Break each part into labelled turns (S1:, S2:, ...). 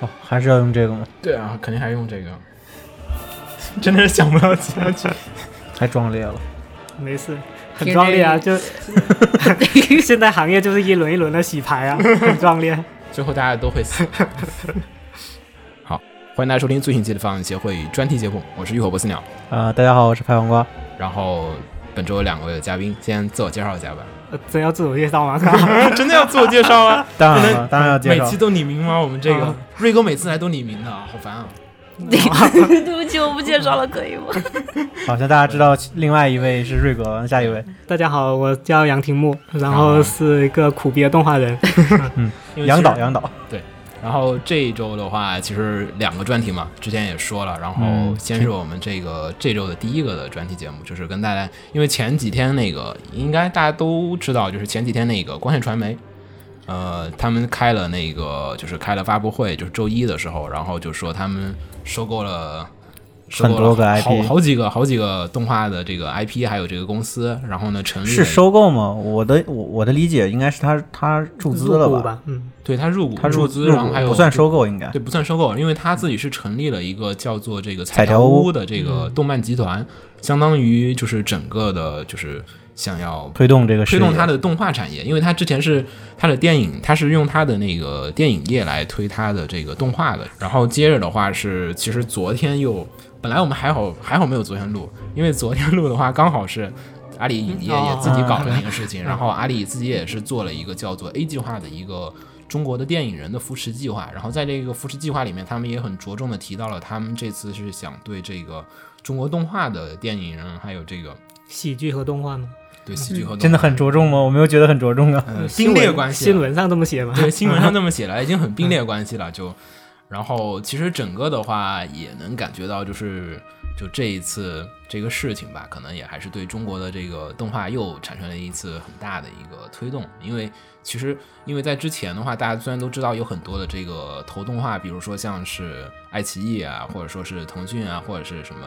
S1: 哦还是要用这个吗？
S2: 对啊，肯定还用这 个。真的是想不到其他剧，
S1: 太壮烈了。
S3: 没事，很壮烈啊！就 现在行业就是一轮一轮的洗牌啊，很壮烈。
S2: 最后大家都会死。 好，欢迎大家收听最新期的放映协会专题节目，我是浴火不死鸟。
S1: 啊、大家好，我是拍黄瓜。
S2: 然后本周有两位嘉宾，先自我介绍一下吧。
S3: 呃真要自我 介绍吗？靠
S2: 啊真的要自我介绍 啊？
S1: 当然了，当然要介
S2: 每
S1: 绍
S2: 期。都匿名吗？我们这个
S3: 啊
S2: 瑞哥每次来都匿名的，好烦啊！
S4: 对不起，我不介绍了，可以吗？
S1: 好像大家知道，另外一位是瑞格，下一位
S3: 大家好，我叫杨廷木，然后
S2: 啊
S3: 是一个苦逼的动画人。
S2: 因为
S1: 杨导，
S2: 其实
S1: 杨导。
S2: 然后这一周的话，其实两个专题嘛，之前也说了。然后
S1: 嗯
S2: 先是我们这个这周的第一个的专题节目，就是跟大家，因为前几天那个应该大家都知道，就是前几天那个光线传媒，呃，他们开了那个就是开了发布会，就是周一的时候，然后就说他们收购了。收购
S1: 很多个
S2: 了
S1: IP
S2: 好好几个好几个动画的这个 IP，还有这个公司，然后呢成立
S1: 是
S2: 了
S1: 收购吗？我的我我的理解应该是他他注资了
S3: 入股
S1: 吧？
S3: 吧？嗯，
S2: 对他入股
S1: 他
S2: 注
S1: 入
S2: 资，
S1: 入
S2: 然后
S1: 股
S2: 还有
S1: 不算
S2: 这
S1: 收购，应该
S2: 对，不算收购，因为他自己是成立了一个叫做这个彩
S1: 彩条
S2: 条
S1: 屋
S2: 屋的这个动漫集团，相当于就是整个的，就是想要
S1: 推动这个事
S2: 推
S1: 业
S2: 动它的动画产业，因为它之前是它的电影，它是用它的那个电影业来推它的这个动画的。然后接着的话是，其实昨天又本来我们还好还好没有昨天录，因为昨天 录的话刚好是。阿里影业也自己搞了那个事情，然后阿里自己也是做了一个叫做 A 计划的一个中国的电影人的扶持计划。然后在这个扶持计划里面，他们也很着重的提到了，他们这次是想对这个中国动画的电影人，还有这个
S3: 喜剧和动画吗？
S2: 对戏剧和动
S1: 真的很着重吗？我没有觉得很着重啊。
S2: 呃
S3: 新
S2: 并
S3: 闻
S2: 列关系了，
S3: 新闻上这么写吗？
S2: 对，新闻上这么写了，已经很并列关系了。就，然后其实整个的话也能感觉到，就是就这一次这个事情吧，可能也还是对中国的这个动画又产生了一次很大的一个推动。因为其实因为在之前的话，大家虽然都知道有很多的这个投动画，比如说像是爱奇艺啊，或者说是腾讯啊，或者是什么。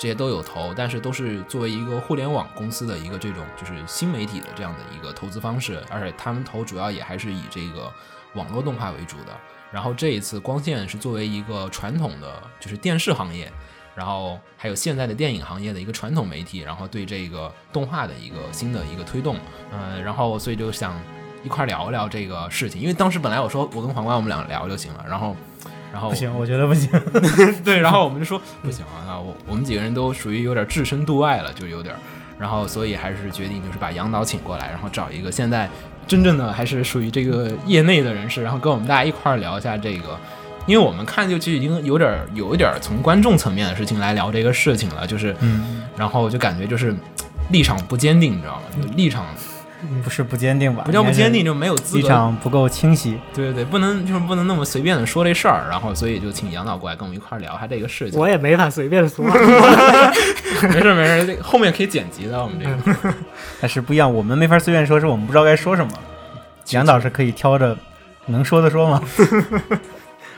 S2: 这些都有投，但是都是作为一个互联网公司的一个这种就是新媒体的这样的一个投资方式，而且他们投主要也还是以这个网络动画为主的。然后这一次光线是作为一个传统的就是电视行业，然后还有现在的电影行业的一个传统媒体，然后对这个动画的一个新的一个推动，嗯、然后所以就想一块儿聊一聊这个事情，因为当时本来我说我跟黄瓜我们俩聊就行了，然后然后
S1: 不行，我觉得不行。
S2: 对，然后我们就说不行啊，那我我们几个人都属于有点置身度外了，就有点儿，然后所以还是决定就是把杨导请过来，然后找一个现在真正的还是属于这个业内的人士，然后跟我们大家一块儿聊一下这个。因为我们看就其实已经有点儿有一点儿从观众层面的事情来聊这个事情了，就是，
S1: 嗯，
S2: 然后就感觉就是立场不坚定，你知道吗？就立场
S1: 不是不坚定吧？
S2: 不叫不坚定，
S1: 应
S2: 就没有
S1: 该
S2: 资
S1: 是立
S2: 格
S1: 场不够清晰。
S2: 对对对，不能就是不能那么随便的说这事儿，然后所以就请杨导过来跟我们一块儿聊一下这个事情。
S3: 我也没法随便说。啊
S2: 没事没事，这个后面可以剪辑的。我们这
S1: 嗯
S2: 个
S1: 但是不一样，我们没法随便说，是我们不知道该说什么。杨导是可以挑着能说的说吗？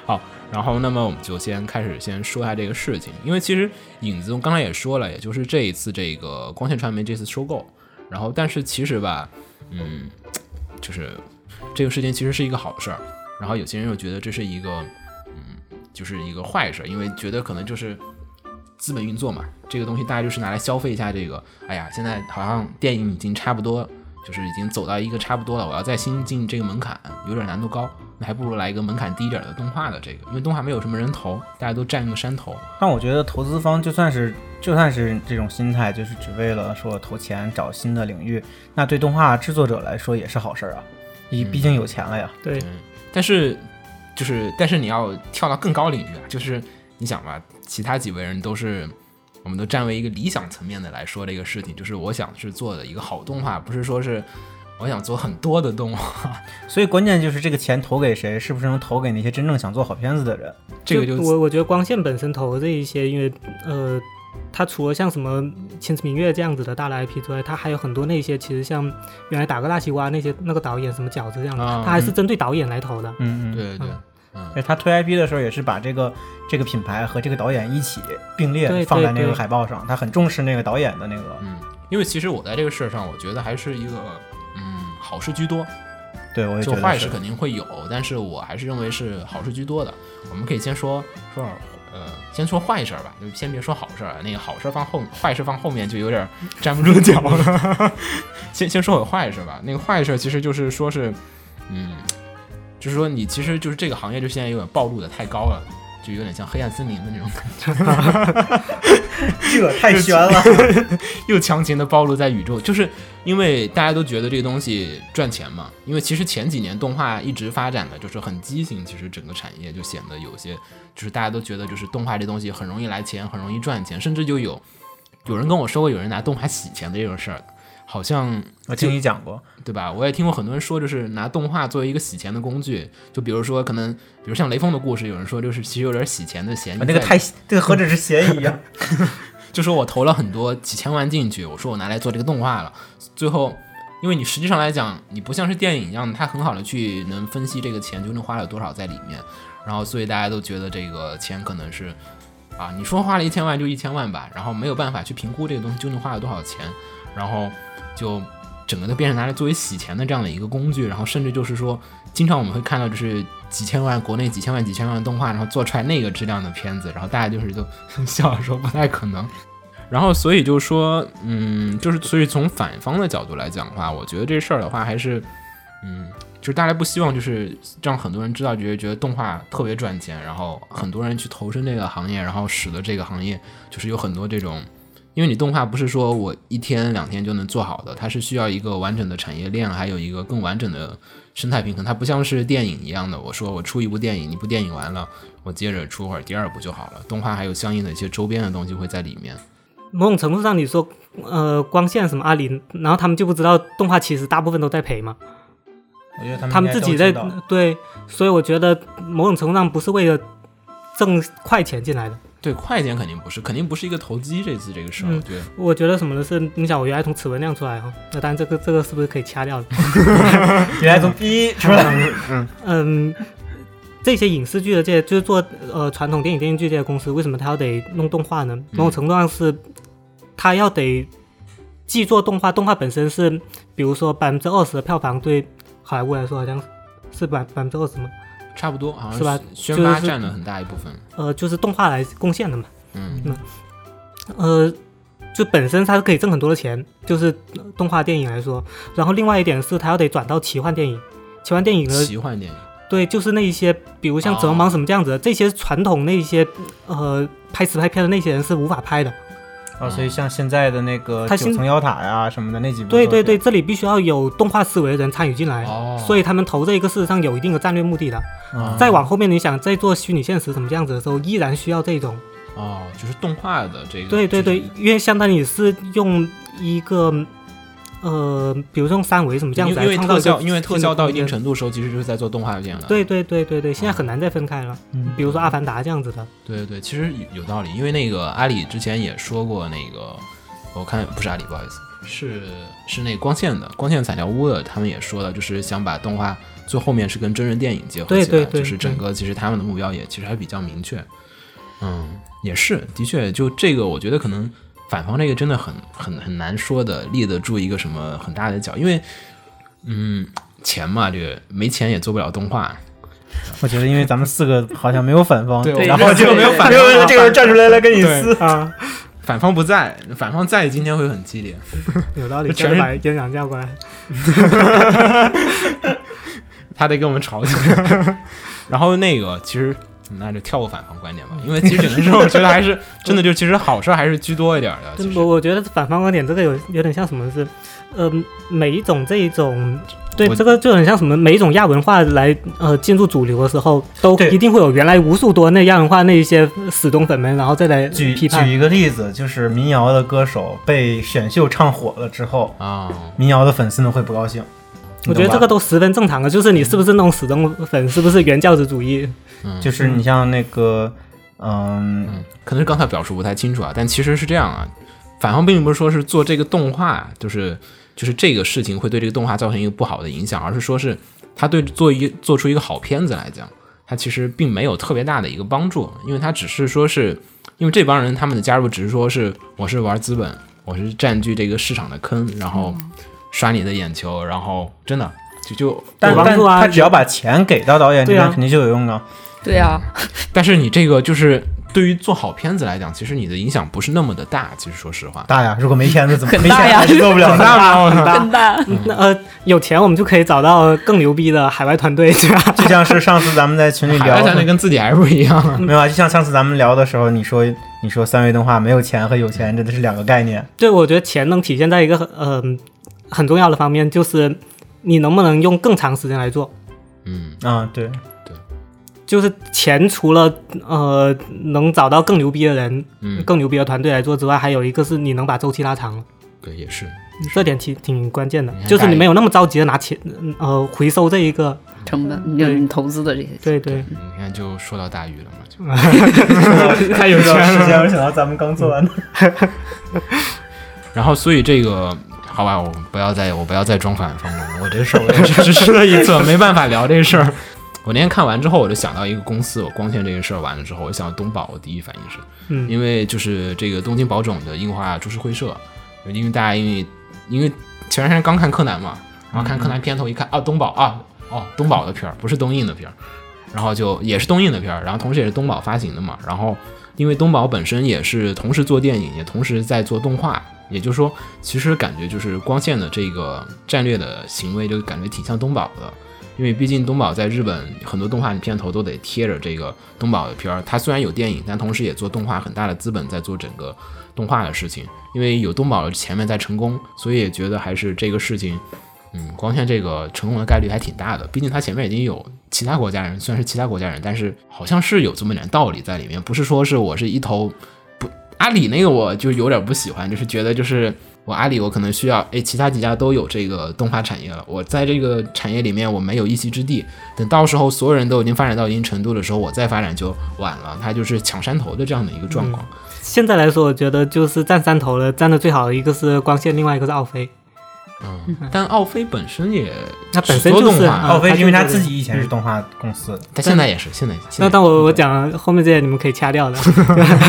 S2: 好，然后那么我们就先开始先说一下这个事情，因为其实影子我刚才也说了，也就是这一次这个光线传媒这次收购，然后但是其实吧，嗯，就是这个事情其实是一个好事儿，然后有些人又觉得这是一个，嗯，就是一个坏事儿，因为觉得可能就是资本运作嘛，这个东西大家就是拿来消费一下这个，哎呀，现在好像电影已经差不多，就是已经走到一个差不多了，我要再新进这个门槛有点难度高，那还不如来一个门槛低一点的动画的这个，因为动画没有什么人投，大家都占个山头，
S1: 但我觉得投资方就算是就算是这种心态，就是只为了说投钱找新的领域，那对动画制作者来说也是好事儿啊。你
S2: 嗯
S1: 毕竟有钱了呀，
S3: 对，
S2: 但是就是但是你要跳到更高领域啊，就是你想吧，其他几位人都是。我们都站为一个理想层面的来说这个事情，就是我想是做的一个好动画，不是说是我想做很多的动画，
S1: 所以关键就是这个钱投给谁，是不是能投给那些真正想做好片子的人？
S2: 这个就
S3: 我我觉得光线本身投这一些，因为呃，它除了像什么《千纸明月》这样子的大的 IP 之外，它还有很多那些其实像原来打个大西瓜那些那个导演什么饺子这样的，
S1: 嗯
S2: 啊
S3: 它还是针对导演来投的。
S1: 嗯嗯，。
S2: 对对，嗯，
S1: 而他推 IP 的时候，也是把这个这个品牌和这个导演一起并列
S3: 对
S1: 放在那
S3: 对
S1: 个
S3: 对
S1: 海报上，他很重视那个导演的那个。
S2: 嗯，因为其实我在这个事儿上，我觉得还是一个嗯好事居多，
S1: 对我也觉
S2: 就
S1: 得
S2: 坏
S1: 是
S2: 事肯定会有，但是我还是认为是好事居多的。我们可以先说说点儿呃，先说坏事儿吧，就先别说好事儿了。啊那个好事儿放后，坏事放后面就有点儿站不住脚了。 先先说会坏事吧。那个坏事其实就是说是，嗯，就是说你其实就是这个行业就现在有点暴露的太高了，就有点像黑暗森林的那种感觉。
S1: 这个太悬了。
S2: 又强行的暴露在宇宙，就是因为大家都觉得这个东西赚钱嘛。因为其实前几年动画一直发展的就是很畸形，其实整个产业就显得有些，就是大家都觉得就是动画这东西很容易来钱，很容易赚钱，甚至就有有人跟我说过有人拿动画洗钱的这种事儿，好像
S1: 我听你讲过，
S2: 对吧？我也听过很多人说，就是拿动画作为一个洗钱的工具，就比如说可能，比如像雷锋的故事，有人说就是其实有点洗钱的嫌疑在
S1: 啊
S2: 里
S1: 这
S2: 面。
S1: 个太这个何止是嫌疑啊！
S2: 就说我投了很多几千万进去，我说我拿来做这个动画了，最后。因为你实际上来讲，你不像是电影一样，它很好的去能分析这个钱究竟花了多少在里面，然后所以大家都觉得这个钱可能是，啊，你说花了一千万就一千万吧，然后没有办法去评估这个东西究竟花了多少钱，然后就整个都变成拿来作为洗钱的这样的一个工具，然后甚至就是说，经常我们会看到就是几千万国内几千万几千万的动画，然后做出来那个质量的片子，然后大家就是就 笑着说不太可能，然后所以就说，嗯，就是所以从反方的角度来讲的话，我觉得这事儿的话还是，嗯，就是大家不希望就是让很多人知道，觉得觉得动画特别赚钱，然后很多人去投身这个行业，然后使得这个行业就是有很多这种。因为你动画不是说我一天两天就能做好的，它是需要一个完整的产业链，还有一个更完整的生态平衡。它不像是电影一样的，我说我出一部电影，一部电影完了，我接着出会儿第二部就好了。动画还有相应的一些周边的东西会在里面。
S3: 某种程度上，你说，呃，光线什么阿里，然后他们就不知道动画其实大部分都在赔嘛，
S1: 我觉得他们
S3: 他们
S1: 应该
S3: 自己
S1: 都
S3: 在
S1: 知道
S3: 对，所以我觉得某种程度上不是为了挣快钱进来的。
S2: 对，快点肯定不是，肯定不是一个投机这次这个事儿。
S3: 嗯
S2: 我觉得
S3: 我觉得什么呢？是你想我原来从齿轮亮出来哈，那当然这个这个是不是可以掐掉的？
S1: 原来从 B 出来，
S3: 嗯，这些影视剧的这些就是做呃传统电影电视剧这些公司，为什么他要得弄动画呢？某种程度上是他要得既做动画，动画本身是比如说百分之二十的票房，对好莱坞来说好像是百百分之二十嘛，
S2: 差不多，好像
S3: 是吧
S2: 宣
S3: 就是
S2: 发
S3: 是
S2: 占了很大一部分。
S3: 呃，就是动画来贡献的嘛，
S2: 嗯，
S3: 呃。就本身它是可以挣很多的钱，就是动画电影来说，然后另外一点是它要得转到奇幻电影，奇幻电影呢
S2: 奇幻电影。
S3: 对，就是那一些，比如像《指环王》什么这样子的，这些传统那一些，呃，拍实拍片的那些人是无法拍的。
S1: 啊，所以像现在的那个
S3: 他
S1: 九
S3: 嗯新
S1: 层妖塔呀什么的那几部，
S3: 对对对，，这里必须要有动画思维的人参与进来，
S2: 哦，
S3: 哎
S2: 嗯
S3: 所以他们投这一个事实上有一定的战略目的的。
S1: 啊，
S3: 再往后面，你想再做虚拟现实什么这样子的时候，依然需要这种。
S2: 哦，就是动画的这个。
S3: 对对对，因为相当于是用一个，呃，比如说用三维什么这
S2: 因
S3: 样
S2: 为
S3: 子
S2: 因为
S3: 来创造
S2: 特
S3: 一个
S2: 效，因为特
S3: 新的
S2: 效到一
S3: 空
S2: 定
S3: 间。
S2: 程度的时候，其实就是在做动画电影了。
S3: 对对对对对，现在很难再分开了。
S1: 嗯
S3: 比如说《阿凡达》这样子 的，
S2: 对对对，其实有有道理，因为那个阿里之前也说过，那个我看不是阿里，不好意思，是是那个光线的光线材料屋的，他们也说了，就是想把动画最后面是跟真人电影结合起来，
S3: 对对对
S2: 就是整个其实他们的目标也其实还比较明确。嗯，也是，的确，就这个，我觉得可能反方这个真的很很很难说的，立得住一个什么很大的脚，因为嗯，钱嘛，这个没钱也做不了动画。
S1: 我觉得因为咱们四个好像没有反方，
S2: 对
S1: 然后
S2: 我
S1: 就
S2: 没有反方
S1: 没有人这个人站出来来跟你
S2: 对
S1: 撕啊，
S2: 反方不在，反方在今天会很激烈。
S3: 有道理，
S2: 全
S3: 全
S2: 是
S3: 把烟长叫过来。
S2: 他得跟我们吵起来。然后那个其实那就跳过反方观点吧，因为其实整个时候我觉得还是真的，就其实好事儿还是居多一点儿的。啊其
S3: 我
S2: 实
S3: 我觉得反方观点这个有有点像什么是，呃，每一种这一种，对
S2: 我
S3: 这个就很像什么，每一种亚文化来呃进入主流的时候，都
S1: 对
S3: 一定会有原来无数多那亚文化那一些死忠粉们，然后再来
S1: 举
S3: 批
S1: 举
S3: 判。
S1: 一个例子，就是民谣的歌手被选秀唱火了之后，
S2: 啊，
S1: 民谣的粉丝们会不高兴。你
S3: 我觉得
S1: 懂
S3: 这
S1: 吧
S3: 个都十分正常的，啊就是你是不是那种死忠粉，是不是原教旨 主义？
S2: 嗯
S1: 就是你像那个，嗯，
S2: 嗯，可能是刚才表述不太清楚啊，但其实是这样啊，反方并不是说是做这个动画，就是就是这个事情会对这个动画造成一个不好的影响，而是说是他对做一做出一个好片子来讲，他其实并没有特别大的一个帮助，因为他只是说是因为这帮人他们的加入只是说是我是玩资本，我是占据这个市场的坑，然后刷你的眼球，然后真的。就就
S1: 但
S3: 有帮
S1: 但
S3: 助啊
S1: 他只要把钱给到导演这
S3: 对啊
S1: 边，肯定就有用啊。
S4: 对啊，
S2: 但是你这个就是对于做好片子来讲，其实你的影响不是那么的大。其实说实话，
S1: 大呀，如果没片子怎么
S4: 很
S1: 没钱
S4: 大呀
S1: 还是做不 了呢？
S2: 大啊吗？
S4: 很大。嗯
S3: 那呃，有钱我们就可以找到更牛逼的海外团队，是吧？
S1: 就像是上次咱们在群里
S2: 海外
S1: 聊，
S2: 团队跟自己还不一样。
S1: 没有啊？就像上次咱们聊的时候，你说你说三维动画没有钱和有钱真的是两个概念。
S3: 对，我觉得钱能体现在一个很呃很重要的方面，就是你能不能用更长时间来做。
S2: 嗯，
S1: 啊，对，
S3: 就是钱除了呃能找到更牛逼的人、
S2: 嗯
S3: 更牛逼的团队来做之外，还有一个是你能把周期拉长了，
S2: 对，也是。
S3: 这点其挺关键的
S2: 嗯你，看
S3: 就是
S2: 大
S3: 你
S2: 爷
S3: 没有那么着急的拿钱呃回收这一个。
S4: 成本，就
S3: 对
S4: 你投资的这些。
S3: 对对，
S2: 你看，就说到大鱼了嘛，就
S1: 太有钱了。时间，没想到咱们刚做完
S2: 嗯
S1: 的。
S2: 然后所以这个。好吧，我不要再我不要再装反方了，我这事儿我 也是只吃了一次，没办法聊这事儿。我那天看完之后，我就想到一个公司，我光线这个事儿完了之后，我想到东宝，我第一反应是，
S3: 嗯，
S2: 因为就是这个东京宝冢的樱花株式会社，因为大家因为因为前段时间刚看柯南嘛，然后看柯南片头一看啊东宝啊哦东宝的片儿不是东映的片儿，然后就也是东映的片儿，然后同时也是东宝发行的嘛，然后因为东宝本身也是同时做电影，也同时在做动画。也就是说，其实感觉就是光线的这个战略的行为，就感觉挺像东宝的，因为毕竟东宝在日本很多动画片头都得贴着这个东宝的片儿。它虽然有电影，但同时也做动画，很大的资本在做整个动画的事情。因为有东宝的前面在成功，所以也觉得还是这个事情，嗯，光线这个成功的概率还挺大的。毕竟它前面已经有其他国家人，虽然是其他国家人，但是好像是有这么点道理在里面，不是说是我是一头不阿里那个我就有点不喜欢，就是觉得就是。我阿里，我可能需要，哎，其他几家都有这个动画产业了，我在这个产业里面我没有一席之地。等到时候所有人都已经发展到一定程度的时候，我再发展就晚了。它就是抢山头的这样的一个状况。
S3: 现在来说，我觉得就是站山头的站的最好的一个是光线，另外一个是奥飞，
S2: 嗯，但奥飞本身也，
S3: 它本身
S2: 只做
S3: 就
S2: 动
S3: 是
S2: 画
S3: 呃
S1: 奥飞
S3: 它
S1: 哦是因为他
S3: 就是
S1: 自己以前是动画公司的，
S2: 嗯但现在也是，现在现
S3: 那
S2: 在
S3: 但我我讲后面这些你们可以 掐掉的，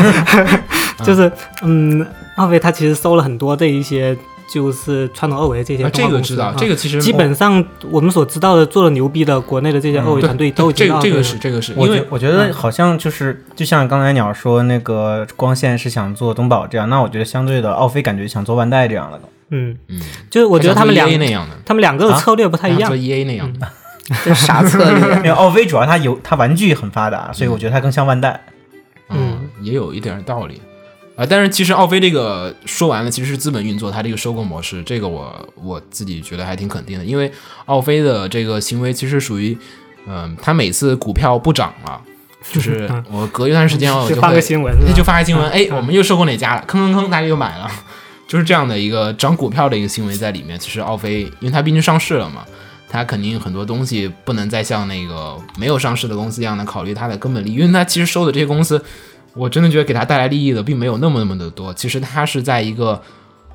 S3: 就是嗯，奥飞它其实收了很多这一些就是传统二维的这些
S2: 啊
S3: 动
S2: 这
S3: 画
S2: 个
S3: 公司
S2: 知道，
S3: 啊
S2: 这个其实
S3: 基本上我们所知道的做的牛逼的国内的这些
S1: 嗯
S3: 二维
S2: 对
S3: 团队都已经
S2: 这
S3: 到
S2: 个这个
S3: 了
S2: 是这个是
S1: 我
S2: 因
S1: 觉
S2: 为嗯
S1: 我觉得好像就是，就像刚才鸟说那个光线是想做东宝这样，那我觉得相对的奥飞感觉想做万代这样了都。
S3: 嗯，
S2: 嗯，
S3: 就是我觉得他们两
S2: EA E 那啊样的，
S3: 他们两个的策略不太一
S2: 像
S3: 样
S2: 做，EA 那样的，嗯
S4: 这啥策 略？
S1: 没有奥飞主要它有它玩具很发达，所以我觉得它更像万代。
S2: 嗯，也有一点道理。啊，但是其实奥飞这个说完了，其实是资本运作，它这个收购模式，这个我我自己觉得还挺肯定的，因为奥飞的这个行为其实属于，嗯，它每次股票不涨了，就是我隔一段时间我
S3: 就
S2: 嗯就
S3: 发
S2: 会
S3: 个新闻，
S2: 那
S3: 是
S2: 就
S3: 吧嗯
S2: 发个新闻，哎，我们又收购哪家了，吭吭吭，大家又买了， 就是这样的一个涨股票的一个行为在里面。其实奥飞，因为它毕竟上市了嘛，它肯定很多东西不能再像那个没有上市的公司一样的考虑它的根本利益，因为它其实收的这些公司，我真的觉得给它带来利益的并没有那么那么的多。其实它是在一个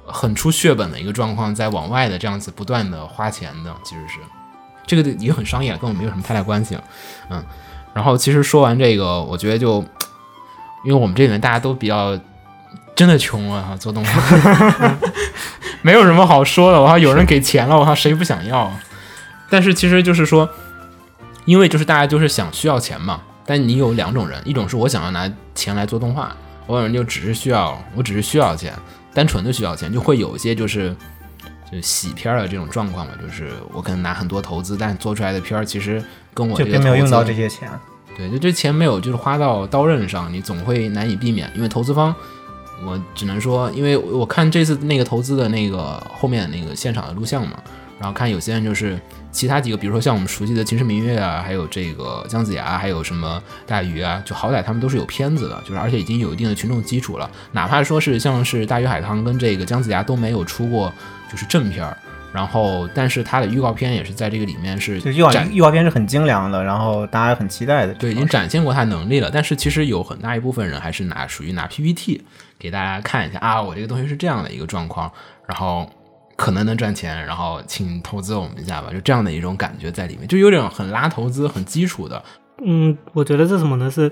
S2: 很出血本的一个状况，在往外的这样子不断的花钱的，其实是这个也很商业，跟我们没有什么太大关系了，嗯。然后其实说完这个，我觉得就因为我们这里面大家都比较真的穷啊，做动画 没有什么好说的。我靠，有人给钱了，我靠，谁不想要啊？但是其实就是说，因为就是大家就是想需要钱嘛。但你有两种人，一种是我想要拿钱来做动画，我有人就只是需要，我只是需要钱，单纯的需要钱，就会有一些就是就洗片儿的这种状况嘛，就是我可能拿很多投资，但做出来的片儿其实跟我
S1: 就
S2: 这个
S1: 并没有
S2: 投
S1: 用
S2: 资
S1: 到这些钱。
S2: 对，就这钱没有就是花到刀刃上，你总会难以避免。因为投资方，我只能说，因为我我看这次那个投资的那个后面那个现场的录像嘛，然后看有些人就是其他几个，比如说像我们熟悉的《秦时明月》啊，还有这个姜子牙，还有什么大鱼啊，就好歹他们都是有片子的，就是而且已经有一定的群众基础了。哪怕说是像是大鱼海棠跟这个姜子牙都没有出过就是正片儿，然后但是它的预告片也是在这个里面是
S1: 就预告
S2: 展
S1: 预告片是很精良的，然后大家很期待的。
S2: 对，已经展现过他能力了。但是其实有很大一部分人还是拿属于拿 PPT 给大家看一下啊，我这个东西是这样的一个状况，然后可能能赚钱，然后请投资我们一下吧，就这样的一种感觉在里面，就有点很拉投资、很基础的。
S3: 嗯，我觉得是什么呢？是，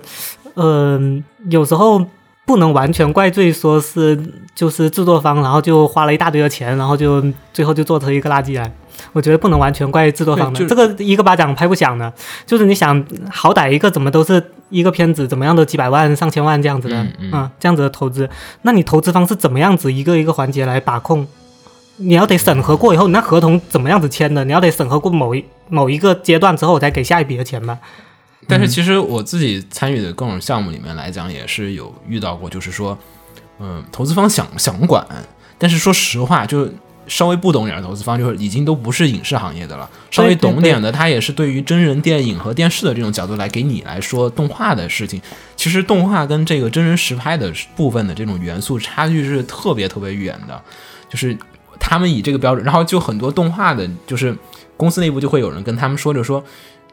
S3: 嗯、有时候不能完全怪罪说是就是制作方，然后就花了一大堆的钱，然后就最后就做成一个垃圾来。我觉得不能完全怪制作方
S2: 对
S3: 的，
S2: 就
S3: 这个一个巴掌拍不响的。就是你想，好歹一个怎么都是一个片子，怎么样都几百万、上千万这样子的，啊
S2: 嗯嗯
S3: 这样子的投资，那你投资方是怎么样子一个一个环节来把控？你要得审核过以后，你那合同怎么样子签的？你要得审核过某一某一个阶段之后，我才给下一笔的钱吧。
S2: 但是其实我自己参与的各种项目里面来讲，也是有遇到过，就是说，嗯，投资方想想管，但是说实话，就稍微不懂点儿的投资方，就是已经都不是影视行业的了，稍微懂点的，他也是对于真人电影和电视的这种角度来给你来说动画的事情。其实动画跟这个真人实拍的部分的这种元素差距是特别特别远的，就是他们以这个标准，然后就很多动画的，就是公司内部就会有人跟他们说着说。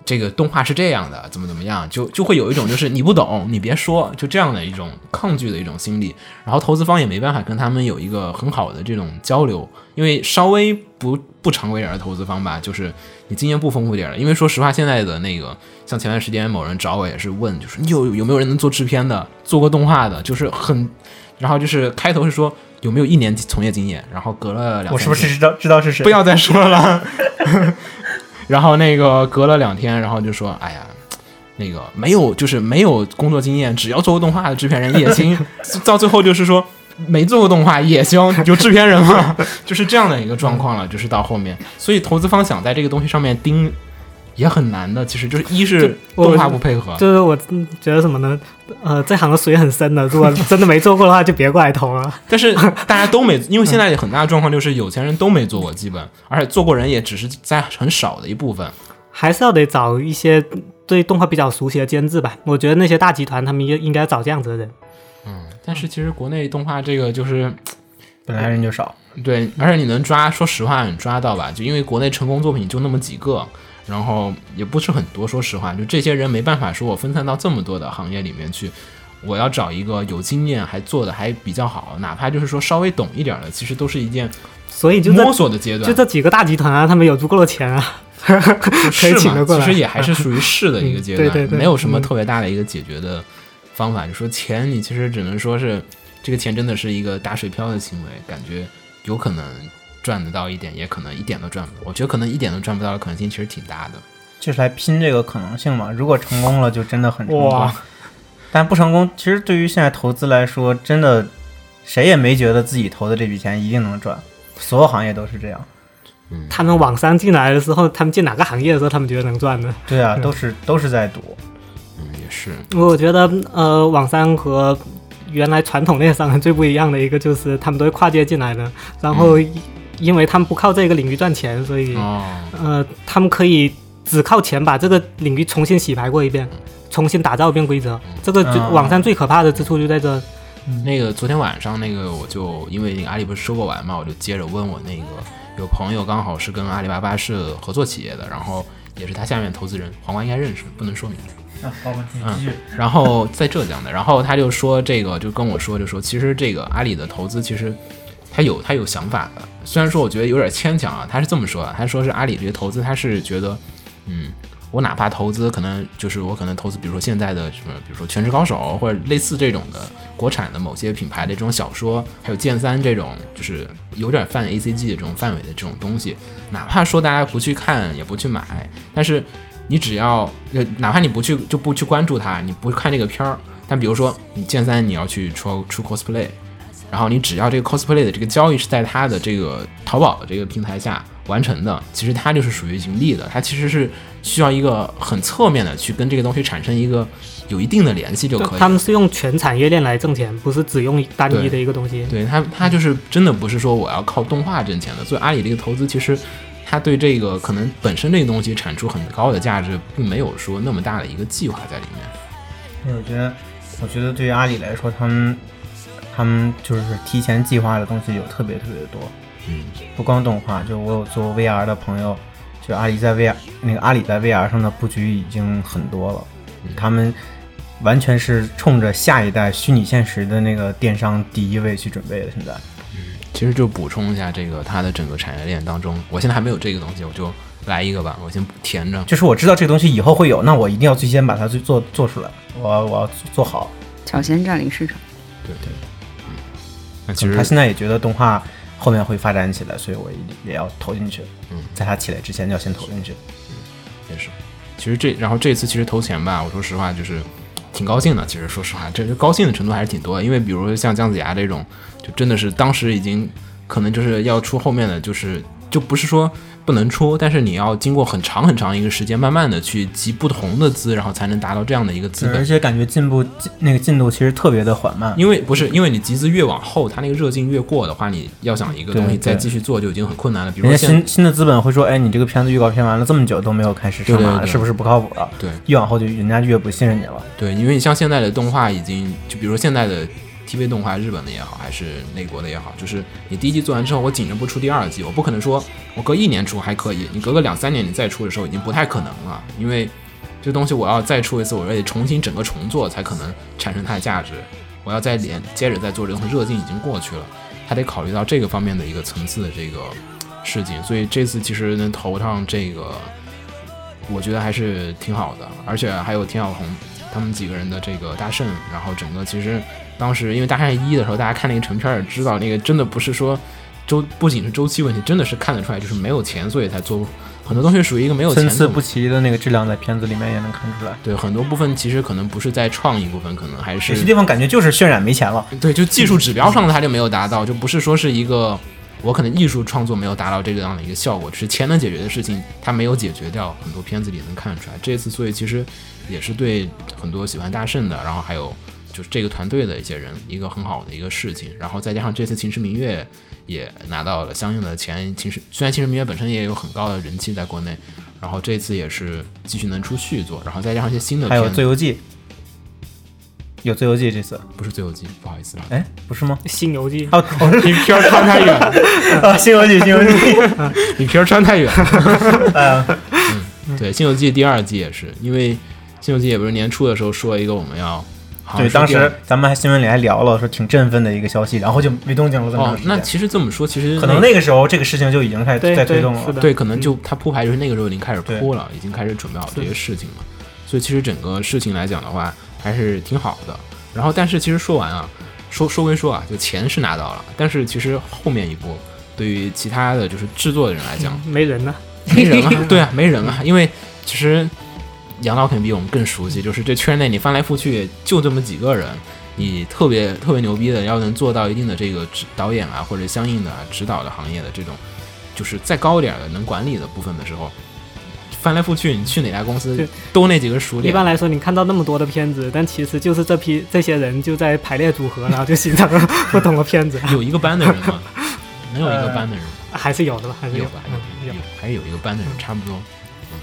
S2: 这个动画是这样的，怎么怎么样，就就会有一种就是你不懂，你别说，就这样的一种抗拒的一种心理。然后投资方也没办法跟他们有一个很好的这种交流，因为稍微不不常规点儿的投资方吧，就是你经验不丰富点儿的。因为说实话，现在的那个像前段时间某人找我也是问，就是你有有没有人能做制片的，做过动画的，就是很，然后就是开头是说有没有一年从业经验，然后隔了两
S1: 我是不
S2: 三天
S1: 是知道知道是谁？
S2: 不要再说了。 然后那个隔了两天，然后就说：“哎呀，那个没有，就是没有工作经验，只要做过动画的制片人也行。” 到最后就是说没做过动画也行，有制片人嘛， 就是这样的一个状况了。就是到后面，所以投资方想在这个东西上面盯也很难的。其实就是一是
S3: 我
S2: 动画不配合，
S3: 就是我嗯觉得什么呢？呃，这行的水很深的，如果真的没做过的话，就别过来投了。
S2: 但是大家都没，因为现
S3: 嗯
S2: 在很大的状况就是有钱人都没做过，基本而且做过人也只是在很少的一部分。
S3: 还是要得找一些对动画比较熟悉的监制吧。我觉得那些大集团他们也应该找这样子的人。
S2: 但是其实国内动画这个就是。
S1: 本来人就少，
S2: 对，而且你能抓，说实话，你抓到吧？就因为国内成功作品就那么几个，然后也不是很多。说实话，就这些人没办法说我分散到这么多的行业里面去。我要找一个有经验还做的还比较好，哪怕就是说稍微懂一点的，其实都是一件
S3: 所以就这
S2: 摸索的阶段
S3: 就，这几个大集团啊，他们有足够的钱啊， 可 以
S2: 是
S3: 请
S2: 嘛
S3: 得？过
S2: 其
S3: 来。
S2: 实也还是属于试的一个阶段，
S3: 嗯对对对
S2: 没有什么
S3: 嗯
S2: 特别大的一个解决的方法。就说钱，你其实只能说是这个钱真的是一个打水漂的行为，感觉有可能赚得到一点，也可能一点都赚不到。我觉得可能一点都赚不到的可能性其实挺大的。
S1: 就是来拼这个可能性嘛。如果成功了，就真的很成功
S3: 哇。
S1: 但不成功，其实对于现在投资来说，真的谁也没觉得自己投的这笔钱一定能赚。所有行业都是这样，
S2: 嗯
S3: 他们网商进来的时候，他们进哪个行业的时候，他们觉得能赚呢？
S1: 对啊，都是都是在赌。
S2: 嗯，也是，
S3: 我觉得呃，网商和原来传统那些商人最不一样的一个就是他们都是跨界进来的，然后因为他们不靠这个领域赚钱，所以、
S2: 嗯哦，
S3: 呃，他们可以只靠钱把这个领域重新洗牌过一
S2: 嗯
S3: 遍，重新打造一遍规则。这个最
S1: 嗯
S3: 网上最可怕的之处就在这，
S2: 啊那个昨天晚上那个，我就因为那个阿里不是收购完嘛，我就接着问我那个有朋友刚好是跟阿里巴巴是合作企业的，然后也是他下面投资人，黄瓜应该认识，不能说明。
S1: 啊，好吧，你
S2: 继
S1: 续。
S2: 然后在浙江的，然后他就说这个，就跟我说，就说其实这个阿里的投资其实他有他有想法的，虽然说我觉得有点牵强啊，他是这么说的，他说是阿里这些投资，他是觉得，嗯，我哪怕投资可能就是我可能投资，比如说现在的什么，比如说《全职高手》或者类似这种的国产的某些品牌的这种小说，还有剑三这种就是有点泛 A C G 的这种范围的这种东西，哪怕说大家不去看也不去买，但是你只要呃，哪怕你不去就不去关注它，你不看这个片儿，但比如说你剑三你要去出出 cosplay，然后你只要这个 cosplay 的这个交易是在它的这个淘宝的这个平台下完成的，其实它就是属于盈利的，它其实是需要一个很侧面的去跟这个东西产生一个有一定的联系就可以
S3: 他
S2: 了。
S3: 们是用全产业链来挣钱，不是只用单一的一个东西。
S2: 对他，他就是真的不是说我要靠动画挣钱的，所以阿里这个投资其实。他对这个可能本身这个东西产出很高的价值，并没有说那么大的一个计划在里面。
S1: 对，我觉得，我觉得对于阿里来说，他们他们就是提前计划的东西有特别特别多，
S2: 嗯，
S1: 不光动画，就我有做 VR 的朋友，就阿里在 VR 那个阿里在 VR 上的布局已经很多了，
S2: 嗯
S1: 他们完全是冲着下一代虚拟现实的那个电商第一位去准备的。现在，
S2: 其实就补充一下这个它的整个产业链当中，我现在还没有这个东西，我就来一个吧，我先填着。
S1: 就是我知道这个东西以后会有，那我一定要最先把它去做做出来，我要我要做好。
S4: 抢先占领市场。
S2: 那其
S1: 他
S2: 实
S1: 现在也觉得动画后面会发展起来，所以我也要投进去。
S2: 嗯，
S1: 在它起来之前要先投进去。
S2: 也是。其实这，然后这次其实投钱吧，我说实话就是挺高兴的。其实说实话，这这高兴的程度还是挺多的，因为比如说像姜子牙这种，就真的是当时已经可能就是要出后面的，就是就不是说不能出，但是你要经过很长很长一个时间，慢慢的去集不同的资，然后才能达到这样的一个资
S1: 而
S2: 本。
S1: 且感觉进步进那个进度其实特别的缓慢，
S2: 因为不是，因为你集资越往后，它那个热劲越过的话，你要想一个东西
S1: 对
S2: 再
S1: 对
S2: 继续做就已经很困难了。比如
S1: 人
S2: 说
S1: 家
S2: 现
S1: 新新的资本会说，哎，你这个片子预告片完了这么久都没有开始上
S2: 对对
S1: 马了，
S2: 对
S1: 是不是不靠谱了？
S2: 对，
S1: 越往后就人家越不信任你了。
S2: 对，因为你像现在的动画已经，就比如说现在的 TV 动画，日本的也好，还是美国的也好，就是你第一季做完之后，我紧着不出第二季，我不可能说我隔一年出还可以，你隔个两三年你再出的时候已经不太可能了，因为这东西我要再出一次，我得重新整个重做才可能产生它的价值，我要再连接着再做这东西，热劲已经过去了，他得考虑到这个方面的一个层次的这个事情，所以这次其实能投上这个。我觉得还是挺好的，而且还有田小红他们几个人的这个大圣，然后整个其实当时因为大圣一的时候，大家看那个成片儿也知道，那个真的不是说周不仅是周期问题，真的是看得出来就是没有钱，所以才做很多东西属于一个没有钱
S1: 参
S2: 的
S1: 差
S2: 东西
S1: 不齐的那个质量在片子里面也能看出来，
S2: 对，很多部分其实可能不是在创意部分，可能还
S1: 有
S2: 是
S1: 些地方感觉就是渲染没钱了。
S2: 对，就技术指标上它就没有达到，就不是说是一个我可能艺术创作没有达到这个样的一个效果，只是钱能解决的事情，它没有解决掉，很多片子里能看出来。这次所以其实也是对很多喜欢大圣的，然后还有就是这个团队的一些人一个很好的一个事情，然后再加上这次《秦时明月》也拿到了相应的钱，秦时虽然《秦时明月》本身也有很高的人气在国内。然后这次也是继续能出续作，然后再加上一些新的
S1: 还
S2: 片
S1: 有
S2: 子，
S1: 《最游记》，有《最游记》这次，
S2: 不是《最后记》，不好意思了，啊
S1: 哎，不 是吗？
S3: 《新游记》
S1: 啊，
S2: 你片儿穿太远了，
S1: 啊，《新游记》，《新游记》
S2: 你皮儿穿太远。嗯，对，《新游记》第二季也是，因为《新游记》也不是年初的时候说一个我们要，好像
S1: 对，
S2: 是
S1: 当
S2: 第二
S1: 时咱们还新闻里还聊了，说挺振奋的一个消息，然后就没动静了这么
S2: 哦
S1: 长，时
S2: 那
S1: 间。
S2: 其实这么说，其实
S1: 可能那个时候这个事情就已经开
S3: 对
S1: 始在推
S3: 对
S1: 动
S3: 是
S1: 了
S3: 的。
S2: 对，可能就他铺排就是那个时候已经开始
S1: 对
S2: 铺了，已经开始准备好这些事情了。所以其实整个事情来讲的话，还是挺好的。然后，但是其实说完啊，说说归说啊，就钱是拿到了，但是其实后面一步，对于其他的就是制作的人来讲，
S3: 嗯没人呢，
S2: 没人 啊，对啊，没人啊，因为其实杨导肯定比我们更熟悉，就是这圈内你翻来覆去就这么几个人，你特别特别牛逼的，要能做到一定的这个指导演啊，或者相应的、啊、指导的行业的这种，就是再高一点的能管理的部分的时候，翻来覆去你去哪家公司
S3: 对
S2: 都那几个熟
S3: 一
S2: 脸。
S3: 般来说，你看到那么多的片子，但其实就是这批这些人就在排列组合，然后就形成了不同的片子，
S2: 有一个班的人吗？
S3: 呃
S2: 能有一个班的人吗？
S3: 还是有的吧，还是
S2: 有
S3: 的
S2: 吧，
S3: 嗯
S2: 有
S3: 有
S2: 有。，还是有一个班的
S3: 嗯
S2: 人，差不多。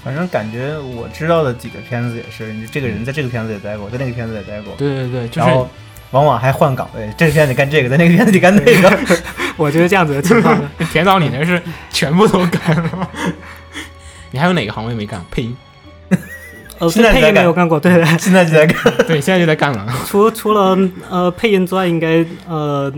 S1: 反正感觉我知道的几个片子也是，你这个人在这个片子也待过，在那个片子也待过，
S2: 对对对，就
S1: 然
S2: 是
S1: 后往往还换岗哎位，这个片子干这个，在那 个片子里干那个。
S3: 我就是这样子的情况的。
S2: 田导，你那是全部都干了？你还有哪个行位没干？配音，
S3: 呃，
S1: 现在
S3: 对
S1: 你
S3: 配
S1: 在
S3: 音没有干过，对对。
S1: 现在就在干，
S2: 对，现在就在干 了。
S3: 除除了呃配音之外，应该呃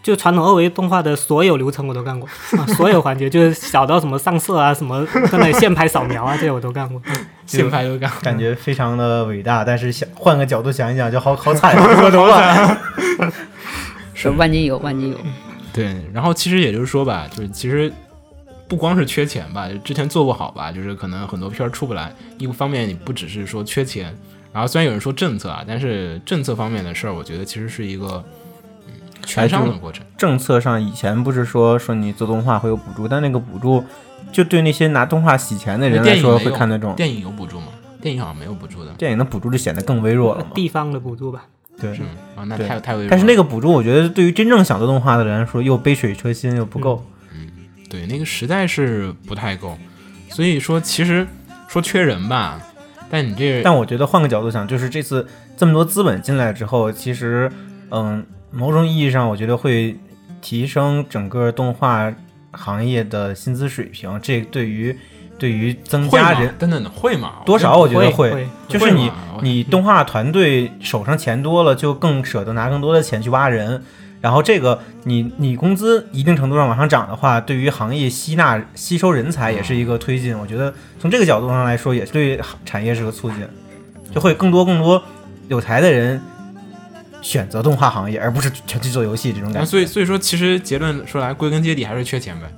S3: 就传统二维动画的所有流程我都干过啊，所有环节就是小到什么上色啊，什么真的线拍扫描啊，这些我都干过。
S2: 现拍都干了，
S1: 感觉非常的伟大，但是想换个角度想一想，就好好 惨，说多 了。
S4: 是万金油，万金油。
S2: 对。然后其实也就是说吧，就是其实不光是缺钱吧，就之前做不好吧，就是可能很多片儿出不来。一方面你不只是说缺钱，然后虽然有人说政策啊，但是政策方面的事儿，我觉得其实是一个嗯全商的过程。
S1: 政策上以前不是说说你做动画会有补助，但那个补助就对那些拿动画洗钱的人来
S2: 电影
S1: 说
S2: 没有
S1: 会看得重，
S2: 电影有补助吗？电影好像没有补助的。
S1: 电影的补助就显得更微弱了嘛。
S3: 地方的补助吧，
S1: 对
S2: 嗯啊，那
S1: 对
S2: 太太微
S1: 但是
S2: 弱了
S1: 那个补助，我觉得对于真正想做动画的人来说，又杯水车薪又不 够。
S2: 对，那个实在是不太够，所以说其实说缺人吧，但你这
S1: 但我觉得换个角度想，就是这次这么多资本进来之后，其实，嗯，某种意义上，我觉得会提升整个动画行业的薪资水平。这对于对于增
S2: 会
S1: 加
S2: 吗
S1: 人
S2: 等等的会啊吗？
S1: 多少，我觉得
S3: 会
S1: 会
S3: 会，
S1: 就是你
S2: 会吗嗯
S1: 你动画团队手上钱多了，就更舍得拿更多的钱去挖人。然后这个你你工资一定程度上往上涨的话，对于行业吸纳吸收人才也是一个推进。我觉得从这个角度上来说，也是
S2: 嗯
S1: 对产业是个促进，就会更多更多有才的人选择动画行业，而不是全去做游戏这种感觉。
S2: 啊所以所以说，其实结论说来，归根结底还是缺钱呗。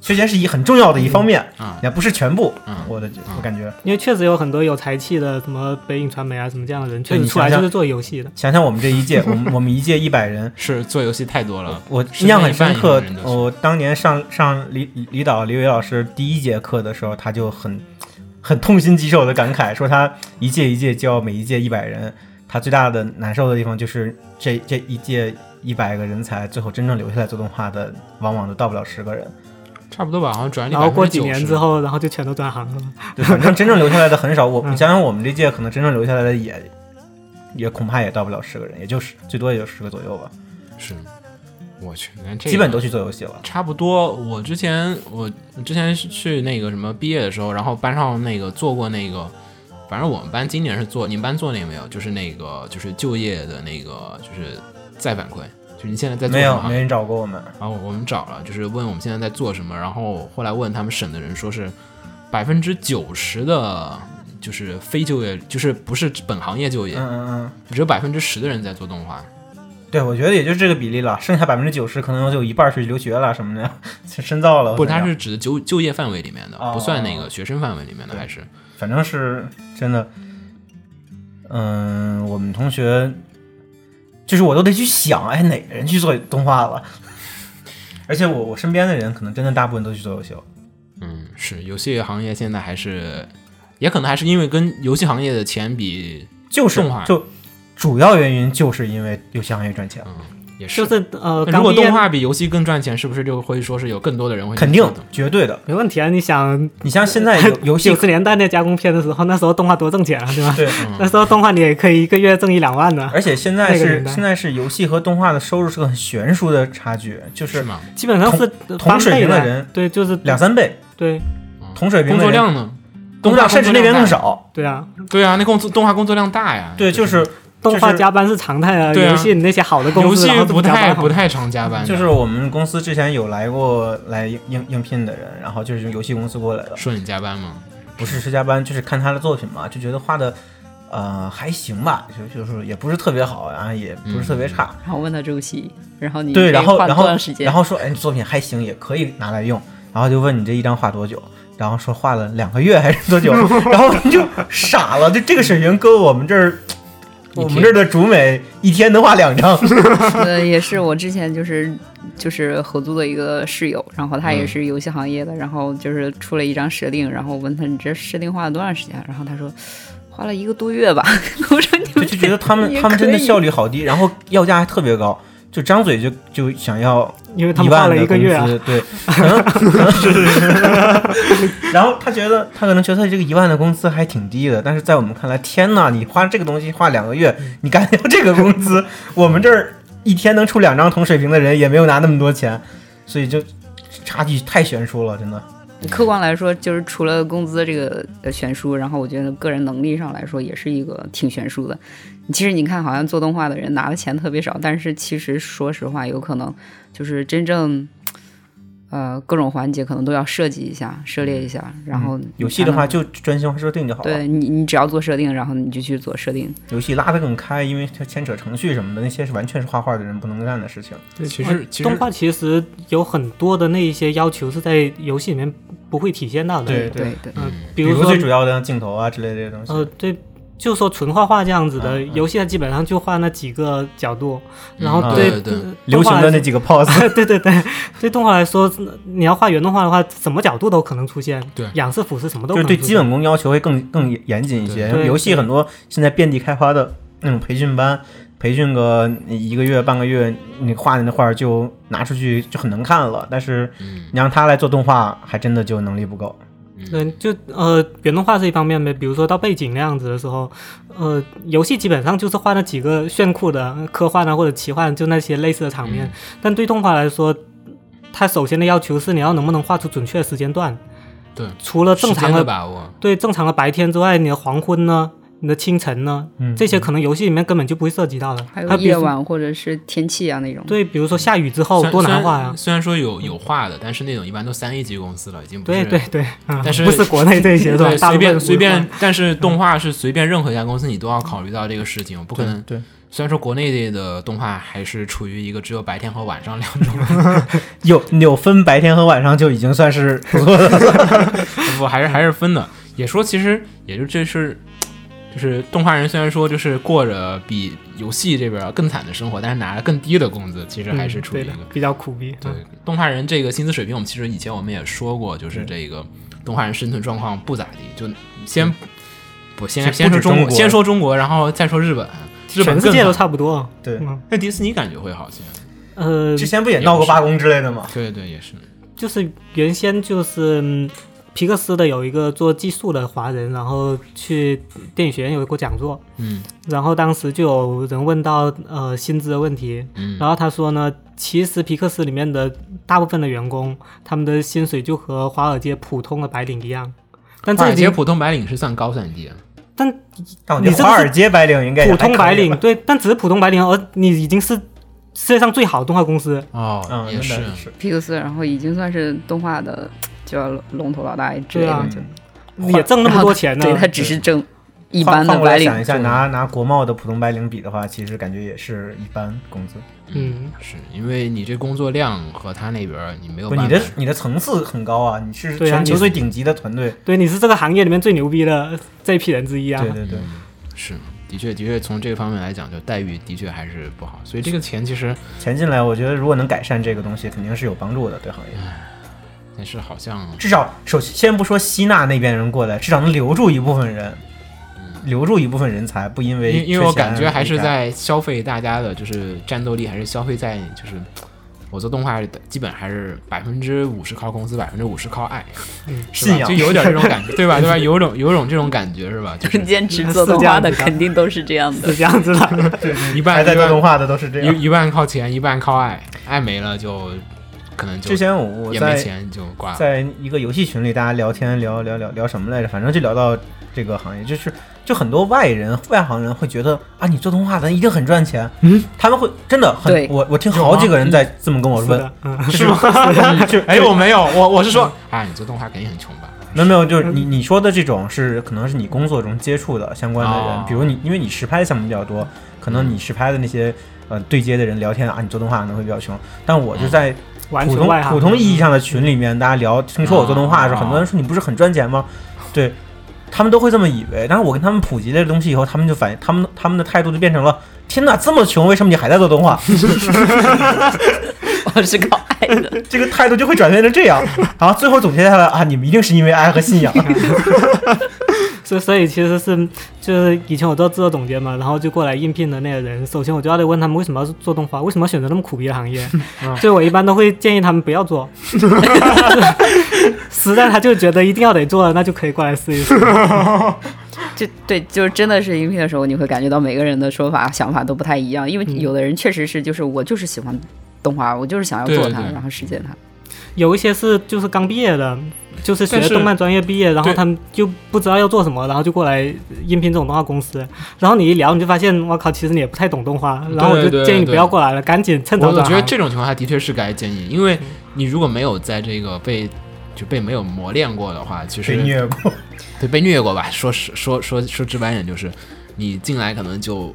S1: 缺钱是一很重要的一方面，
S2: 啊、
S1: 也不是全部。
S2: 嗯
S1: 我的我感觉，
S3: 因为确实有很多有才气的，什么北影传媒啊，什么这样的人，确
S1: 对
S3: 实
S1: 你
S3: 出来
S1: 想
S3: 就
S1: 想
S3: 是做游戏的。
S1: 想想我们这一届，我们我们一届一百人，
S2: 是做游戏太多了，
S1: 我
S2: 是
S1: 印象很深刻
S2: 那一半以上的人。都是
S1: 我当年上上李李导李伟老师第一节课的时候，他就很很痛心疾首的感慨，说他一届一届教每一届一百人，他最大的难受的地方就是这这一届一百个人才，最后真正留下来做动画的，往往都到不了十个人。
S2: 差不多吧，好像转
S3: 然后过几年之，后，然后就全都转行了嘛。
S1: 对，反正真正留下来的很少。 我
S3: 嗯
S1: 想想，我们这届可能真正留下来的也也恐怕也到不了十个人，也就是最多也就十个左右吧，
S2: 是，我去，连这个
S1: 基本都去做游戏了。
S2: 差不多。我之前我之前是去那个什么毕业的时候，然后班上那个做过那个，反正我们班今年是做，你们班做那个没有？就是那个就是就业的那个就是再反馈，就是你现在在做
S1: 没
S2: 什
S1: 有，
S2: 么？
S1: 没人找过我们。
S2: 然后我们找了，就是问我们现在在做什么，然后后来问他们省的人，说是百分之九十的，就是非就业，就是不是本行业就业，
S1: 嗯嗯嗯。
S2: 只有百分之十的人在做动画。
S1: 对，我觉得也就这个比例了，剩下百分之九十可能就有一半儿去留学了什么的，去 深造了。
S2: 不，
S1: 怎么
S2: 它
S1: 样
S2: 是指就就业范围里面的，
S1: 哦
S2: 不算那个学生范围里面的，还是
S1: 反正是真的。嗯，我们同学就是我都得去想，哎，哪个人去做动画了？ 而且我我身边的人可能真的大部分都去做游戏了。
S2: 嗯，是游戏行业现在还是，也可能还是因为跟游戏行业的钱比，
S1: 就是
S2: 动画
S1: 就主要原因就是因为游戏行业赚钱，
S2: 嗯，也是。
S3: 就是呃，
S2: 那
S3: 刚
S2: 如果
S3: 毕业
S2: 动画比游戏更赚钱，是不是就会说是有更多的人会去
S1: 肯定
S2: 做的
S1: 绝对的。
S3: 没问题啊，你想
S1: 你像现 在游游戏
S3: 九，十年代那加工片的时候，那时候动画多挣钱啊，对吧？
S1: 对，
S2: 嗯
S3: 那时候动画你也可以一个月挣一两万呢、
S1: 而且现在
S3: 那个
S1: 是
S3: 年代
S1: 现在是游戏和动画的收入是个很悬殊的差距，就是是
S2: 吗？
S3: 基本上是翻
S1: 同水
S3: 倍
S1: 平的
S3: 的
S1: 人
S3: 对，就是
S1: 两三倍，
S3: 对
S1: 同水平的
S2: 工作
S1: 人
S2: 量呢？
S1: 工作量甚至那边
S2: 大
S1: 更少。
S3: 对啊，
S2: 对啊，那工作动画工作量大呀。
S1: 对，就
S2: 就是
S3: 动画
S1: 就是
S3: 加班是常态啊。
S2: 对啊
S3: 游戏你那些好的公
S2: 游
S3: 司，
S2: 戏
S3: 然后怎
S2: 不
S3: 么加
S2: 太
S3: 班好
S2: 不太常加班的，
S1: 就是我们公司之前有来过来应应应聘的人，然后就是游戏公司过来的，
S2: 说你加班吗？
S1: 不是是加班，就是看他的作品嘛，就觉得画的呃还行吧，就就是也不是特别好，然后也不是特别差。
S4: 然后问到周期，然嗯后你
S1: 对，然后
S4: 可以画
S1: 然
S4: 多
S1: 后
S4: 长时间？
S1: 然后说，哎，你作品还行，也可以拿来用。然后就问你这一张画多久，然后说画了两个月还是多久，然后你就傻了，就这个水平搁我们这儿，
S2: 一
S1: 我们
S2: 天
S1: 这儿的竹美一天能画两张，
S4: 呃，也是我之前就是就是合租的一个室友，然后他也
S2: 嗯
S4: 是游戏行业的，然后就是出了一张设定，然后我问他你这设定画了多长时间，啊然后他说花了一个多月吧。 我说你
S1: 就
S4: 们
S1: 就觉得他们
S4: 也
S1: 他们真的
S4: 可以
S1: 效率好低，然后要价还特别高，就张嘴就就想要
S3: 因为他
S1: 一
S3: 们画
S1: 万的
S3: 了一个
S1: 工
S3: 月啊，
S1: 资，对，可能可 能 然后他觉得他可能觉得这个一万的工资还挺低的，但是在我们看来，天呐，你花这个东西花两个月，
S3: 嗯
S1: 你干掉这个工 资，我们这儿一天能出两张同水平的人也没有拿那么多钱，所以就差距太悬殊了，真的。
S4: 客观来说，就是除了工资这个呃悬殊，然后我觉得个人能力上来说也是一个挺悬殊的。其实你看，好像做动画的人拿的钱特别少，但是其实说实话，有可能就是真正，呃，各种环节可能都要设计一下、涉猎一下，然后你
S1: 嗯游戏
S4: 才
S1: 的
S4: 能
S1: 话就专心画设定就好了，
S4: 对你，你只要做设定，然后你就去做设定。
S1: 游戏拉得更开，因为它牵扯程序什么的，那些是完全是画画的人不能干的事情。
S3: 对
S2: 其
S3: 呃
S2: 实其实
S3: 动画其实有很多的那一些要求是在游戏里面不会体现到的。
S1: 对
S4: 对对，
S3: 嗯、
S2: 嗯
S3: 比
S1: 比
S3: 如说
S1: 最主要的镜头啊之类的这些东西。
S3: 呃，对，就说纯画画这样子的、
S1: 嗯嗯
S3: 游戏，它基本上就画那几个角度，
S2: 嗯
S3: 然后
S1: 啊
S2: 对对
S3: 对
S1: 流行的那
S3: 几。
S1: 几个 pose，
S3: 对对对，对动画来说，你要画原动画的话，什么角度都可能出现，
S2: 对
S3: 仰视、俯视什么
S1: 就
S3: 都可
S1: 是
S3: 能
S1: 对
S3: 出
S1: 基
S3: 现
S1: 本功要求会更更严谨一些。
S2: 对
S1: 因为
S3: 对
S1: 游戏
S3: 对
S1: 很多现在遍地开花的那种培训班，培训个一个月半个月，你画的那画儿就拿出去就很能看了。但是
S2: 嗯
S1: 你让他来做动画，还真的就能力不够。
S3: 对，就呃，原动画是一方面呗，比如说到背景那样子的时候，呃，游戏基本上就是画那几个炫酷的科幻啊或者奇幻，就那些类似的场
S2: 嗯
S3: 面。但对动画来说，它首先的要求是你要能不能画出准确的时间段。
S2: 对，
S3: 除了正
S2: 时
S3: 常
S2: 间的
S3: 的
S2: 把握，
S3: 对正常的白天之外，你的黄昏呢，你的清晨呢，
S1: 嗯
S3: 这些可能游戏里面根本就不会涉及到的。
S4: 还有
S3: 它啊比
S4: 夜
S3: 如说
S4: 晚或者是天气啊那种。
S3: 对，比如说下雨之后
S2: 虽然
S3: 哦多难画
S2: 虽
S3: 呀嗯
S2: 然。虽然说有有画的，但是那种一般都三 A 级公司了，已经不
S3: 对
S2: 是
S3: 对对，嗯
S2: 但是
S3: 不是国内这些是吧
S2: 对，？
S3: 大
S2: 随
S3: 陆
S2: 便
S3: 不嗯是
S2: 随便，但是动画是随便任何一家公司，你都要考虑到这个事情，不可
S1: 对
S2: 能。
S1: 对，
S2: 虽然说国内的动画还是处于一个只有白天和晚上两种，
S1: 有有分白天和晚上就已经算是不错 的了。
S2: 不还是还是分的。也说其实也就这是，就是动画人虽然说就是过着比游戏这边更惨的生活，但是拿着更低的工资，其实
S3: 嗯
S2: 还是处于
S3: 对
S2: 一
S3: 的
S2: 个
S3: 比较苦逼。
S2: 对
S3: 嗯，
S2: 动画人这个薪资水平，我们其实以前我们也说过，就是这个动画人生存状况不咋地。就先不
S1: 其
S2: 先
S1: 实
S2: 先
S1: 不
S2: 说
S1: 止
S2: 中
S1: 中
S2: 国，
S1: 国
S2: 先说中国，然后再说日本。日本
S3: 全世
S2: 更
S3: 界都
S2: 惨。
S3: 差不多。
S1: 对，
S3: 嗯，
S2: 那迪士尼感觉会好些。
S3: 呃，
S1: 之前不也闹过罢工之类的吗？
S2: 对对，也是。
S3: 就是原先就是嗯皮克斯的有一个做技术的华人，然后去电影学院有一个讲座，
S2: 嗯
S3: 然后当时就有人问到呃薪资的问题，
S2: 嗯
S3: 然后他说呢，其实皮克斯里面的大部分的员工，他们的薪水就和华尔街普通的白领一样，但
S2: 华
S3: 这
S2: 尔
S3: 已
S2: 街
S3: 经
S2: 普通白领是算高算低啊？
S3: 但
S1: 但我觉
S3: 你
S1: 得
S3: 这个
S1: 华
S3: 是
S1: 尔街白领应该也
S3: 普
S1: 还可以
S3: 通白领
S1: 吧，
S3: 对，但只是普通白领，而你已经是世界上最好的动画公司，
S2: 哦
S1: 嗯，，
S2: 也是
S1: 那。倒是
S4: 皮克斯，然后已经算是动画的就要龙头老大之类
S3: 对
S4: 的，
S1: 嗯
S3: 啊
S4: 就
S3: 也挣那么多
S2: 哎
S3: 钱呢
S4: 对，他只是挣一般
S1: 换
S4: 的
S1: 换过来
S4: 白领
S1: 想一 下，拿拿国贸的普通白领比的话，其实感觉也是一般工资。
S3: 嗯，
S2: 是因为你这工作量和他那边儿你没有
S1: 不，
S2: 办法。
S1: 你的你的层次很高啊，你是
S3: 对啊
S1: 全球
S3: 你
S1: 最顶级的团队。
S3: 对，你是这个行业里面最牛逼的这一批人之一啊，
S1: 对对对，
S2: 嗯是，的确的确，从这个方面来讲，就待遇的确还是不好。所以这个钱其实，
S1: 钱进来，我觉得如果能改善这个东西，肯定是有帮助的，对行业。
S2: 嗯但是好像
S1: 至少首先不说吸纳那边人过来，至少能留住一部分人，留住一部分人才，不因为
S2: 嗯因因
S1: 缺
S2: 为我
S1: 钱
S2: 感觉还是
S1: 离开
S2: 在消费大家的，就是战斗力，还是消费在就是我做动画的，基本还是百分之五十靠公司，百分之五十靠爱，是
S1: 信
S2: 吧？
S1: 仰
S2: 就有点这种感觉，对吧？对吧？有种有种这种感觉是 吧？就是
S4: 兼职做动画的肯定都是这样的。
S3: 是 这样子的，
S1: 还
S2: 一半
S1: 在
S2: 一
S1: 做
S2: 半
S1: 动画的都是这样。
S2: 一一半靠钱，一半靠爱，爱没了就可能就
S1: 之前我我
S2: 也没
S1: 在
S2: 钱就挂了。
S1: 在一个游戏群里，大家聊天聊聊聊聊什么来着？反正就聊到这个行业，就是就很多外人、外行人会觉得啊，你做动画的一定很赚钱。嗯，他们会真的很
S4: 对，
S1: 我我听好几个人在这么跟 我
S3: 是
S1: 问，
S3: 的，嗯，
S1: 是 吗？ 就嗯
S2: 哎，我没有，我我是说，哎，你做动画肯定 很穷吧？
S1: 没有没有，就是你你说的这种是可能是你工作中接触的相关的人，
S2: 哦嗯
S1: 比如你因为你实拍项目比较多，可能你实拍的那些呃对接的人聊天啊，你做动画可能会比较穷，但我
S2: 嗯
S1: 就在
S3: 完
S1: 普
S3: 全
S1: 通
S3: 外行，
S1: 普通意义上的群里面，大家聊听说我做动画的时候，
S2: 哦
S1: 很多人说你不是很赚钱吗？对，他们都会这么以为。但是我跟他们普及这东西以后，他们就反他们他们的态度就变成了：天哪，这么穷，为什么你还在做动画？
S4: 我是靠爱的，
S1: 这个态度就会转变成这样。然后最后总结下来啊，你们一定是因为爱和信仰。
S3: 所以所以其实是就是以前我做制作总监嘛，然后就过来应聘的那个人，首先我就要得问他们为什么要做动画，为什么要选择那么苦逼的行 业，
S1: 啊
S3: 所以我一般都会建议他们不要做， 实在他就觉得一定要得做，那就可以过来试一试。
S4: 就 对，就是真的是应聘的时候，你会感觉到每个人的说法、想法都不太一样，因为
S2: 嗯
S4: 有的人确实是就是我就是喜欢动画，我就是想要做它，
S2: 对对
S4: 然后实践它。
S3: 有一些是就是刚毕业的，就是学
S2: 但是
S3: 动漫专业毕业，然后
S2: 对
S3: 他们就不知道要做什么，然后就过来应聘这种动画公司。然后你一聊，你就发现，我靠，其实你也不太懂动画。然后我
S2: 对对
S3: 就建议你
S2: 对
S3: 不要过来了，赶紧趁
S2: 我
S3: 早
S2: 我
S3: 转
S2: 觉得
S3: 行。
S2: 这种情况下的确是该建议，因
S1: 嗯
S2: 为你如果没有在这个被就被没有磨练过的话，其实
S1: 被虐过，
S2: 对被虐过吧，说实说说说直白一点，就是你进来可能就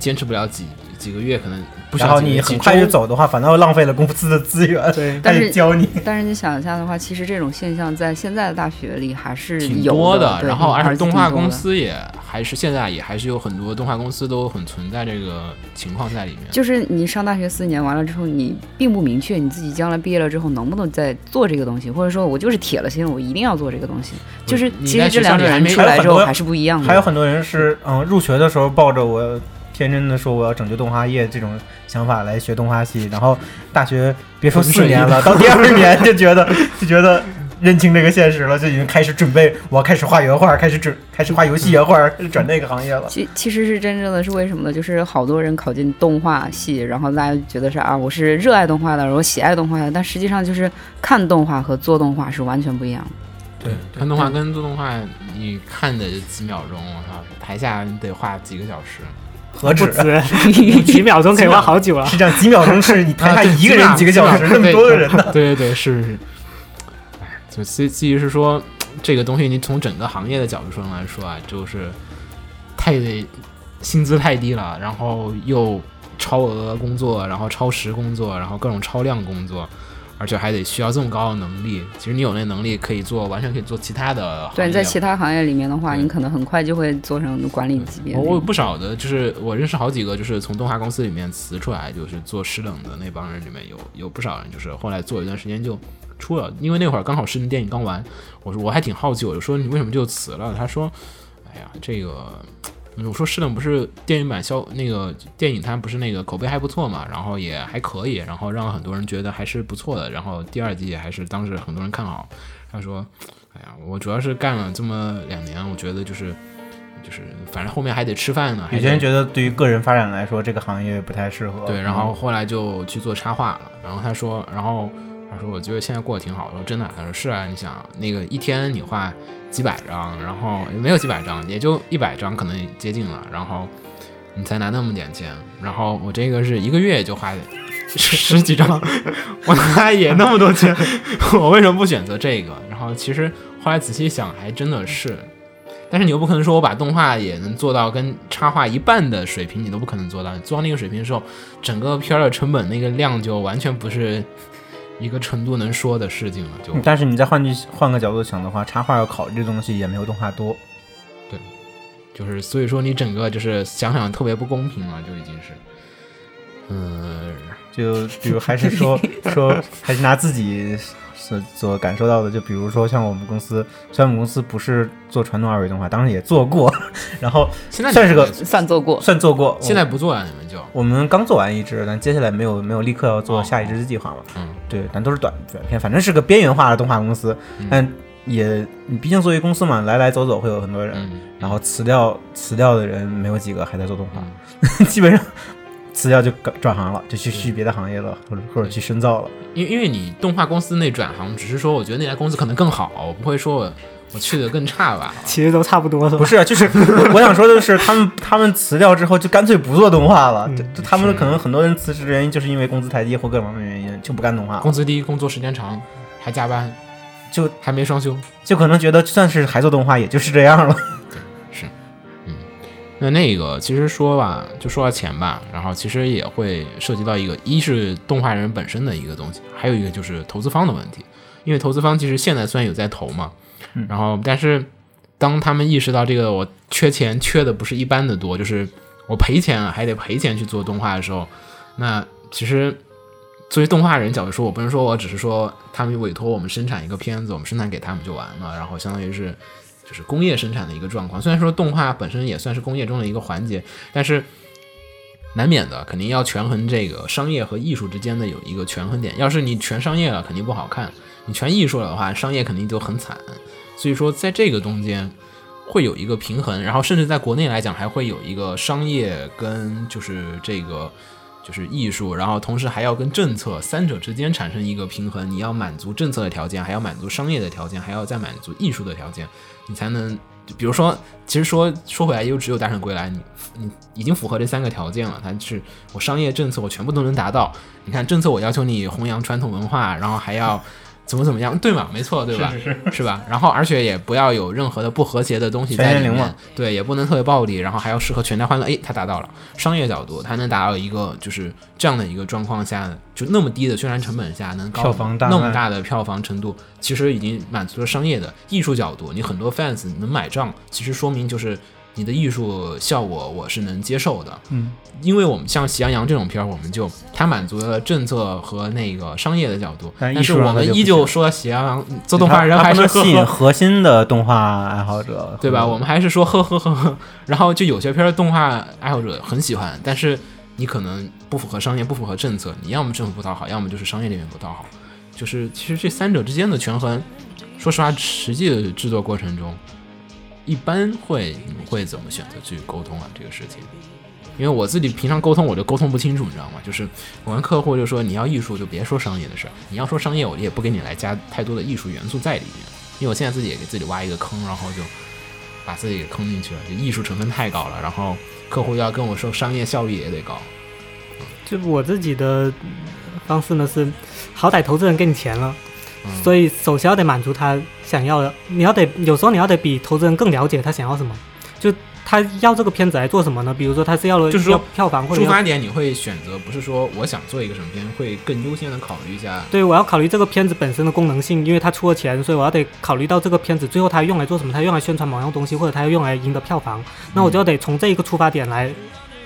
S2: 坚持不了几几个月，可能不需
S1: 然
S2: 要
S1: 后
S2: 几个
S1: 你
S2: 月
S1: 很
S2: 几
S1: 快就
S2: 周。
S1: 走的话，反倒浪费了公司的资源。
S3: 对，
S1: 还得教你，
S4: 但是你想一下的话，其实这种现象在现在的大学里还是
S2: 挺
S4: 有
S2: 多
S4: 的，对
S2: 然后而且动
S4: 挺
S2: 画
S4: 多
S2: 公
S4: 的
S2: 司也还是现在也还是有很多动画公司都很存在这个情况在里面。
S4: 就是你上大学四年完了之后，你并不明确你自己将来毕业了之后能不能再做这个东西，或者说我就是铁了心，我一定要做这个东西。
S2: 不
S4: 就是是
S2: 你
S4: 其
S2: 在
S4: 实这
S2: 学校里
S4: 两种
S2: 还
S4: 人
S2: 没
S4: 出
S1: 还有
S4: 来
S1: 很
S4: 之后
S1: 多
S4: 还是不一样的。
S1: 还有很多人是，嗯，入学的时候抱着我天真的说我要拯救动画业这种想法来学动画系，然后大学别说四年 了，到第二年就觉得 就觉得认清这个现实了，就已经开始准备，我要开始画原画，开始准开始画游戏原画，开始转那个行业了。
S4: 其其实是真正的是为什么呢？就是好多人考进动画系，然后大家觉得是啊，我是热爱动画的，我喜爱动画的，但实际上就是看动画和做动画是完全不一样的。
S1: 对，
S2: 看动画跟做动画，你看的几秒钟，我操，台下你得画几个小时。
S1: 何止啊
S3: 不 止几秒钟可以画好久了。
S2: 啊
S1: 是这样，几秒钟是你 台下一个人几个小时，那么多个人呢？
S2: 呢？对对对，是是。哎，就其其实是说，这个东西你从整个行业的角度上来说啊，就是太薪资太低了，然后又超额工作，然后超时工作，然后各种超量工作。而且还得需要这么高的能力，其实你有那能力可以做，完全可以做其他的行业。
S4: 对，
S1: 啊
S4: 在其他行业里面的话，
S2: 对
S4: 你可能很快就会做成管理级别
S2: 嗯
S4: 的。
S2: 我有不少的，就是我认识好几个，就是从动画公司里面辞出来，就是做师冷的那帮人里面有有不少人，就是后来做一段时间就出了，因为那会儿刚好《师冷》电影刚完，我说我还挺好奇，我就说你为什么就辞了？他说，哎呀，这个。我说师冷不是电影版销那个电影，它不是那个口碑还不错嘛，然后也还可以，然后让很多人觉得还是不错的，然后第二季也还是当时很多人看好。他说，哎呀，我主要是干了这么两年，我觉得就是就是，反正后面还得吃饭呢。还
S1: 有些人
S2: 得
S1: 觉得对于个人发展来说，这个行业不太适合。
S2: 对，然后后来就去做插画了。然后他说，然后他说，我觉得现在过得挺好。我说真的啊，他说是啊，你想那个一天你画几百张，然后也没有几百张，也就一百张可能接近了，然后你才拿那么点钱。然后我这个是一个月就花十几张， 我拿也那么多 钱，我为什么不选择这个？然后其实后来仔细想，还真的是。但是你又不可能说我把动画也能做到跟插画一半的水平，你都不可能做到。你做到那个水平的时候，整个片儿的成本那个量就完全不是一个程度能说的事情了。就
S1: 嗯，但是你再换句换个角度想的话，插画要考虑的东西也没有动画多。
S2: 就是所以说你整个就是想想特别不公平了，就已经是，嗯，
S1: 就比如还是 说说，还是拿自己所所感受到的，就比如说像我们公司，虽然我们公司不是做传统二维动画，当然也做过， 然后
S2: 现在
S1: 算是个
S4: 算做过，
S1: 算做过。
S2: 现在不做了，你们就
S1: 我们刚做完一支，但接下来没有没有立刻要
S2: 哦
S1: 做下一支的计划嘛？
S2: 嗯，
S1: 对，但都是短短片，反正是个边缘化的动画公司，
S2: 嗯
S1: 但也你毕竟作为公司嘛，来来走走会有很多人，
S2: 嗯，
S1: 然后辞掉辞掉的人没有几个还在做动画，
S2: 嗯
S1: 基本上辞掉就转转行了，就去去别的行业了，或者或者去深造了。
S2: 因为因为你动画公司那转行，只是说我觉得那家公司可能更好，我不会说我我去的更差吧。
S3: 其实都差不多是吧？
S1: 不是，就是我我想说的是，他们他们辞掉之后就干脆不做动画了。
S3: 嗯
S1: 这这他们可能很多人辞职的原因就是因为工资太低或各方面原因就不干动画，
S2: 工资低，工作时间长，还加班，
S1: 啊就
S2: 还没双休。
S1: 就可能觉得就算是还做动画也就是这样了。
S2: 那那个其实说吧，就说到钱吧，然后其实也会涉及到一个，一是动画人本身的一个东西，还有一个就是投资方的问题，因为投资方其实现在虽然有在投嘛，然后但是当他们意识到这个我缺钱缺的不是一般的多，就是我赔钱啊了还得赔钱去做动画的时候，那其实作为动画人角度说，我不能说我只是说他们委托我们生产一个片子，我们生产给他们就完了，然后相当于是就是工业生产的一个状况。虽然说动画本身也算是工业中的一个环节，但是难免的肯定要权衡这个商业和艺术之间的有一个权衡点。要是你全商业了，肯定不好看；你全艺术了的话，商业肯定就很惨。所以说，在这个中间会有一个平衡，然后甚至在国内来讲，还会有一个商业跟就是这个。就是艺术，然后同时还要跟政策三者之间产生一个平衡，你要满足政策的条件，还要满足商业的条件，还要再满足艺术的条件，你才能，就比如说，其实说说回来，又只有《大圣归来》你，你已经符合这三个条件了。它是我商业政策我全部都能达到。你看政策我要求你弘扬传统文化，然后还要怎么怎么样，对吗？没错，对吧？是吧？然后而且也不要有任何的不和谐的东西在
S1: 全
S2: 里
S1: 年龄
S2: 面
S1: 嘛，
S2: 对，也不能特别暴力，然后还要适合全家欢乐。哎，它达到了商业角度，它能达到一个就是这样的一个状况下，就那么低的宣传成本下能高
S1: 票房大
S2: 那么
S1: 卖
S2: 大的票房程度，其实已经满足了商业的艺术角度。你很多 fans 你能买账，其实说明就是你的艺术效果我是能接受的。
S1: 嗯，
S2: 因为我们像《喜羊羊》这种片儿，我们就它满足了政策和那个商业的角度，
S1: 但
S2: 但
S1: 是
S2: 是
S1: 艺术
S2: 我
S1: 上它就
S2: 们
S1: 不
S2: 依旧
S1: 行
S2: 说《喜羊羊》做动画人
S1: 他
S2: 还是
S1: 他
S2: 呵
S1: 不能吸引
S2: 呵。
S1: 核心的动画爱好者，
S2: 对吧？我们还是说呵呵呵呵，然后就有些片儿动画爱好者很喜欢，但是你可能不符合商业，不符合政策，你要么政府不讨好，要么就是商业这边不讨好，就是其实这三者之间的权衡，说实话，实际的制作过程中，一般会你们会怎么选择去沟通啊这个事情？因为我自己平常沟通我就沟通不清楚，你知道吗？就是我跟客户就说你要艺术就别说商业的事儿，你要说商业我也不给你来加太多的艺术元素在里面，因为我现在自己也给自己挖一个坑，然后就把自己给坑进去了，就艺术成分太高了，然后客户要跟我说商业效益也得高，
S3: 就我自己的方式呢是，好歹投资人给你钱了，
S2: 嗯，
S3: 所以首先要得满足他想要的，你要得有时候你要得比投资人更了解他想要什么，就他要这个片子来做什么呢？比如说他是要了
S2: 就是说
S3: 要票房或者
S2: 出
S3: 要
S2: 发点你会选择不是说我想做一个什么片，会更优先的考虑一下，
S3: 对，我要考虑这个片子本身的功能性，因为它出了钱，所以我要得考虑到这个片子最后它用来做什么，它用来宣传某样东西，或者它用来赢得票房，那我就要得从这一个出发点来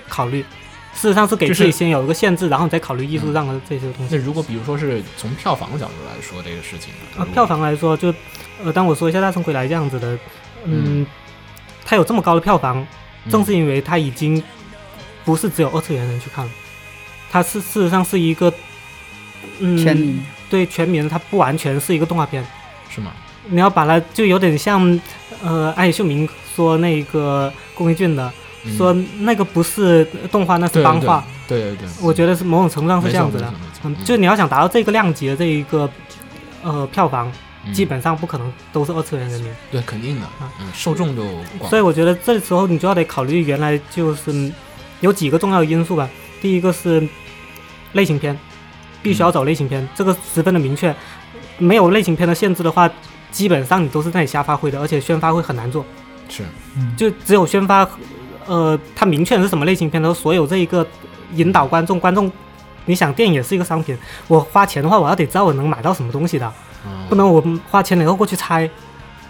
S3: 考虑。事实上是给
S2: 就是
S3: 自己先有一个限制，然后你再考虑艺术
S2: 嗯
S3: 上的这些东西
S2: 那。如果比如说是从票房的角度来说这个事情，
S3: 啊，票房来说，就呃，当我说一下《大圣归来》这样子的，嗯，它有这么高的票房，
S2: 嗯
S3: 正是因为它已经不是只有二次元人去看了，它是事实上是一个，嗯，
S4: 全民
S3: 对全民，它不完全是一个动画片。
S2: 是吗？
S3: 你要把它就有点像，呃，安野秀明说那个宫崎骏的，
S2: 嗯
S3: 说那个不是动画，那是
S2: 对
S3: 邦画。，
S2: 对对对对，
S3: 我觉得是某种程度上是
S2: 没
S3: 这
S2: 错
S3: 样子的
S2: 没，错没
S3: 嗯
S2: 错，
S3: 就你要想达到这个量级的这一个，呃，票房
S2: 嗯
S3: 基本上不可能都是二次元人民，
S2: 对肯定的
S3: 啊，
S2: 嗯，受众就广
S3: 所以我觉得这时候你就要得考虑原来就是嗯有几个重要的因素吧。第一个是类型片，必须要找类型
S2: 嗯
S3: 片，这个十分的明确，没有类型片的限制的话，基本上你都是在瞎发挥的，而且宣发会很难做。
S2: 是
S3: 就只有宣发，呃，它明确是什么类型片，然后所有这一个引导观众，观众，你想电影也是一个商品，我花钱的话，我要得知道我能买到什么东西的，
S2: 嗯
S3: 不能我花钱了以后过去猜。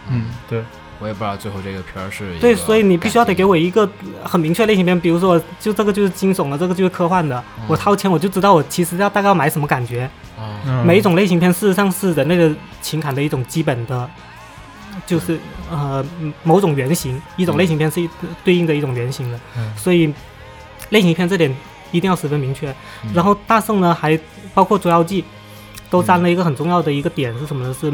S1: 嗯，对，
S2: 我也不知道最后这个片儿是一个
S3: 对，所以你必须要得给
S2: 改
S3: 我一个很明确的类型片，比如说就这个就是惊悚的，这个就是科幻的，
S2: 嗯
S3: 我掏钱我就知道我其实要大概要买什么感觉。
S2: 变啊，
S1: 嗯
S3: 每一种类型片事实上是人类的情感的一种基本的。就是呃某种原型，一种类型片是一对应的一种原型的，
S1: 嗯
S3: 所以类型片这点一定要十分明确。
S2: 嗯
S3: 然后大圣呢，还包括《捉妖记》，都占了一个很重要的一个点是什么呢？是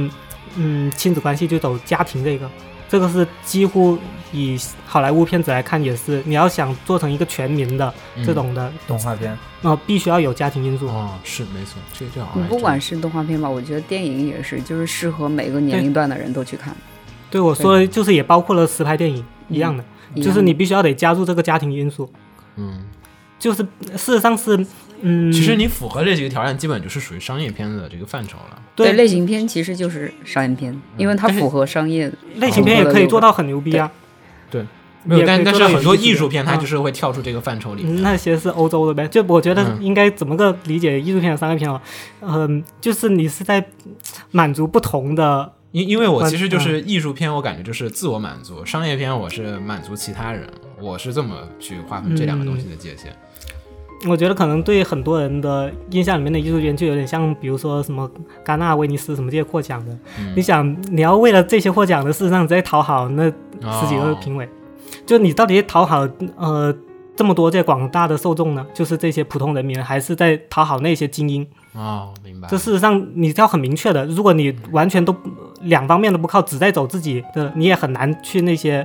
S3: 嗯亲子关系就走家庭这个，这个是几乎以好莱坞片子来看也是，你要想做成一个全民的
S2: 嗯
S3: 这种的，
S1: 动画片，
S3: 那必须要有家庭因素。
S2: 哦是没错，这啊这好
S4: 你
S2: 像
S4: 嗯不管
S2: 是
S4: 是动画片吧，我觉得电影也是，就是适合每个年龄段的人都去看。
S3: 对我说的就是也包括了实拍电影一样的，
S4: 一
S3: 就
S4: 样
S3: 是你必须要得加入这个家庭因素。
S2: 嗯，
S3: 就是事实上是，嗯，
S2: 其实你符合这几个条件，基本就是属于商业片的这个范畴了。
S4: 对
S3: 对
S4: 类型片其实就是商业片，因为它
S2: 但是
S4: 符合商业。
S3: 类型片也可以做到很牛逼啊。
S2: 没有，
S3: 也可以
S2: 但但
S3: 做
S2: 是
S3: 到
S2: 很
S3: 有
S2: 多
S3: 意思
S2: 艺术片它
S3: 啊
S2: 就是会跳出这个范畴里面。
S3: 嗯那些是欧洲的呗，就我觉得
S2: 嗯
S3: 应该怎么个理解艺术片和商业片啊？嗯，就是你是在满足不同的，
S2: 因因为我
S3: 关
S2: 其实就是艺术片，我感觉就是自我满足；商业片我是满足其他人，我是这么去划分这两个东西的界限。
S3: 我觉得可能对很多人的印象里面的艺术片就有点像，比如说什么戛纳、威尼斯什么这些获奖的，
S2: 嗯
S3: 你想你要为了这些获奖的，事实上你在讨好那十几个
S2: 哦
S3: 评委，就你到底在讨好呃这么多这广大的受众呢，就是这些普通人民，还是在讨好那些精英？
S2: 哦，明白。
S3: 这事实上你要很明确的，如果你完全都两方面都不靠，只在走自己的，你也很难去那些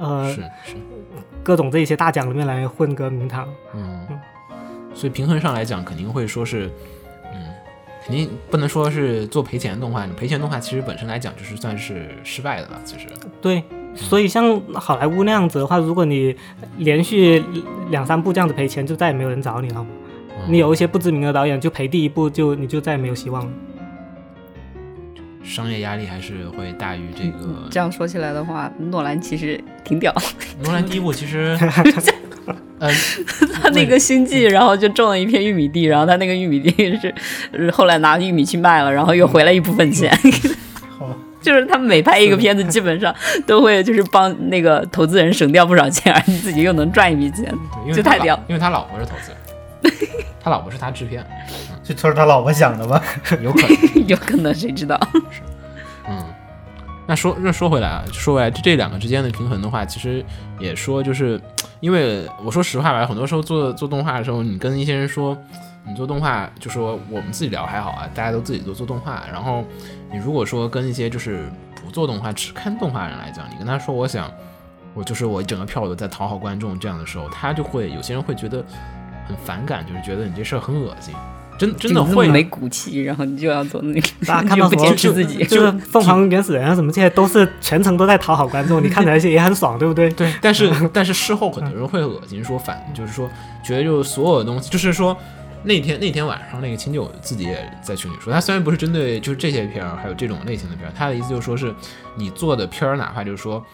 S3: 呃
S2: 是是，
S3: 各种这一些大奖里面来混个名堂。
S2: 嗯，所以平衡上来讲，肯定会说是，嗯，肯定不能说是做赔钱动画，赔钱动画其实本身来讲就是算是失败的了。其实，
S3: 对，所以像好莱坞那样子的话，如果你连续两三部这样子赔钱，就再也没有人找你了。
S2: 嗯
S3: 你有一些不知名的导演就赔第一部就你就再也没有 希望了。
S2: 商业压力还是会大于这个
S4: 这样说起来的话，诺兰其实挺屌，
S2: 罗兰第一部其实， 呃，
S4: 他那个星际，然后就种了一片玉米地，然后他那个玉米地是是后来拿玉米去卖了，然后又回来一部分钱。就是他每拍一个片子，基本上都会就是帮那个投资人省掉不少钱，而自己又能赚一笔钱。
S2: 因为
S4: 就
S2: 他
S4: 太
S2: 老
S4: 屌
S2: 因为他老婆是投资人，他老婆是他制片，
S1: 这都是他老婆想的吧？
S2: 有可能。
S4: 有可能谁知道？
S2: 嗯，那说那说回来啊，说回来这这两个之间的平衡的话，其实也说就是，因为我说实话吧，很多时候做做动画的时候，你跟一些人说你做动画，就说我们自己聊还好啊，大家都自己都做动画。然后你如果说跟一些就是不做动画只看动画人来讲，你跟他说我想我就是我整个票我都在讨好观众这样的时候，他就会有些人会觉得很反感，就是觉得你这事儿很恶心。真真的
S4: 就你这么
S2: 会
S4: 没骨气，然后你就要做那个，
S3: 大家
S4: 你
S3: 看
S4: 就
S3: 到
S4: 不
S3: 什
S4: 坚
S3: 么
S4: 持 自己。
S3: 就是凤凰原始人啊什么，这些都是全程都在讨好观众，你看起来也很爽，对 不对？
S2: 对，但是但是事后很多人会恶心，说反，就是说觉得就是所有的东西，就是说那天那天晚上那个秦九自己也在群里说，他虽然不是针对就是这些片儿，还有这种类型的片儿，他的意思就是说是你做的片儿，哪怕就是说。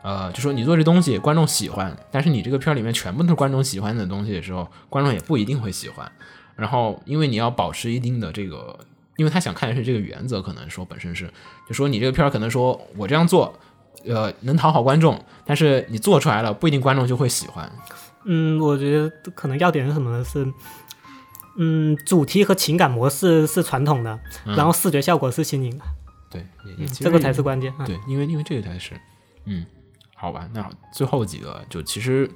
S2: 呃，就说你做这东西观众喜欢，但是你这个片儿里面全部都是观众喜欢的东西的时候，观众也不一定会喜欢。然后，因为你要保持一定的这个，因为他想看的是这个原则，可能说本身是，就说你这个片儿可能说我这样做，呃，能讨好观众，但是你做出来了，不一定观众就会喜欢。
S3: 嗯，我觉得可能要点是什么呢？是，嗯，主题和情感模式是传统的，
S2: 嗯
S3: 然后视觉效果是新颖的，
S2: 对，也也
S3: 嗯，
S2: 其实
S3: 这个才是关键。嗯
S2: 对，因为因为这个才是，嗯，好吧，那最后几个就其实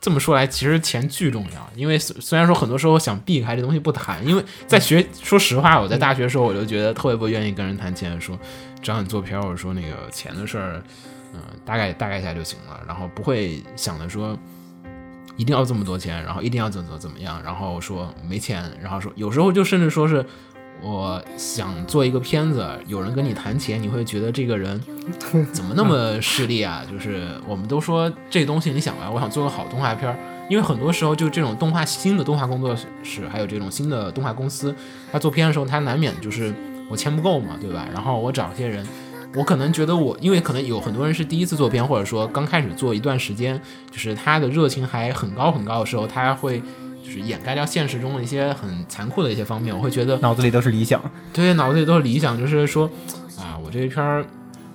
S2: 这么说来，其实钱巨重要，因为虽虽然说很多时候想避开这东西不谈，因为在学，说实话，我在大学的时候我就觉得特别不愿意跟人谈钱，说只要你做片儿，我说那个钱的事儿，嗯、大概大概一下就行了，然后不会想着说。一定要这么多钱，然后一定要怎么怎么样，然后说没钱，然后说有时候就甚至说是我想做一个片子，有人跟你谈钱，你会觉得这个人嗯怎么那么势利啊？就是我们都说这东西你想吧，我想做个好动画片儿，因为很多时候就这种动画新的动画工作室，还有这种新的动画公司，他做片的时候，他难免就是我钱不够嘛，对吧？然后我找一些人。我可能觉得我，因为可能有很多人是第一次做片，或者说刚开始做一段时间，就是他的热情还很高很高的时候，他会就是掩盖掉现实中的一些很残酷的一些方面。我会觉得，
S1: 脑子里都是理 想。
S2: 对，脑子里都是理想，就是说，啊，我这一片儿，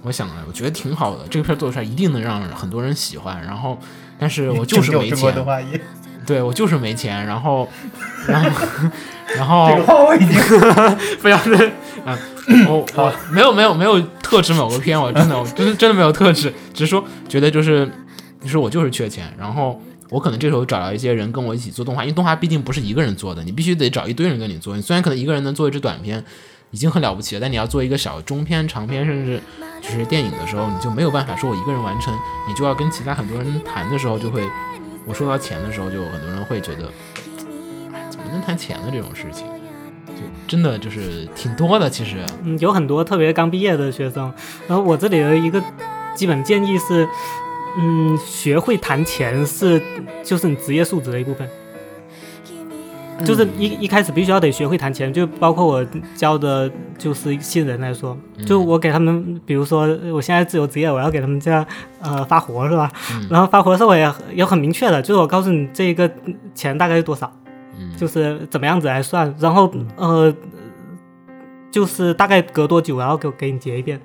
S2: 我想了，我觉得挺好的，这个片儿做出来一定能让很多人喜欢。然后，但是我就是没
S1: 中国动
S2: 钱，
S1: 画业，
S2: 对我就是没钱。然后，然后，然后
S1: 这个话我已经
S2: 非常的啊，我我没有没有没有特指某个片，我真的我真的真的没有特指，只是说觉得就是，你说我就是缺钱，然后我可能这时候找到一些人跟我一起做动画，因为动画毕竟不是一个人做的，你必须得找一堆人跟你做。你虽然可能一个人能做一支短片，已经很了不起了，但你要做一个小中篇、长篇，甚至就是电影的时候，你就没有办法说我一个人完成，你就要跟其他很多人谈的时候，就会我说到钱的时候，就很多人会觉得，哎，怎么能谈钱的这种事情？就真的就是挺多的，其实，
S3: 嗯，有很多特别刚毕业的学生，然后我这里的一个基本建议是，嗯，学会谈钱是就是你职业素质的一部分。就是一一开始必须要得学会谈钱，就包括我教的，就是新人来说，就我给他们，比如说我现在自由职业，我要给他们这样呃发活是吧？然后发活的时候我也也很明确的，就是我告诉你这一个钱大概是多少，
S2: 嗯，
S3: 就是怎么样子来算，然后呃，就是大概隔多久，然后给我给你结一遍，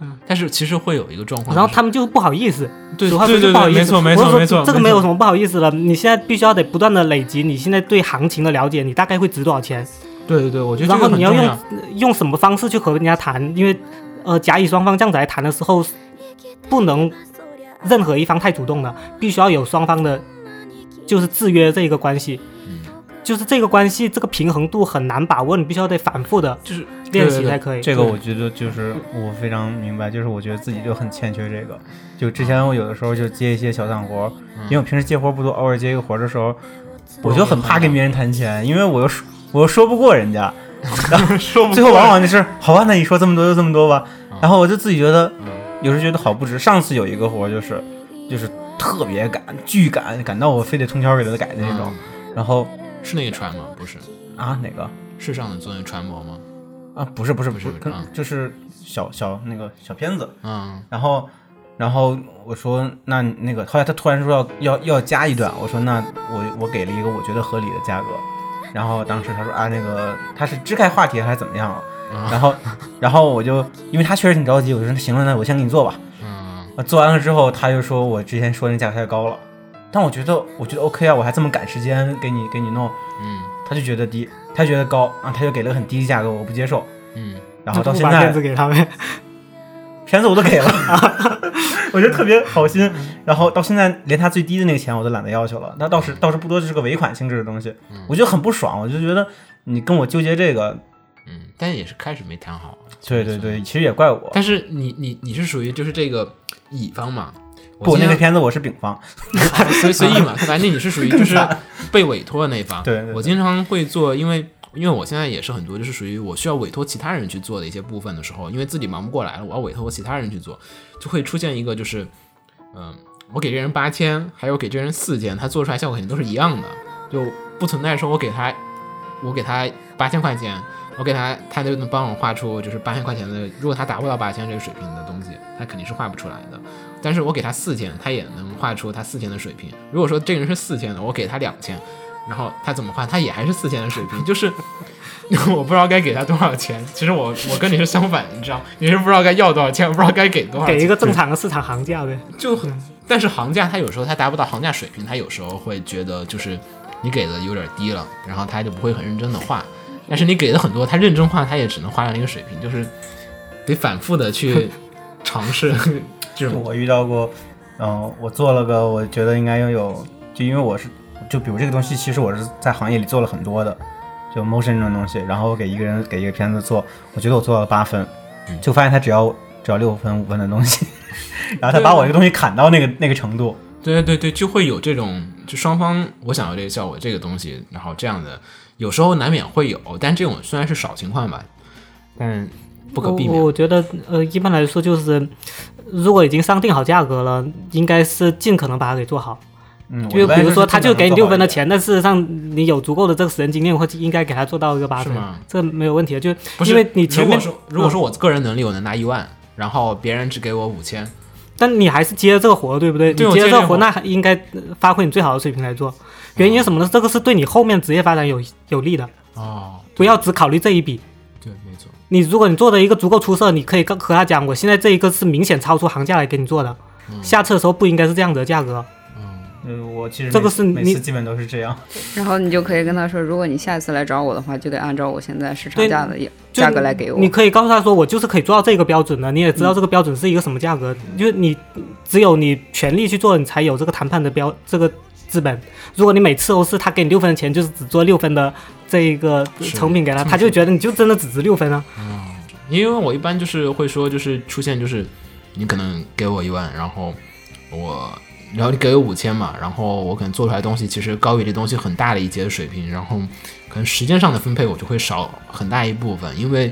S2: 嗯，但是其实会有一个状况，
S3: 然后他们就不好意思，
S2: 对
S3: 俗话说
S2: 对对
S3: 就不好
S2: 对
S3: 意
S2: 没
S3: 思，
S2: 错没错
S3: 我就说
S2: 没错
S3: 这个
S2: 没
S3: 没
S2: 错
S3: 有什么不好意思了，你现在必须要得不断的累积你现在对行情的了解，你大概会值多少钱。
S2: 就是对对对，我觉得
S3: 然
S2: 这
S3: 后
S2: 个很
S3: 你要
S2: 重
S3: 用
S2: 要，
S3: 用什么方式去和人家谈？因为呃，甲乙双方这样子来谈的时候，不能任何一方太主动了，必须要有双方的，就是制约这一个关系。
S2: 嗯
S3: 就是这个关系，这个平衡度很难把握，你必须要得反复的
S2: 就是
S3: 练习才可以。
S1: 这个我觉得就是我非常明白，就是我觉得自己就很欠缺这个。就之前我有的时候就接一些小散活，
S2: 嗯
S1: 因为我平时接活不多，偶尔接一个活的时候，我就很怕跟别人谈钱，因为我又说我又说不过人 家，
S2: 说
S1: 最后往往就是好吧，那你说这么多就这么多吧。然后我就自己觉得
S2: 嗯，
S1: 有时候觉得好不值。上次有一个活就是就是特别赶，巨赶，赶到我非得通宵给他改的那种。然后
S2: 嗯是那个船吗？不是，
S1: 啊哪个
S2: 是上的做那船模吗？
S1: 啊不是不是不是
S2: 不是，
S1: 跟
S2: 啊
S1: 就是小小那个小片子。
S2: 嗯
S1: 然后，然后我说那那个，后来他突然说要要要加一段，我说那我我给了一个我觉得合理的价格，然后当时他说啊那个他是支开话题还是怎么样 啊
S2: 嗯
S1: 然后，然后我就因为他确实挺着急，我就说那行了，那我先给你做吧。
S2: 嗯，
S1: 啊做完了之后，他就说我之前说那价格太高了，但我觉得我觉得 OK 啊，我还这么赶时间给你给你弄，
S2: 嗯
S1: 他就觉得低，他觉得高啊，他就给了个很低的价格，我不接受。
S2: 嗯
S1: 然后到
S3: 不
S1: 现
S3: 把
S1: 在
S3: 面子给他们，
S1: 片子我都给 了，我觉得特别好心。
S2: 嗯
S1: 然后到现在连他最低的那个钱我都懒得要求了，那倒
S2: 嗯
S1: 是倒是不多，就是个尾款性质的东西，我就很不爽，我就觉得你跟我纠结这个，
S2: 嗯，但也是开始没谈好。
S1: 对对
S2: 嗯
S1: 对，其实也怪我。
S2: 但是你你你是属于就是这个乙方嘛？
S1: 不，那
S2: 今天啊
S1: 个片子我是丙方，
S2: 随随意嘛，反正你是属于就是被委托的那一 方。
S1: 对对对
S2: 我经常会做，因为因为我现在也是很多就是属于我需要委托其他人去做的一些部分的时候，因为自己忙不过来了，我要委托其他人去做，就会出现一个就是，嗯、我给这人八千，还有给这人四千，他做出来效果肯定都是一样的，就不存在说我给他我给他八千块钱，我给他他就能帮我画出就是八千块钱的，如果他达不到八千这个水平的东西，他肯定是画不出来的。但是我给他四千，他也能画出他四千的水平。如果说这个人是四千的，我给他两千，然后他怎么画，他也还是四千的水平，就是我不知道该给他多少钱。其实我我跟你是相反，你知道，你是不知道该要多少钱，我不知道该给多少钱。
S3: 给一个正常的市场行价呗。
S2: 就很，但是行价他有时候他达不到行价水平，他有时候会觉得就是你给的有点低了，然后他就不会很认真的画。但是你给的很多，他认真画，他也只能画到那个水平，就是得反复的 去尝试这种。
S1: 我遇到过，嗯、我做了个我觉得应该要有，就因为我是，就比如这个东西，其实我是在行业里做了很多的，就 motion 这种东西，然后我给一个人给一个片子做，我觉得我做了八分，就发现他只要只要六分五分的东西， 然后他把我这个东西砍到那个那个程度，
S2: 对对对，就会有这种，就双方我想要这个效果，这个东西，然后这样的，有时候难免会有，但这种虽然是少情况吧，但不可避免
S3: 我。我觉得，呃，一般来说就是，呃如果已经上定好价格了，应该是尽可能把它给做好。
S1: 嗯，我一
S3: 就
S1: 般
S3: 比如说，
S1: 是
S3: 他
S1: 尽
S3: 就
S1: 可能
S3: 给你
S1: 做
S3: 六
S1: 好
S3: 分
S1: 一
S3: 的
S1: 点，
S3: 钱，但事实上你有足够的这个时间经验，或者应该给他做到一个八
S2: 是
S3: 分
S2: 吗，
S3: 这没有问题的。就
S2: 不是
S3: 因为你前面
S2: 如果，
S3: 嗯
S2: 说如果说我个人能力我能拿一万，然后别人只给我五千，
S3: 但你还是接这个活，对不对？
S2: 对
S3: 你
S2: 我
S3: 接
S2: 接
S3: 这
S2: 这
S3: 个活，
S2: 活
S3: 那还应该呃发挥你最好的水平来做。原因是什么呢？这个是对你后面职业发展有有利的，
S2: 哦，
S3: 不要只考虑这一笔。
S2: 对，没错，
S3: 你如果你做的一个足够出色，你可以跟和他讲，我现在这一个是明显超出行价来给你做的，
S2: 嗯
S3: 下次的时候不应该是这样子的价格。
S1: 嗯，我其实
S3: 这个
S1: 每
S3: 是
S1: 每
S3: 你
S1: 次基本都是这 样，
S4: 然后你就可以跟他说，如果你下一次来找我的话，就得按照我现在市场
S3: 对
S4: 价的也
S3: 就
S4: 价格来给我嗯
S3: 你。可以告诉他说，我就是可以做到这个标准的，你也知道这个标准是一个什么价格，就是你只有你全力去做，你才有这个谈判的标这个资本。如果你每次都是他给你六分的钱，就是只做六分的这一个
S2: 是
S3: 成品给他，
S2: 这么
S3: 他就觉得你就真的只值六分啊。
S2: 因为我一般就是会说，就是出现就是你可能给我一万，然后我。然后你给我五千嘛，然后我可能做出来的东西其实高于这东西很大的一截的水平，然后可能时间上的分配我就会少很大一部分，因为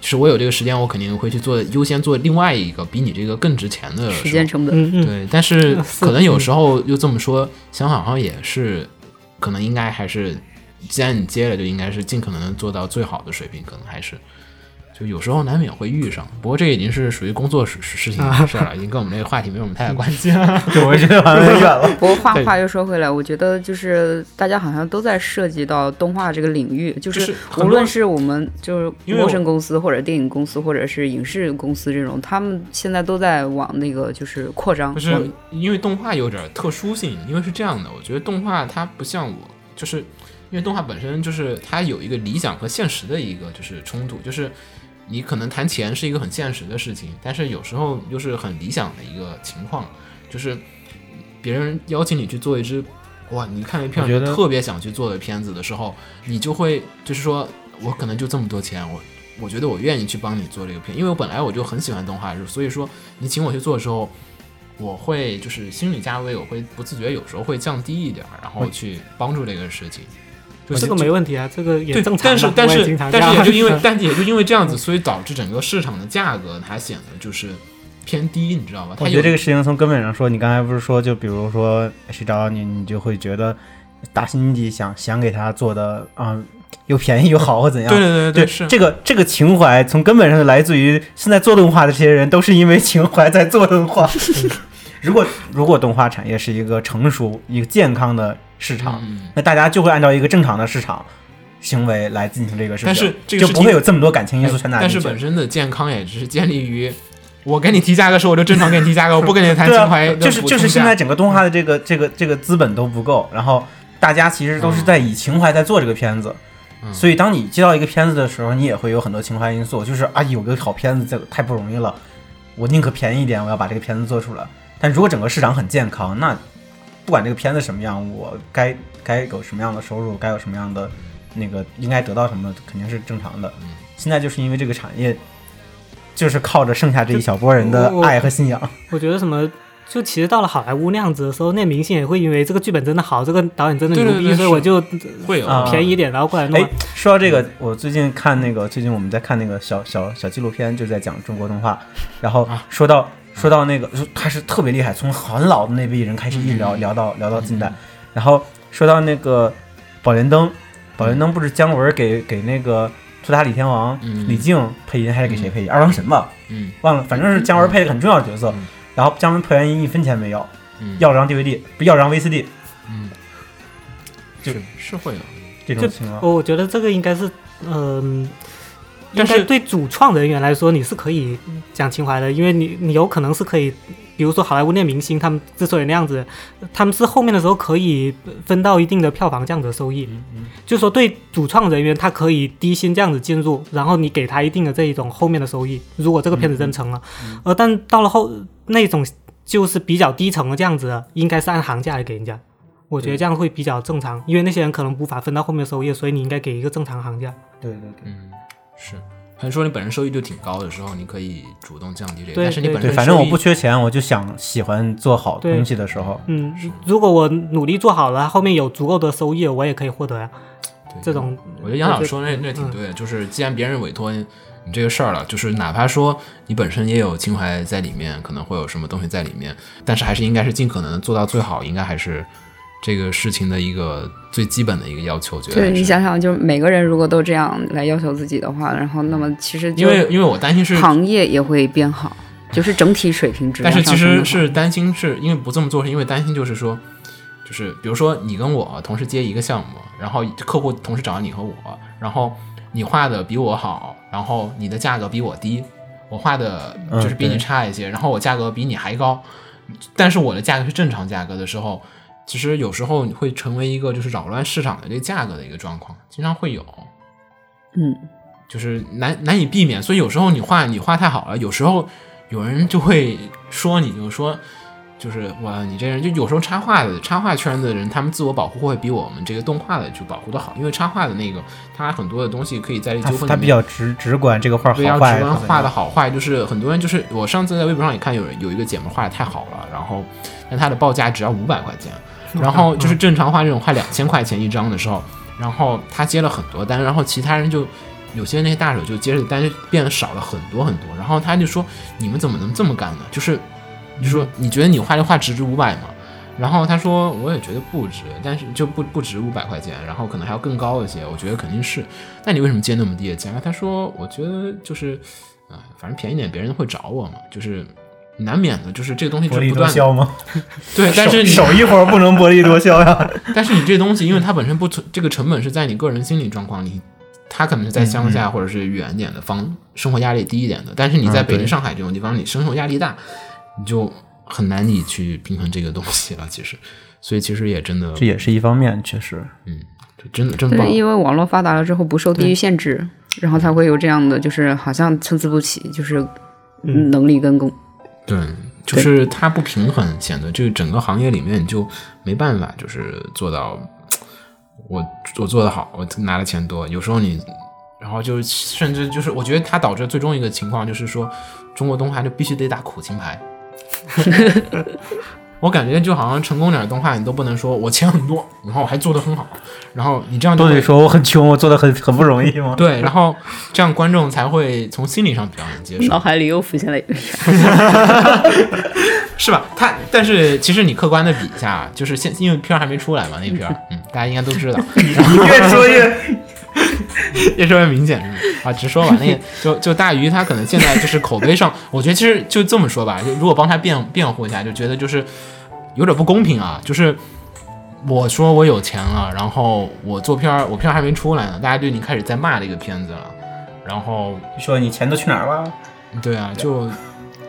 S2: 就是我有这个时间，我肯定会去做优先做另外一个比你这个更值钱的
S4: 时
S2: 事儿
S4: 间成本，
S3: 嗯嗯，
S2: 对，但是
S3: 是
S2: 可能有时候又这么说，想想好像也是，可能应该还是，既然你接了，就应该是尽可能地做到最好的水平，可能还是，就有时候难免会遇上。不过这已经是属于工作事事情的事儿 了，已经跟我们这个话题没有什么太大关系了。
S1: 对，我就觉得好像有点远了。
S4: 不过话
S2: 对
S4: 话又说回来，我觉得就是大家好像都在涉及到动画这个领域，
S2: 就
S4: 就
S2: 是
S4: 是
S2: 很多
S4: 无论是我们就是
S2: 因为我
S4: motion 公司或者电影公司或者是影视公司这种，他们现在都在往那个就是扩张。
S2: 不
S4: 往
S2: 是因为动画有点特殊性，因为是这样的，我觉得动画它不像我，就是因为动画本身就是它有一个理想和现实的一个就是冲突，就是你可能谈钱是一个很现实的事情，但是有时候又是很理想的一个情况，就是别人邀请你去做一支。哇！你看了一片
S1: 我觉得
S2: 特别想去做的片子的时候，你就会就是说，我可能就这么多钱，我我觉得我愿意去帮你做这个片，因为我本来我就很喜欢动画，所以说你请我去做的时候，我会就是心理价位，我会不自觉有时候会降低一点儿，然后去帮助这个事情。就
S3: 这
S2: 是
S3: 个没问题啊，这个也
S2: 对
S3: 正，常
S2: 但
S3: 吧。
S2: 是但
S3: 我也
S2: 是
S3: 经常这
S2: 但
S3: 样
S2: 是也就 因为但也就因为
S1: 嗯
S2: 这样子，所以导致整个市场的价格它显得就是偏低，你知道吧？它
S1: 我觉
S2: 有
S1: 得这个事情从根本上说，你刚才不是说，就比如说谁找你，你就会觉得打心底想想给他做的啊、又便宜又好或怎样。
S2: 对对对
S1: 对
S2: 是
S1: 这个这个情怀从根本上就来自于现在做动画的这些人都是因为情怀在做动 画。如果如果动画产业是一个成熟、一个健康的市场，
S2: 嗯，
S1: 那大家就会按照一个正常的市场行为来进行这个事情，
S2: 但是这个
S1: 就
S2: 事
S1: 不
S2: 情
S1: 会有这么多感情因素掺杂
S2: 但
S1: 进
S2: 是
S1: 去。
S2: 本身的健康也只是建立于。我跟你提价格的时候，我就正常跟你提价格，我不跟你谈
S1: 对
S2: 情
S1: 啊
S2: 怀的补充
S1: 就
S2: 价。嗯
S1: 是就是现在整个动画的这个这个这个资本都不够，然后大家其实都是在以情怀在做这个片子，
S2: 嗯
S1: 所以当你接到一个片子的时候，你也会有很多情怀因素，就是啊有个好片子这个太不容易了，我宁可便宜一点，我要把这个片子做出来。但如果整个市场很健康，那不管这个片子什么样，我该该有什么样的收入，该有什么样的那个应该得到什么，肯定是正常的。
S2: 嗯
S1: 现在就是因为这个产业。就是靠着剩下这一小波人的
S3: 我我
S1: 爱和信仰，
S3: 我觉得什么就其实到了好莱坞那样子的时候，那明星也会因为这个剧本真的好，这个导演真的
S2: 对
S3: 牛
S2: 对
S3: 逼，
S2: 对
S3: 所以我
S2: 是
S3: 就
S2: 会有
S1: 啊
S3: 便宜一点，然后过来弄
S1: 哎
S3: 啊。，
S1: 说到这个，我最近看那个，最近我们在看那个小小小纪录片，就在讲中国动画。然后
S2: 啊
S1: 说到、说到那个，说他是特别厉害，从很老的那辈人开始一直
S2: 嗯
S1: 聊、聊到聊到近代。然后说到那个宝莲灯，宝莲灯不是姜文给给那个托塔李天王、
S2: 嗯
S1: 李靖配音，还是给谁配音？二郎神吧，
S2: 嗯
S1: 忘了，反正是姜文配了个很重要的角色。
S2: 嗯
S1: 然后姜文配完音一分钱没要，
S2: 嗯，
S1: 要了张 DVD，不要了张 VCD
S2: 嗯，
S1: 就是
S2: 是会有，
S1: 这种
S3: 就
S1: 情况。
S3: 哦我觉得这个应该是，嗯、
S2: 但
S3: 应
S2: 是
S3: 该对主创人员来说，你是可以讲情怀的，因为你你有可能是可以，比如说好莱坞那明星，他们之所以那样子，他们是后面的时候可以分到一定的票房这样子的收
S2: 嗯
S3: 益，就说对主创人员他可以低薪这样子进入，然后你给他一定的这一种后面的收益，如果这个片子真成了，
S2: 嗯
S3: 呃，但到了后那种就是比较低层的这样子的，应该是按行价来给人家。我觉得这样会比较正常，因为那些人可能无法分到后面的收益，所以你应该给一个正常行价。
S1: 对对对。
S2: 嗯，是。还是说你本身收益就挺高的时候，你可以主动降低这个，
S3: 对
S2: 但是你
S3: 对
S2: 本身
S1: 对，反正我
S2: 收益
S1: 不缺钱，我就想喜欢做好东西的时候，
S3: 嗯，如果我努力做好了，后面有足够的收益，我也可以获得啊呀。
S2: 对
S3: 这种
S2: 我觉得杨导说那那
S1: 嗯
S2: 挺对的，就是既然别人委托你这个事儿了，就是哪怕说你本身也有情怀在里面，可能会有什么东西在里面，但是还是应该是尽可能做到最好，应该还是这个事情的一个最基本的一个要求。我觉得
S4: 对
S2: 还
S4: 你
S2: 是
S4: 想想，就是每个人如果都这样来要求自己的话，然后那么其实
S2: 因
S4: 就
S2: 为因为我担心是，
S4: 行业也会变好，就是整体水平质
S2: 但
S4: 量
S2: 是其
S4: 上升的
S2: 实
S4: 话
S2: 是担心是因为不这么做，是因为担心就是说，就是比如说你跟我同时接一个项目，然后客户同时找你和我，然后你画的比我好，然后你的价格比我低，我画的就是
S1: 嗯
S2: 比你
S1: 对
S2: 差一些，然后我价格比你还高，但是我的价格是正常价格的时候，其实有时候你会成为一个就是扰乱市场的这个价格的一个状况，经常会有。
S4: 嗯，
S2: 就是难难以避免，所以有时候你画你画太好了，有时候有人就会说你，就说就是哇，你这人就有时候插画的插画圈的人，他们自我保护会比我们这个动画的就保护的好，因为插画的那个他很多的东西可以在这
S1: 他
S2: 纠纷
S1: 他
S2: 里
S1: 比
S2: 面
S1: 较直直管这个画好
S2: 对，要
S1: 坏，
S2: 直观
S1: 或者
S2: 画的好坏，就是很多人就是我上次在微博上也看有人有一个姐们画的太好了，然后但她的报价只要五百块钱，然后
S1: 嗯
S2: 就是正常画这种画两千块钱一张的时候，然后她接了很多单，然后其他人就有些那些大手就接着单就变得少了很多很多，然后她就说你们怎么能这么干呢？就是就说你觉得你画这画值值五百吗？然后他说，我也觉得不值，但是就不不值五百块钱，然后可能还要更高一些，我觉得肯定是。那你为什么接那么低的价？他说，我觉得就是，啊、反正便宜点别人会找我嘛，就是难免的，就是这个东西就
S1: 薄
S2: 是
S1: 利
S2: 不
S1: 多
S2: 断的
S1: 销吗？
S2: 对， 但是你
S1: 手手艺活不能薄利多销呀。
S2: 但是你这东西，因为它本身不存，这个成本是在你个人心理状况，你它可能是在乡下或者是远点的方，生活压力低一点的。但是你在
S1: 嗯
S2: 北京、
S1: 对
S2: 上海这种地方，你生活压力大，你就很难以去平衡这个东西了。其实，所以其实也真 的，
S1: 这也是一方面，确实。
S2: 嗯，这真的真棒
S4: 对，。因为网络发达了之后不受地域限制，然后才会有这样的，就是好像参差不齐，就是
S3: 嗯
S4: 能力跟工。
S2: 对，就是它不平衡，显得这个整个行业里面你就没办法，就是做到我我做的好，我拿的钱多。有时候你，然后就是甚至就是，我觉得它导致最终一个情况就是说，中国动画就必须得打苦情牌。 我感觉就好像成功点的动画，你都不能说我钱很多，然后我还做的很好，然后你这样就
S1: 都
S2: 会
S1: 得说我很穷，我做的很很不容易吗？
S2: 对，然后这样观众才会从心理上比较能接受。
S4: 脑海里又浮现了一个，
S2: 是吧？他但是其实你客观的比一下，啊就是现因为片儿还没出来嘛，那 片儿，嗯，大家应该都知道，
S1: 你越说越
S2: 越说越明显是吧？啊，直说吧，那个就就大鱼他可能现在就是口碑上，我觉得其实就这么说吧，就如果帮他辩辩护一下，就觉得就是有点不公平啊，就是。我说我有钱了，然后我做片儿，我片儿还没出来呢，大家就已经开始在骂这个片子了，然后
S1: 说你钱都去哪儿了？
S2: 对啊，就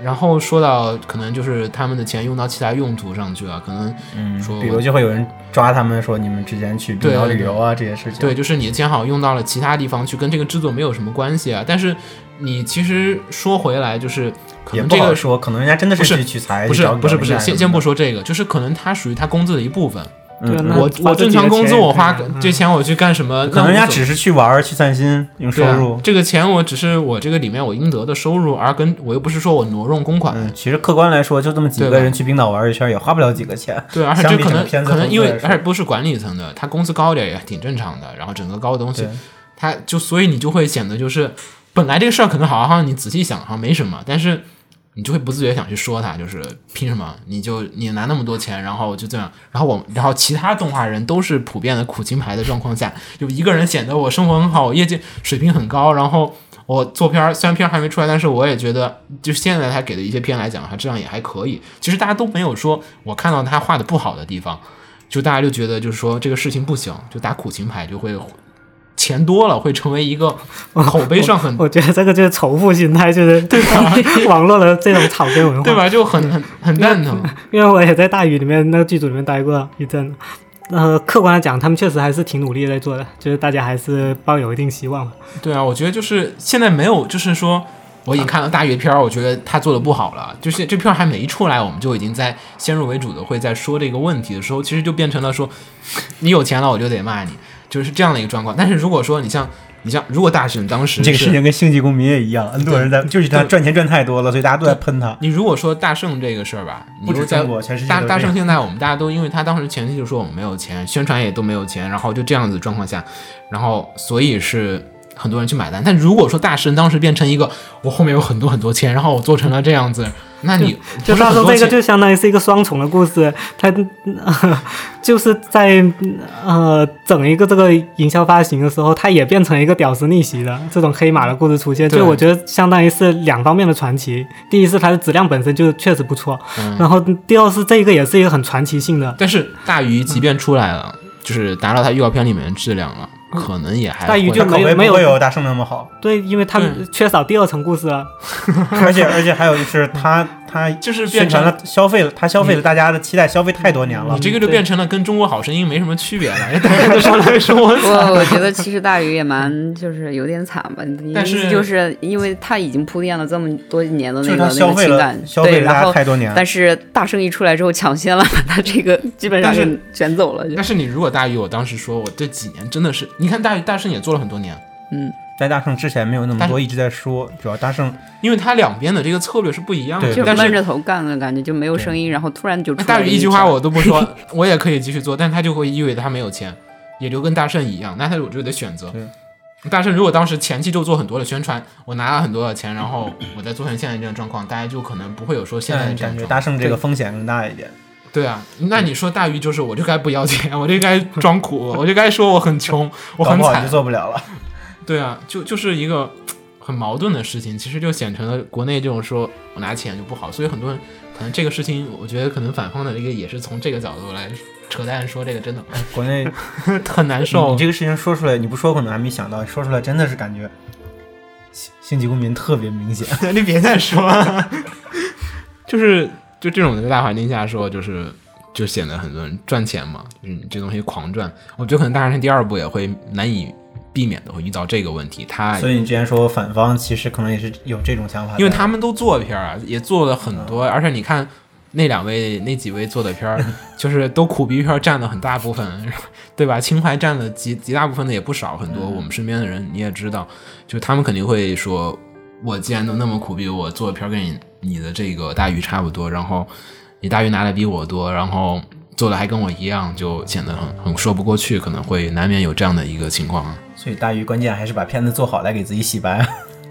S2: 然后说到可能就是他们的钱用到其他用途上去了，可能
S1: 嗯
S2: 说
S1: 比如就会有人抓他们说你们之前去冰岛
S2: 对对
S1: 旅游啊这些事情。
S2: 对，，就是你的钱好像用到了其他地方去，跟这个制作没有什么关系啊。但是你其实说回来，就是可
S1: 也
S2: 能
S1: 不
S2: 这
S1: 好
S2: 个
S1: 说，可能人家真的
S2: 不是
S1: 去取材，
S2: 不
S1: 去
S2: 是
S1: 找
S2: 不是
S1: 梗
S2: 不是，
S1: 啊
S2: 先
S1: 什
S2: 先
S1: 么
S2: 不
S1: 的
S2: 说这个，就是可能它属于他工资的一部分，
S3: 对啊
S1: 嗯
S3: 那
S2: 我
S3: 花
S2: 我
S3: 自
S2: 正
S3: 己的
S2: 常工
S3: 钱
S2: 作，我
S3: 也是
S2: 花
S3: 这样
S2: 这
S3: 嗯
S2: 钱我去干什么？
S1: 啊可能人家只
S2: 是
S1: 是去玩儿去散心，用收
S2: 对啊
S1: 入。
S2: 这个钱我只是我这个里面我应得的收入，而跟我又不是说我挪用公款，
S1: 嗯，其实客观来说，就这么几
S2: 对
S1: 个
S2: 吧
S1: 人去冰岛玩一圈，也花不了几个钱。
S2: 对，而且
S1: 相
S2: 这
S1: 比
S2: 可
S1: 整个
S2: 能
S1: 片子
S2: 可能
S1: 投资
S2: 因为
S1: 来说
S2: 而且不是管理层的，他工资高一点也挺正常的，然后整个高的东西
S1: 对，
S2: 他就所以你就会显得就是本来这个事儿可能好像你仔细想好像没什么，但是你就会不自觉想去说他，就是凭什么你就你拿那么多钱，然后就这样，然后我然后其他动画人都是普遍的苦情牌的状况下，有一个人显得我生活很好，我业绩水平很高，然后。我做片儿，虽然片儿还没出来，但是我也觉得，就是现在他给的一些片来讲，他质量也还可以。其实大家都没有说我看到他画的不好的地方，就大家就觉得就是说这个事情不行，就打苦情牌就会钱多了会成为一个
S3: 哦
S2: 口碑上很
S3: 我觉得这个就是仇富心态，就是对
S2: 啊
S3: 吧？网络的这种草根文化，
S2: 对？吧，就很很很蛋疼。
S3: 因为我也在大宇里面那个剧组里面待过一阵，呃，客观的讲，他们确实还是挺努力在做的，就是大家还是抱有一定希望。
S2: 对啊，我觉得就是现在没有，就是说我已经看到大月片儿，我觉得他做的不好了。就是这片儿还没一出来，我们就已经在先入为主的会在说这个问题的时候，其实就变成了说你有钱了我就得骂你，就是这样的一个状况。但是如果说你像你像如果大神当时
S1: 这个
S2: 是
S1: 事情跟星际公民也一样，很多人在就是他
S2: 对
S1: 赚钱赚太多了，所以大家都在喷他。
S2: 你如果说大圣这个事儿吧，你
S1: 不止
S2: 又在
S1: 中国全世界
S2: 大
S1: 都
S2: 大
S1: 这
S2: 圣
S1: 样
S2: 现在我们大家都因为他当时前期就说我们没有钱，宣传也都没有钱，然后就这样子状况下，然后所以是很多人去买单。但如果说大圣当时变成一个我后面有很多很多钱，然后我做成了这样子，那你
S3: 就
S2: 不是
S3: 到时
S2: 很
S3: 候
S2: 多
S3: 这个
S2: 钱
S3: 就相当于是一个双重的故事，他、呃就是在呃整一个这个营销发行的时候，他也变成一个屌丝逆袭的这种黑马的故事出现，
S2: 对
S3: 就我觉得相当于是两方面的传奇。第一是它的质量本身就确实不错，然后第二是这个也是一个很传奇性的。
S2: 但是大鱼即便出来了，就是达到他预告片里面的质量了，可能也还
S3: 大鱼
S2: 会
S3: 就
S1: 他口碑
S3: 没没
S1: 不
S3: 有
S1: 会有大圣那么 好，
S3: 对，因为他
S2: 嗯
S3: 们缺少第二层故事了。
S1: 而且而且还有就是他他
S2: 就是变
S1: 宣
S2: 成
S1: 传
S2: 了
S1: 了消费了，他消费了大家的期待，消费太多年了
S2: 你。这个就
S3: 对
S2: 变成了跟中国好声音没什么区别了，人家大家都上来说 我
S4: 不， 我觉得其实大鱼也蛮就是有点惨吧，你的
S2: 但
S4: 意思
S2: 是
S4: 就是因为他已经铺垫了这么多年的
S1: 就
S4: 嗯那
S1: 是
S4: 个
S1: 他消
S4: 那个
S1: 费
S4: 情感
S1: 了，，消
S4: 对，
S1: 费了大
S4: 然
S1: 家
S4: 后
S1: 太多年了
S4: 但。是大圣一出来之后，抢先了把他 这个基本上
S2: 但
S4: 是
S2: 是
S4: 卷走了，就
S2: 但是你如果大鱼，我当时说我这几年真的是，你看大鱼大圣也做了很多年，
S4: 嗯，
S1: 在大圣之前没有那么
S2: 但
S1: 多，一直在说，主要大圣
S2: 因为他两边的这个策略是不一样的
S1: 对。
S4: 就是
S2: 但
S4: 闷
S2: 是
S4: 着头干的感觉，就没有声音，然后突然就出来
S2: 大宇
S4: 了
S2: 一句话
S4: 条
S2: 我都不说， 我也可以继续做，但他就会意味着他没有钱，也就跟大圣一样，那他有就得选择
S1: 对。
S2: 大圣如果当时前期就做很多的宣传，我拿了很多的钱，然后我再做成现在这样的状况，大家就可能不会有说现在的这样
S1: 感
S2: 的
S1: 觉
S2: 状
S1: 大
S2: 况。
S1: 圣这个风险更大一点。
S2: 对啊，那你说大鱼就是我就该不要钱，我就该装苦，我就该说我很穷，我
S1: 搞
S2: 很
S1: 不好
S2: 惨
S1: 就。做不了了。
S2: 对啊，就就是一个很矛盾的事情，其实就显成了国内这种说我拿钱就不好，所以很多人可能这个事情，我觉得可能反方的一个也是从这个角度来扯淡说这个真的
S1: 国内
S2: 很难
S1: 你
S2: 受
S1: 你。这个事情说出来，你不说可能还没想到，说出来真的是感觉性性急公民特别明显。
S2: 你别再说了， 就是就这种的大环境下说，就是就显得很多人赚钱嘛，就是你这东西狂赚，我觉得可能大神第二部也会难以避免的会遇到这个问题，他
S1: 所以你之前说反方其实可能也是有这种想法的，
S2: 哎因为他们都做片儿啊，也做了很多，而且你看那两位、那几位做的片儿，就是都苦逼片儿占了很大部分， 对吧？情怀占了极极大部分的也不少，很多我们身边的人你也知道，就他们肯定会说，我既然都那么苦逼，我做的片儿跟你你的这个大鱼差不多，然后你大鱼拿的比我多，然后。做的还跟我一样，就显得很很说不过去，可能会难免有这样的一个情况啊。
S1: 所以大鱼关键还是把片子做好来给自己洗白。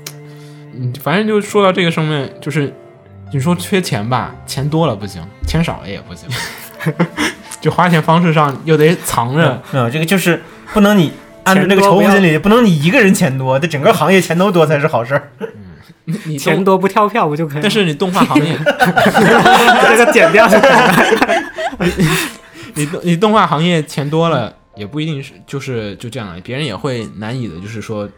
S2: 嗯，反正就说到这个上面，就是你说缺钱吧，钱多了不行，钱少了也不 行，就花钱方式上又得 藏着。
S1: 没有这个就是不能你按照这个仇富心 理，不能你一个人钱多，这整个行业钱都多才是好事儿。
S2: 你你
S3: 钱
S2: 动，
S3: 多不跳票不就可以了？
S2: 但是你动画行 业，
S3: 这个剪掉就可以了。
S2: 你动你动画行业钱多了也不一定是就是就这样，别人也会难以的，就是说。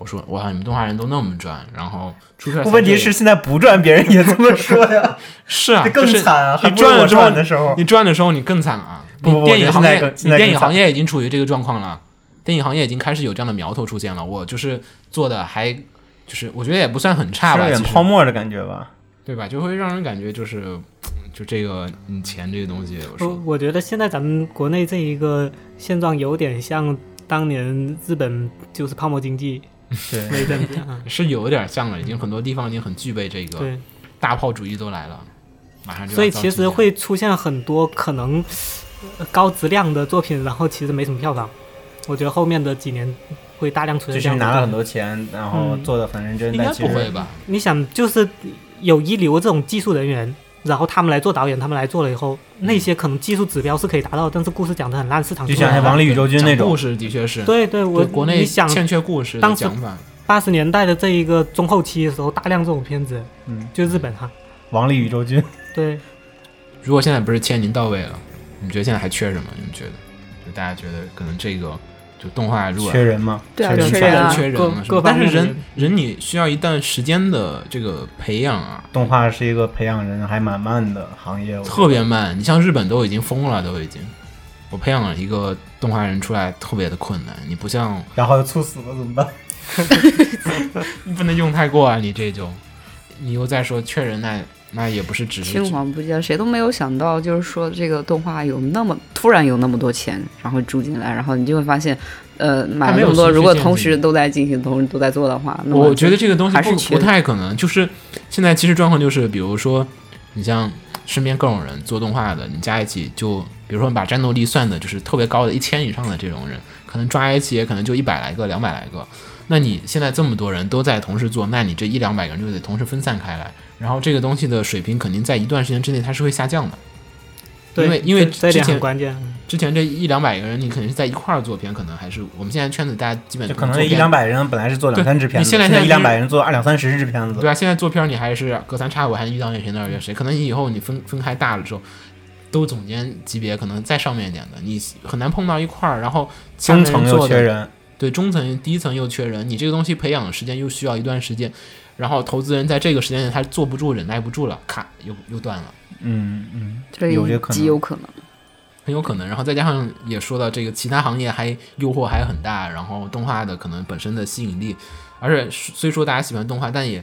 S2: 我说哇，你们动画人都那么赚，然后出片儿
S1: 不
S2: 才
S1: 问题
S2: 这
S1: 是现在不赚，别人也这么说 呀，
S2: 是啊，
S1: 这更
S2: 就是
S1: 惨啊！还
S2: 你
S1: 不如
S2: 赚
S1: 我
S2: 了之后
S1: 赚，的时候，
S2: 你赚的时候你更惨啊！
S1: 哦不不
S2: 你
S1: 不
S2: 电影行
S1: 我觉得现在
S2: 业
S1: 更，
S2: 你
S1: 现在
S2: 电影
S1: 更惨
S2: 行业已经处于这个状况了，电影行业已经开始有这样的苗头出现了。我就是做的还就是我觉得也不算很差
S1: 是有
S2: 吧，
S1: 点
S2: 其实
S1: 泡沫的感觉吧。
S2: 对吧？就会让人感觉就是就这个你钱这个东西，我
S3: 我
S2: 说 嗯
S3: 我觉得现在咱们国内这一个现状有点像当年日本就是泡沫经济那
S1: 对
S3: 一阵子，啊
S2: 是有点像了，已经很多地方已经很具备这个
S3: 对，
S2: 大炮主义都来了，马上就要
S3: 所以
S2: 造
S3: 其
S2: 巨
S3: 实
S2: 量
S3: 会出现很多可能呃高质量的作品，然后其实没什么票房。我觉得后面的几年会大量出
S1: 就
S3: 现这
S1: 是
S3: 样的
S1: 拿了
S3: 作
S1: 很
S3: 品
S1: 多钱，然后
S3: 嗯
S1: 做的很认真，
S2: 应该
S1: 但其
S2: 不
S1: 实
S2: 会吧？
S3: 你想，就是有一流这种技术人员，然后他们来做导演，他们来做了以后，那些可能技术指标是可以达到，但是故事讲的很烂，市场
S1: 就
S3: 出来
S1: 像那
S3: 了
S1: 王力宇宙军那
S2: 讲
S1: 种
S2: 故，事的确是
S3: 对对，我
S2: 对国内
S3: 你想
S2: 欠缺故事的
S3: 当时
S2: 讲法，
S3: 八十年代的这一个中后期的时候，大量这种片子，
S1: 嗯，
S3: 就日本哈，
S1: 王力宇宙军，
S3: 对，
S2: 如果现在不是钱已经到位了，你们觉得现在还缺什么？你们觉得？就大家觉得可能这个就动画如果
S1: 缺人吗？
S4: 对啊
S1: 缺
S4: 缺
S2: 缺
S4: 人啊
S2: 缺人
S3: 各
S2: 了，是吧
S3: 各方
S2: 但
S3: 面
S2: 是
S3: 的
S2: 人人你需要一段时间的这个培养啊，
S1: 动画是一个培养人还蛮慢的行业，我觉得
S2: 特别慢。你像日本都已经疯了，都已经。我培养一个动画人出来特别的困难，你不像
S1: 然后猝死了怎么办？
S2: 你不能用太过啊，你这就，你又再说缺人那那也不是只是
S4: 青黄不接，谁都没有想到，就是说这个动画有那么突然有那么多钱，然后注进来，然后你就会发现，呃，买
S2: 它
S4: 了
S2: 没有
S4: 那么多，
S2: 持续
S4: 如果
S2: 性
S4: 同
S2: 是
S4: 时都在进行，同时都在做的话，那么
S2: 我觉得这个东西
S4: 还是
S2: 不
S4: 缺
S2: 不太可能。就是现在其实状况就是，比如说你像身边各种人做动画的，你加一起就，比如说把战斗力算的就是特别高的，一千以上的这种人，可能抓一起也可能就一百来个、两百来个。那你现在这么多人都在同时做，那你这一两百个人就得同时分散开来，然后这个东西的水平肯定在一段时间之内它是会下降的。
S3: 对，
S2: 因为因为
S3: 这这一点
S2: 之
S3: 很
S2: 前
S3: 关键，
S2: 之前这一两百个人，你肯定是在一块儿做片，可能还是我们现在圈子大家基本
S1: 就可能
S2: 做
S1: 这
S2: 片
S1: 一两百人本来是做两
S2: 对
S1: 三支片
S2: 你
S1: 子，
S2: 现在现在
S1: 一
S2: 就是
S1: 两百人做二两三十支片子
S2: 对，啊，现在做片儿你还是隔三差五还能遇到那谁那儿约谁，可能你以后你分分开大了之后，都总监级别可能再上面一点的，你很难碰到一块儿，然后下
S1: 中
S2: 面人
S1: 层
S2: 做
S1: 又
S2: 的
S1: 缺，人，
S2: 对中层低层又缺人，你这个东西培养的时间又需要一段时间，然后投资人在这个时间内他坐不住忍耐不住了，咔又又断了。
S1: 嗯嗯，
S4: 这
S1: 有这可
S4: 极
S1: 能。
S4: 有可能。
S2: 很有可能，然后再加上也说到这个其他行业还诱惑还很大，然后动画的可能本身的吸引力，而且虽说大家喜欢动画，但也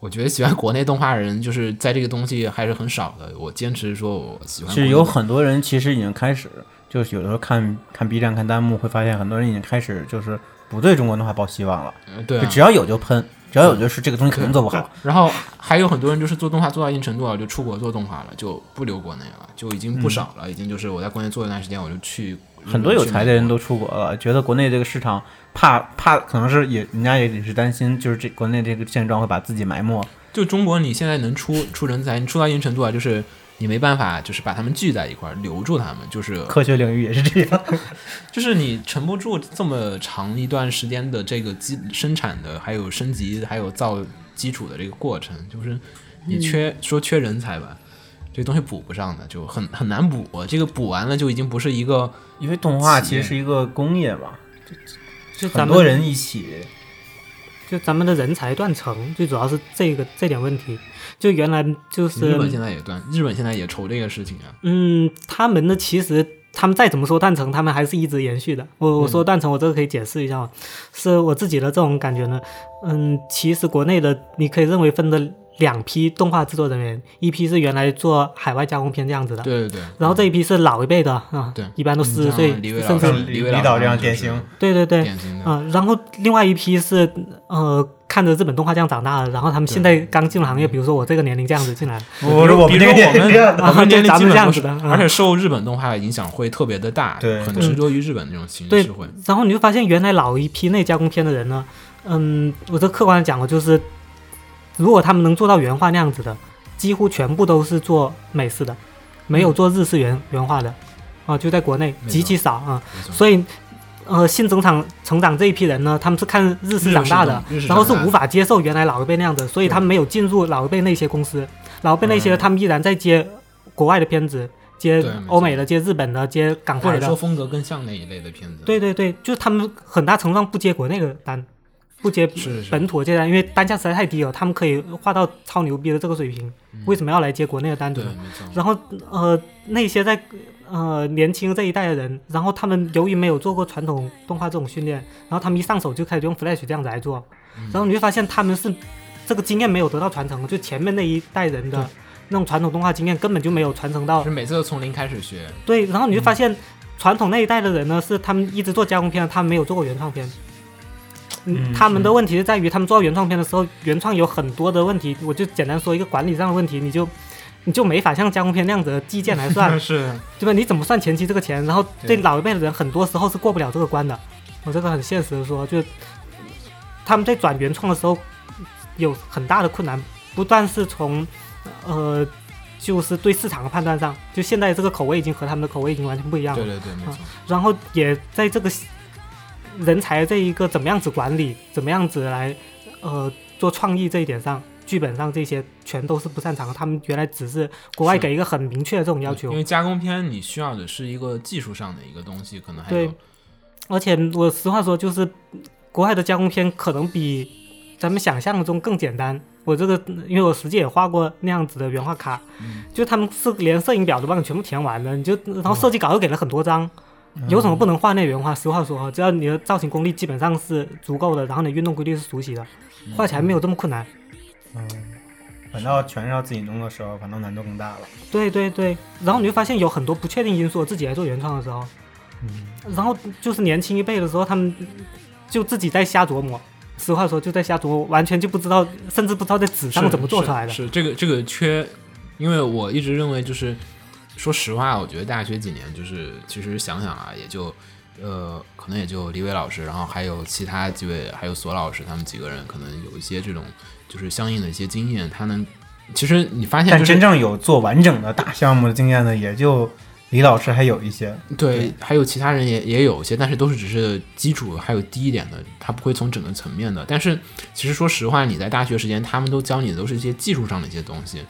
S2: 我觉得喜欢国内动画的人就是在这个东西还是很少的。我坚持说我喜
S1: 其
S2: 欢国
S1: 实
S2: 内
S1: 有很多人其实已经开始，就是有的时候看看 B 站看弹幕会发现，很多人已经开始就是不对中国动画抱希望了，
S2: 呃对、
S1: 就
S2: 啊，
S1: 只要有就喷，只要有就是这个东西肯定做不好。
S2: 然后还有很多人就是做动画做到一定程度了，就出国做动画了，就不留国内了，就已经不少了，已经就是我在国内做一段时间，我就去日
S1: 嗯
S2: 本
S1: 很多有才的人
S2: 去
S1: 都出国了，觉得国内这个市场怕怕，可能是也人家也也是担心，就是这国内这个现状会把自己埋没。
S2: 就中国，你现在能出出人才，你出到一定程度啊，就是你没办法，就是把他们聚在一块儿，留住他们，就是
S1: 科学领域也是这样，
S2: 就是你沉不住这么长一段时间的这个基生产的，还有升级，还有造基础的这个过程，就是你缺、
S1: 嗯
S2: 说缺人才吧，这东西补不上的，就很很难补。这个补完了就已经不是一个
S1: 因为动画其实是一个工业嘛，
S3: 就咱
S1: 很
S3: 们
S1: 多人一起，
S3: 就咱们的人才断层，最主要是这个这点问题。就原来就
S2: 日本
S3: 是
S2: 现在也断，
S1: 嗯
S2: 日本现在也愁这个事情啊。
S3: 嗯，他们的其实他们再怎么说断层，他们还是一直延续的。我
S2: 嗯
S3: 我说断层，我这个可以解释一下啊，是我自己的这种感觉呢。嗯，其实国内的你可以认为分的两批动画制作人员，一批是原来做海外加工片这样子的，
S2: 对对对，
S3: 然后这一批是老一辈的啊，
S2: 对
S3: 一般都四十岁
S2: 像李伟，
S3: 甚
S2: 老
S3: 至
S2: 师
S1: 像李
S2: 伟
S1: 李
S2: 老
S1: 导
S2: 师
S1: 这样
S2: 就是
S1: 典型
S3: 对对对，
S2: 典型的。
S3: 啊、然后另外一批是呃看着日本动画这样长大的，然后他们现在刚进入
S2: 嗯
S3: 行业，比如说我这个年龄这样子进来，
S1: 我说我
S2: 比
S1: 们
S2: 如
S1: 这个
S2: 我
S1: 电
S2: 们
S1: 影院
S2: 我们年龄
S3: 啊对咱
S2: 基
S3: 们
S2: 本
S3: 这样
S2: 都
S3: 子
S2: 是
S3: 的，嗯
S2: 而且受日本动画的影响会特别的大，
S1: 对
S2: 很执着于日本那种形式会。
S3: 然后你就发现原来老一批那加工片的人呢，嗯，我这客观的讲哦，就是如果他们能做到原画那样子的，几乎全部都是做美式的，没有做日式原原画的，啊，就在国内
S2: 嗯没错
S3: 极其少啊，
S2: 没错
S3: 所以。呃，新增长成长这一批人呢，他们是看日式长大的，
S2: 日式
S3: 然后是
S2: 长大
S3: 无法接受原来老一辈那样的，所以他们没有进入老一辈那些公司，老一辈那些他们依然在接国外的片子，接
S2: 对没错
S3: 欧美的、接日本的、接港
S2: 或
S3: 台
S2: 者
S3: 的
S2: 说，风格更像那一类的片子。
S3: 对对对，就是他们很大程度上不接国内的单，不接
S2: 是是
S3: 本土的接单，因为单价实在太低了，他们可以画到超牛逼的这个水平，
S2: 嗯
S3: 为什么要来接国内的单子
S2: 对，
S3: 呢？
S2: 没错。
S3: 然后呃，那些在呃年轻这一代的人，然后他们由于没有做过传统动画这种训练，然后他们一上手就开始用 Flash 这样子来做，然后你会发现他们是这个经验没有得到传承，就前面那一代人的那种传统动画经验根本就没有传承到
S2: 就是每次都从零开始学，，
S3: 对，然后你就发现传统那一代的人呢，是他们一直做加工片，他们没有做过原创片。嗯，他们的问题是在于他们做原创片的时候，原创有很多的问题。我就简单说一个管理上的问题，你就你就没法像加工片那样子的计件来算
S2: 是
S3: 对吧？你怎么算前期这个钱？然后
S2: 对
S3: 对老一辈的人，很多时候是过不了这个关的。我这个很现实的说，就他们在转原创的时候有很大的困难，不但是从呃，就是对市场的判断上，就现在这个口味已经和他们的口味已经完全不一样
S2: 对
S3: 了。
S2: 对对，没错，
S3: 然后也在这个人才这一个怎么样子管理，怎么样子来呃做创意这一点上。剧本上这些全都是不擅长的，他们原来只是国外
S2: 是
S3: 给一个很明确的这种要
S2: 对
S3: 求
S2: 因，为加工片你需要的是一个技术上的一个东西，可能还
S3: 对
S2: 有
S3: 而且我实话说，就是国外的加工片可能比咱们想象中更简单。我这个，因为我实际也画过那样子的原画卡，就他们是连摄影表都帮你全部填完了，你就然后设计稿又给了很多张，
S1: 嗯
S3: 有什么不能画那原画？实话说啊哈，只要你的造型功力基本上是足够的，然后你运动规律是熟悉的，画起来没有这么困难。
S1: 嗯，反倒全是要自己弄的时候，反倒难度更大了。
S3: 对对对，然后你会发现有很多不确定因素，自己来做原创的时候，嗯，然后就是年轻一辈的时候，他们就自己在瞎琢磨，实话说就在瞎琢磨，完全就不知道，甚至不知道在纸上怎么做出来的。
S2: 是是这个这个缺，因为我一直认为就是，说实话，我觉得大学几年就是其实想想啊，也就呃，可能也就李伟老师，然后还有其他几位，还有索老师他们几个人，可能有一些这种就是相应的一些经验，他能。其实你发现、
S1: 但
S2: 就是，
S1: 真正有做完整的大项目的经验的，也就李老师还有一些。
S2: 对，还有其他人也也有一些，但是都是只是基础还有低一点的，他不会从整个层面的。但是其实说实话，你在大学时间，他们都教你的都是一些技术上的一些东西。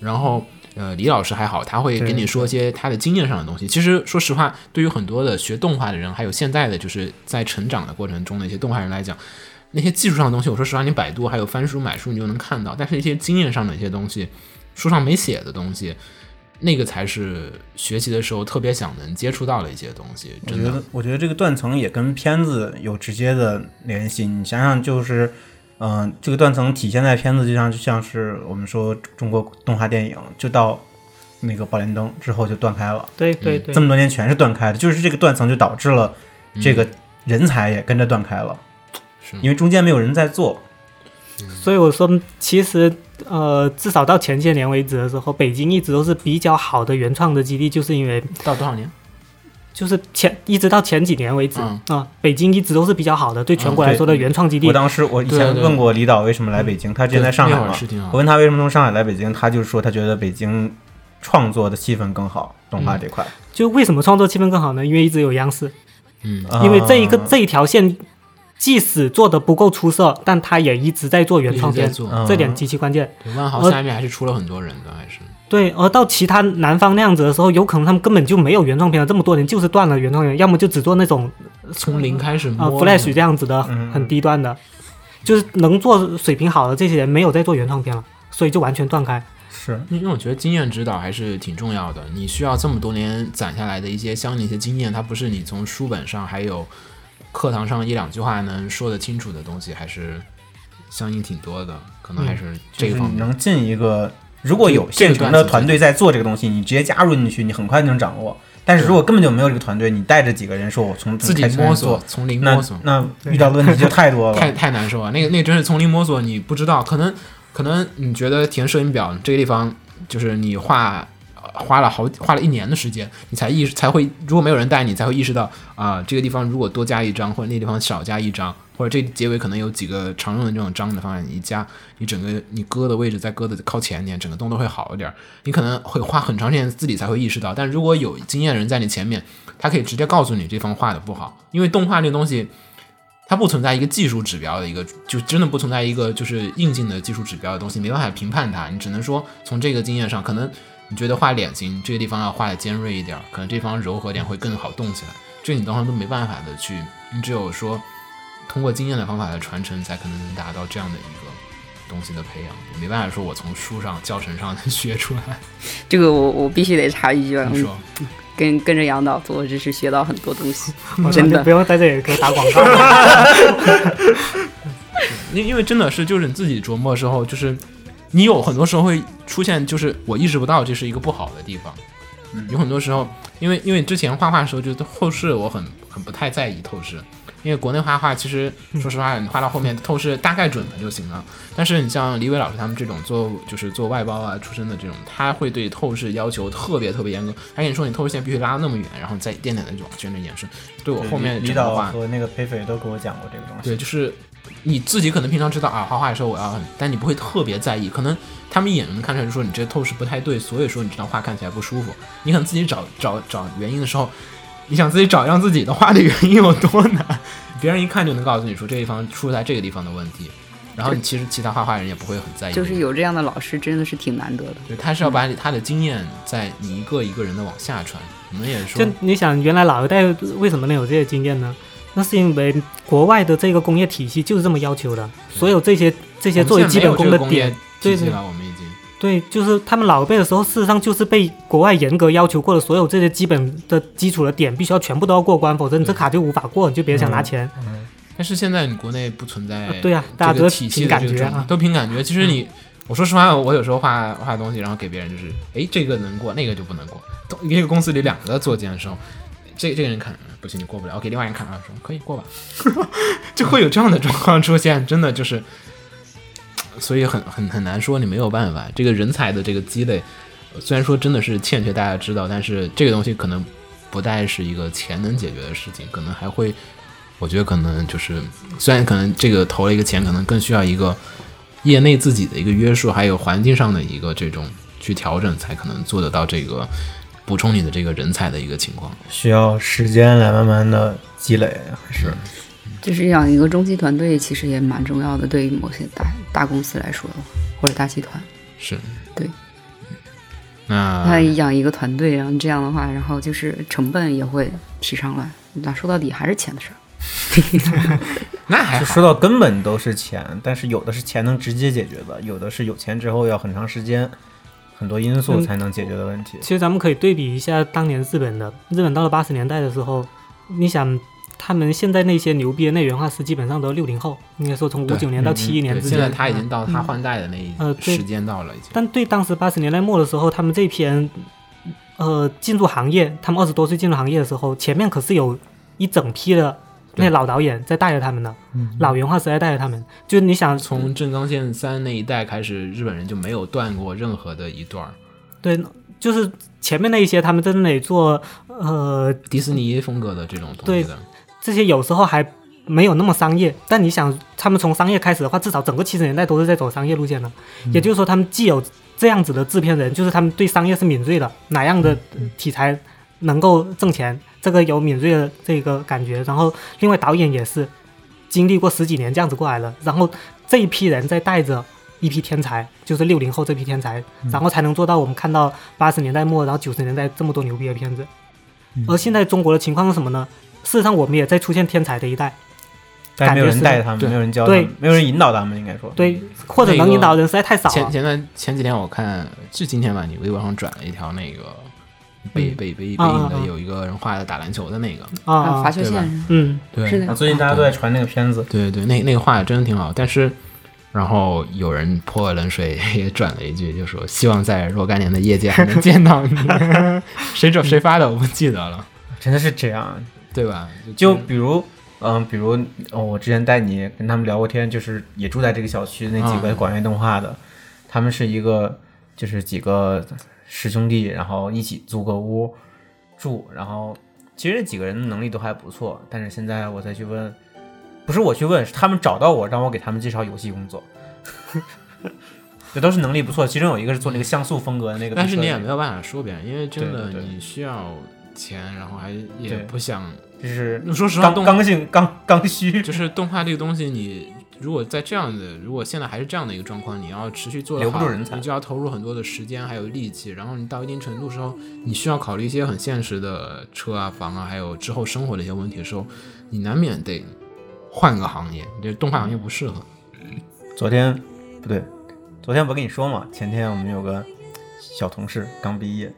S2: 然后呃，李老师还好，他会
S1: 对
S2: 跟你说一些他的经验上的东西。其实说实话，对于很多的学动画的人，还有现在的就是在成长的过程中的一些动画人来讲，那些技术上的东西，我说实话，你百度还有翻书买书你就能看到，但是一些经验上的一些东西，书上没写的东西。那个才是学习的时候特别想能接触到的一些东西，
S1: 我
S2: 真
S1: 觉
S2: 的
S1: 得，我觉得这个断层也跟片子有直接的联系。你想想，就是，嗯、这个断层体现在片子就像就像是我们说中国动画电影，就到那个《宝莲灯》之后就断开了，
S3: 对对对
S1: 这，么多年全是断开的，就是这个断层就导致了这
S3: 嗯
S1: 个人才也跟着断开了，
S2: 嗯是
S1: 因为中间没有人在做。
S3: 所以我说，其实呃，至少到前些年为止的时候，北京一直都是比较好的原创的基地，就是因为
S2: 到多少年？
S3: 就是前一直到前几年为止
S2: 嗯
S3: 啊、北京一直都是比较好的，对全国
S1: 嗯
S3: 来
S1: 对
S3: 说的原创基地
S1: 我。当时我以
S2: 对
S1: 前
S2: 对
S1: 问过李导为什么来北京，他之前在上海
S2: 那会儿
S1: 嘛，
S3: 嗯
S2: 是挺好
S1: 我问他为什么从上海来北京，他就说他觉得北京创作的气氛更好，动画这块，
S3: 就为什么创作气氛更好呢？因为一直有央视。
S2: 嗯，
S1: 啊
S3: 因为这一个这一条线，即使做的不够出色，但他也一直在做原创
S2: 一直在
S3: 片，
S2: 做，
S1: 嗯
S3: 这点极其关键。
S2: 对万豪
S3: 呃
S2: 下面还是出了很多人的，还是
S3: 对，而到其他南方那样子的时候，有可能他们根本就没有原创片了，这么多年就是断了原创片，要么就只做那种
S1: 呃
S2: 从零开始
S3: 啊、
S2: 摸
S3: Flash 这样子的
S1: 嗯
S3: 很低端的，就是能做水平好的这些人没有在做原创片了，所以就完全断开。
S1: 是
S2: 因为我觉得经验指导还是挺重要的，你需要这么多年攒下来的一些相应的一些经验，它不是你从书本上还有课堂上一两句话能说得清楚的东西，还是相应挺多的，可能还是
S1: 嗯就
S2: 这一
S1: 是
S2: 方
S1: 你
S2: 面。
S1: 能进一个，如果有现成的团队在做这个东西，你直接加入进去，你很快就能掌握。但是如果根本就没有这个团队，你带着几个人说我从
S2: 自己
S1: 开始
S2: 摸
S1: 做
S2: 索，，从零
S1: 那
S2: 摸索，
S1: 那遇到的问题就太多
S2: 太
S1: 了。
S2: 太难受了。那个那个真是从零摸索，你不知道，可能可能你觉得填摄影表这个地方，就是你画呃花了好花了一年的时间，你才意识才会，如果没有人带你，才会意识到啊、这个地方如果多加一张，或者那地方少加一张，或者这结尾可能有几个常用的这种章的方案，你一加，你整个你搁的位置再搁的靠前一点，整个动作会好一点。你可能会花很长时间自己才会意识到，但如果有经验的人在你前面，他可以直接告诉你这方画的不好，因为动画这个东西。它不存在一个技术指标的一个，就真的不存在一个就是硬性的技术指标的东西，没办法评判它。你只能说从这个经验上，可能你觉得画脸型这个地方要画的尖锐一点儿，可能这地方柔和点会更好动起来。这你当然都没办法的去，你只有说通过经验的方法来传承，才可能能达到这样的一个东西的培养。没办法说我从书上教程上学出来。
S4: 这个我我必须得插一句啊，
S2: 你说
S4: 跟跟着杨导做，真是学到很多东西，
S3: 我
S4: 真
S3: 就
S4: 的
S3: 不。用在这里给我打广告了。
S2: 因因为真的是就是你自己琢磨之后，就是你有很多时候会出现，就是我意识不到这是一个不好的地方。有很多时候，因为因为之前画画的时候，就透视我很很不太在意透视，因为国内画画其实说实话，你画到后面透视大概准了就行了。但是你像李伟老师他们这种做就是做外包啊出身的这种，他会对透视要求特别特别严格，他跟你说你透视线必须拉到那么远，然后再一点点的往圈里延伸。对我后面
S1: 李
S2: 整个
S1: 导
S2: 画，
S1: 和那个裴斐都跟我讲过这个东西。
S2: 对，就是你自己可能平常知道啊，画画的时候我要很，但你不会特别在意。可能他们一眼能看出来，就说你这透视不太对，所以说你这张画看起来不舒服。你可能自己找找找原因的时候，你想自己找让自己的画的原因有多难，别人一看就能告诉你说这个地方出在这个地方的问题。然后你其实其他画画人也不会很在意，
S4: 就是有这样的老师真的是挺难得的。
S2: 对，他是要把你他的经验在你一个一个人的往下传。我们也说
S3: 就，你想，原来老一代为什么能有这些经验呢？那是因为国外的这个工业体系就是这么要求的，所有这些这
S2: 这
S3: 些作为基本功的
S2: 工业
S3: 点，
S2: 体
S3: 对
S2: 系
S3: 对
S2: 了，我们已经。
S3: 对，就是他们老一辈的时候，事实上就是被国外严格要求过的所有这些基本的基础的点，必须要全部都要过关，否则你这
S2: 对嗯
S3: 卡就无法过，你就别想拿钱。
S2: 但是现在你国内不存在、
S3: 啊对啊大家
S2: 这个
S3: 都
S2: 体系
S3: 凭
S2: 的
S3: 感
S2: 这个
S3: 觉
S2: 状
S3: 啊嗯
S2: 态，都凭感觉。其实你，我说实话，我有时候画画东西，然后给别人就是，哎，这个能过，那个就不能过。同一个公司里两个做监的时候，这这个人看不行，你过不了。我给另外一个人看啊，说可以过吧， 就会有这样的状况出现，真的就是，所以很很很难说，你没有办法。这个人才的这个积累，呃虽然说真的是欠缺大家知道，但是这个东西可能不再是一个钱能解决的事情，可能还会，我觉得可能就是，虽然可能这个投了一个钱，可能更需要一个业内自己的一个约束，还有环境上的一个这种去调整，才可能做得到这个补充你的这个人才的一个情况。
S1: 需要时间来慢慢的积累，还是
S4: 就是养一个中级团队，其实也蛮重要的，对于某些大大公司来说的话，或者大集团，
S2: 是，
S4: 对。
S2: 那
S3: 哎
S4: 那养一个团队，然后这样的话，然后就是成本也会提上来。那说到底还是钱的事儿。
S2: 那还
S1: 就
S2: 好，
S1: 说到根本都是钱，但是有的是钱能直接解决的，有的是有钱之后要很长时间，很多因素
S3: 嗯
S1: 才能解决的问题。
S3: 其实咱们可以对比一下当年日本的，日本到了八十年代的时候，你想他们现在那些牛逼的内原画师，基本上都是六零后，应该说从五
S2: 对
S3: 九年到
S1: 嗯
S3: 七一年
S2: 对
S3: 之
S2: 现
S3: 间。
S2: 在他已经到他
S3: 嗯
S2: 换代的那一
S3: 呃对
S2: 时间到了，已经。
S3: 但对当时八十年代末的时候，他们这批人，呃，进入行业，他们二十多岁进入行业的时候，前面可是有一整批的那些
S2: 对
S3: 老导演在带着他们的，老原画师在带着他们。就是你想
S2: 从正冈县三那一代开始，日本人就没有断过任何的一段儿。
S3: 对，就是前面那一些他们在那里做，呃，
S2: 迪士尼风格的这种东西
S3: 对
S2: 的，
S3: 这些有时候还没有那么商业，但你想，他们从商业开始的话，至少整个七十年代都是在走商业路线的。也就是说，他们既有这样子的制片人，就是他们对商业是敏锐的，哪样的题材能够挣钱，这个有敏锐的这个感觉。然后，另外导演也是经历过十几年这样子过来了，然后这一批人再带着。一批天才，就是六零后这批天才，然后才能做到我们看到八十年代末，然后九十年代这么多牛逼的片子。而现在中国的情况是什么呢？事实上，我们也在出现天才的一
S2: 嗯
S3: 代，
S1: 但是没有人带他
S2: 对
S1: 们，没有人教他们
S3: 对，
S1: 没有人引导他们，应该说。
S3: 对，或者
S2: 那
S3: 能
S2: 个
S3: 引导的人实在太少
S1: 啊
S2: 前
S3: 了。
S2: 前段前几天我看是今天吧，你微博上转了一条那个北
S3: 嗯
S2: 北北北
S3: 啊
S2: 影
S3: 啊
S2: 的
S3: 啊
S2: 有一个人画的打篮球的那个，
S3: 啊
S4: 啊，罚
S3: 啊，
S4: 球
S2: 对吧
S4: 线是吧
S3: 嗯，
S4: 是
S2: 对
S4: 的
S1: 啊，最近大家都在传那个片子，
S2: 对对，那那个画的真的挺好，但是。然后有人泼了冷水， 也转了一句，就说希望在若干年的业界还能 见到你。 谁转谁发的我不记得了，
S1: 真的是这样。
S2: 对吧？
S1: 就比如，嗯，比如、哦、我之前带你跟他们聊过天，就是也住在这个小区那几个
S2: 嗯
S1: 管乐动画的，他们是一个就是几个师兄弟，然后一起租个屋住，然后其实这几个人能力都还不错，但是现在我再去问，不是我去问，是他们找到我，让我给他们介绍游戏工作。 这都是能力不错，其中有一个是做那个像素风格的那个，
S2: 但是你也没有办法说别人，因为真的
S1: 对对对
S2: 你需要钱，然后还也
S1: 对
S2: 不想。
S1: 就是
S2: 说实话，
S1: 刚
S2: 动
S1: 刚性刚刚 需，
S2: 就是动画这个东西，你如果在这样的，如果现在还是这样的一个状况，你要持续做得
S1: 留不
S2: 好
S1: 住人才
S2: 你就要投入很多的时间还有力气，然后你到一定程度时候，你需要考虑一些很现实的车啊、房啊，还有之后生活的一些问题的时候，你难免得换个行业，这动画行业不适合。
S1: 昨天不对，昨天不跟你说嘛？前天我们有个小同事刚毕业，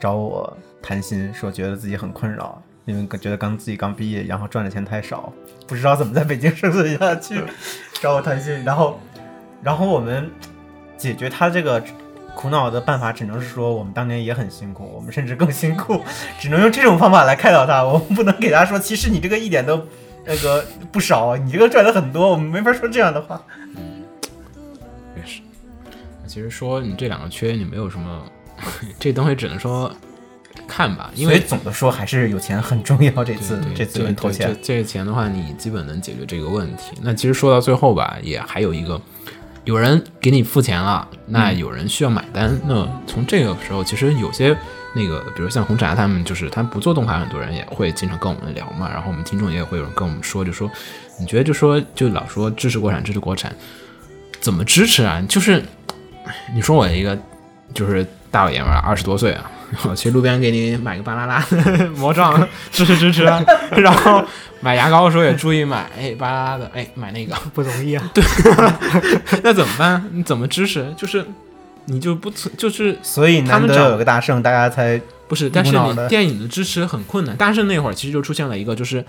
S1: 找我谈心，说觉得自己很困扰，因为觉得刚自己刚毕业，然后赚的钱太少，不知 道怎么在北京生存下去，找我谈心。然后，然后我们解决他这个苦恼的办法，只能是说我们当年也很辛苦，我们甚至更辛苦， 只能用这种方法来开导他。我们不能给他说，其实你这个一点都那个不少，你这个赚的很多，我们没法说这样的话。
S2: 也是。其实说你这两个缺，你没有什么， 这东西只能说看吧，因
S1: 所以
S2: 为
S1: 总的说，还是有钱很重要。这次
S2: 对对
S1: 这次
S2: 对
S1: 人投
S2: 对
S1: 钱
S2: 这，这个钱的话，你基本能解决这个问题。那其实说到最后吧，也还有一个，有人给你付钱了，那
S1: 嗯
S2: 有人需要买单。那从这个时候，其实有些那个，比如像红茶他们，就是他们不做动画，很多人也会经常跟我们聊嘛。然后我们听众也会有人跟我们说，就说你觉得就说就老说支持国产，支持国产，怎么支持啊？就是你说我一个就是大老爷们儿，二十多岁啊， 我去路边给你买个巴啦啦魔 杖，支持支持啊。然后买牙膏的时候也注意买，哎，巴啦啦的，哎，买那个，
S3: 不容易啊。
S2: 那怎么办？你怎么支持？就是你就不存就是
S1: 所以难
S2: 他们
S1: 得
S2: 找
S1: 有个大圣，大家才
S2: 不是？但是
S1: 无脑
S2: 你
S1: 的
S2: 电影的支持很困难。大圣那会儿其实就出现了一个，就是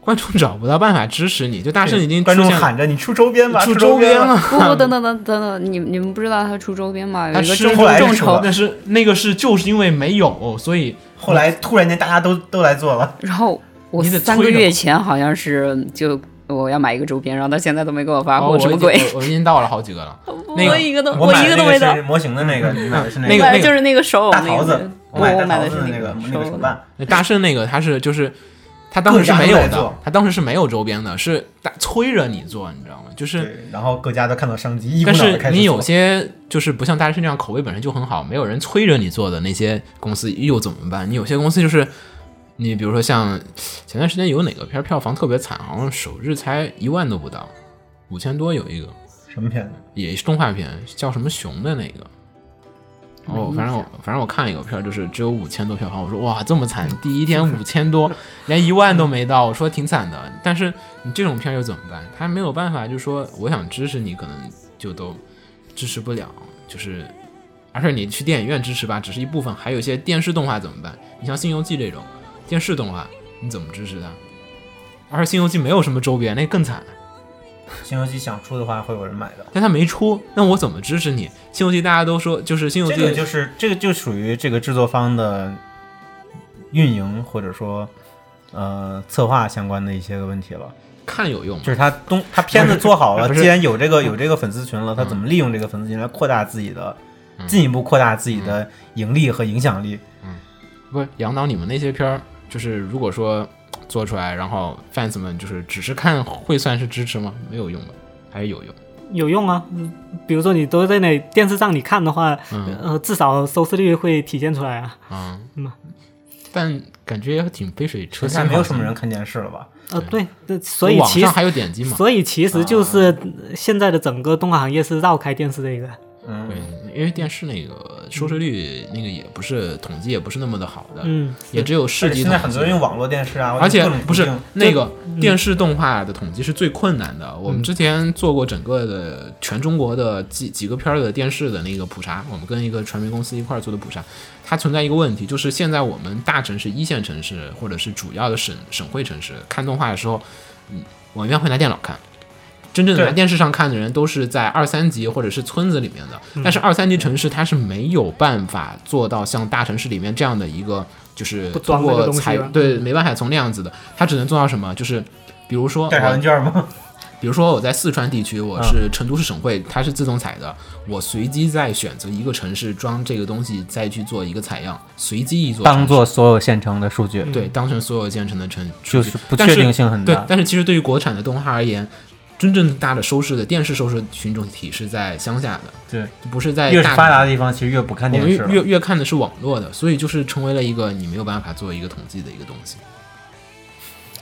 S2: 观众找不到办法支持你，就大圣已经
S1: 观
S2: 出
S1: 众
S2: 现了
S1: 喊着你出周边吧，
S2: 出
S1: 周
S2: 周边
S1: 吧。
S2: 了。
S4: 不不，等等等等等，你你们不知道他出周边吗？有
S2: 他
S4: 一个
S2: 是
S4: 重
S1: 后
S4: 中
S1: 来
S4: 众
S1: 是吧
S4: 筹，
S2: 但是那个是就是因为没有，所以
S1: 后来突然间大家都都来做 了，
S4: 然后我
S2: 你得
S4: 三个
S2: 催着
S4: 月前好像是就我要买一个周边，然后到现在都没给我发
S2: 哦
S4: 货，
S2: 我
S4: 什么
S2: 已经
S4: 鬼？
S2: 我我已经到了好几个了。那个
S4: 我一个都
S1: 我买
S4: 一
S1: 的
S4: 都
S1: 那
S4: 没
S1: 个
S4: 到
S1: 是，模型的那个，你买的是那
S2: 嗯那
S1: 个
S2: 个
S4: 买的就是那个手偶
S1: 大
S4: 那
S1: 桃
S4: 个
S1: 子，，
S4: 我
S1: 我买
S4: 买
S1: 桃
S4: 的
S1: 子
S4: 是
S1: 那个那
S4: 手
S1: 个
S4: 偶
S1: 手。办，
S2: 那大圣那个他是就是他当时是没有
S1: 各家都在
S2: 的
S1: 做，
S2: 他当时是没有周边的，是大催着你做，你知道吗？就是
S1: 对，然后各家都看到商机，一股
S2: 但
S1: 脑的
S2: 是
S1: 开始
S2: 你有
S1: 做
S2: 些就是不像大师那样口碑本身就很好，没有人催着你做的那些公司又怎么办？你有些公司就是，你比如说像前段时间有哪个片儿票房特别惨，好像首日才一万都不到，五千多有一个，
S1: 什么片子？
S2: 也是动画片，叫什么熊的那个。哦，反正我反正我看了一个片儿，就是只有五千多票房，我说哇这么惨，第一天五千多，连一万都没到，我说挺惨的。但是你这种片儿又怎么办？他没有办法，就是说我想支持你，可能就都支持不了，就是。而且你去电影院支持吧，只是一部分，还有一些电视动画怎么办？你像《新游记》这种电视动画，你怎么支持它？而且《新游记》没有什么周边，那更惨。
S1: 《新游记》想出的话，会有人买的。
S2: 但他没出，那我怎么支持你？《新游记》大家都说就是《新游
S1: 这
S2: 记
S1: 个》就是这个就属于这个制作方的运营或者说呃策划相关的一些个问题了。
S2: 看有用吗
S1: 就？是他东他片子做好了
S2: 不，是
S1: 既然有这个有这个粉丝群了，他怎么利用这个粉丝群来扩大自己的，进一步扩大自己的盈利和影响力？
S2: 不是杨导，你们那些片儿，就是如果说做出来，然后 fans 们就是只是看，会算是支持吗？没有用吧？还是有用？
S3: 有用啊。嗯比如说你都在那电视上你看的话，
S2: 嗯
S3: 呃，至少收视率会体现出来啊。
S2: 啊、
S3: 嗯
S2: 但感觉也挺杯水车
S1: 现
S2: 薪，
S1: 在没有什么人看电视了吧？
S3: 呃，
S2: 对
S3: 对，这所以
S2: 网
S3: 其
S2: 上
S3: 实
S2: 还有点击嘛？啊
S3: 所以其实就是现在的整个动画行业是绕开电视这个。
S1: 嗯
S2: 对，，因为电视那个收视率那个也不是统计也不是那么的好的，
S3: 嗯，
S2: 也只有市
S1: 而且
S2: 级
S1: 现
S2: 统
S1: 在
S2: 计。
S1: 很多人用网络电视啊，
S2: 而且
S1: 各种途
S2: 不是
S1: 径嗯
S2: 那个电视动画的统计是最困难的。我们之前做过整个的全中国的几几个片儿的电视的那个普查，我们跟一个传媒公司一块儿做的普查，它存在一个问题，就是现在我们大城市、一线城市或者是主要的省省会城市看动画的时候，嗯，我们一般会拿电脑看。真正拿
S1: 对
S2: 电视上看的人都是在二三级或者是村子里面的，
S3: 嗯
S2: 但是二三级城市它是没有办法做到像大城市里面这样的一个，就是
S3: 不
S2: 通
S3: 装那个
S2: 过
S3: 东西
S2: 采
S3: 了
S2: 对没办法从那样子的，他只能做到什么？就是比如说
S1: 调查问
S2: 我，
S1: 卷吗？
S2: 比如说我在四川地区，我是成都市省
S3: 嗯
S2: 会，它是自动采的，我随机再选择一个城市装这个东西，再去做一个采样，随机一座城市
S1: 所有县城的数据
S2: 对，当成所有建成的城，
S1: 就是不
S2: 但
S1: 确定性很
S2: 对
S1: 大，
S2: 但是其实对于国产的动画而言，真正大的收视的电视收视群众体是在乡下的，
S1: 对，
S2: 不是在
S1: 越是
S2: 大
S1: 发达
S2: 城
S1: 的地方，其实越不看
S2: 市。我
S1: 电
S2: 们
S1: 视
S2: 越
S1: 了。
S2: 越越看的是网络的，所以就是成为了一个你没有办法做一个统计的一个东西。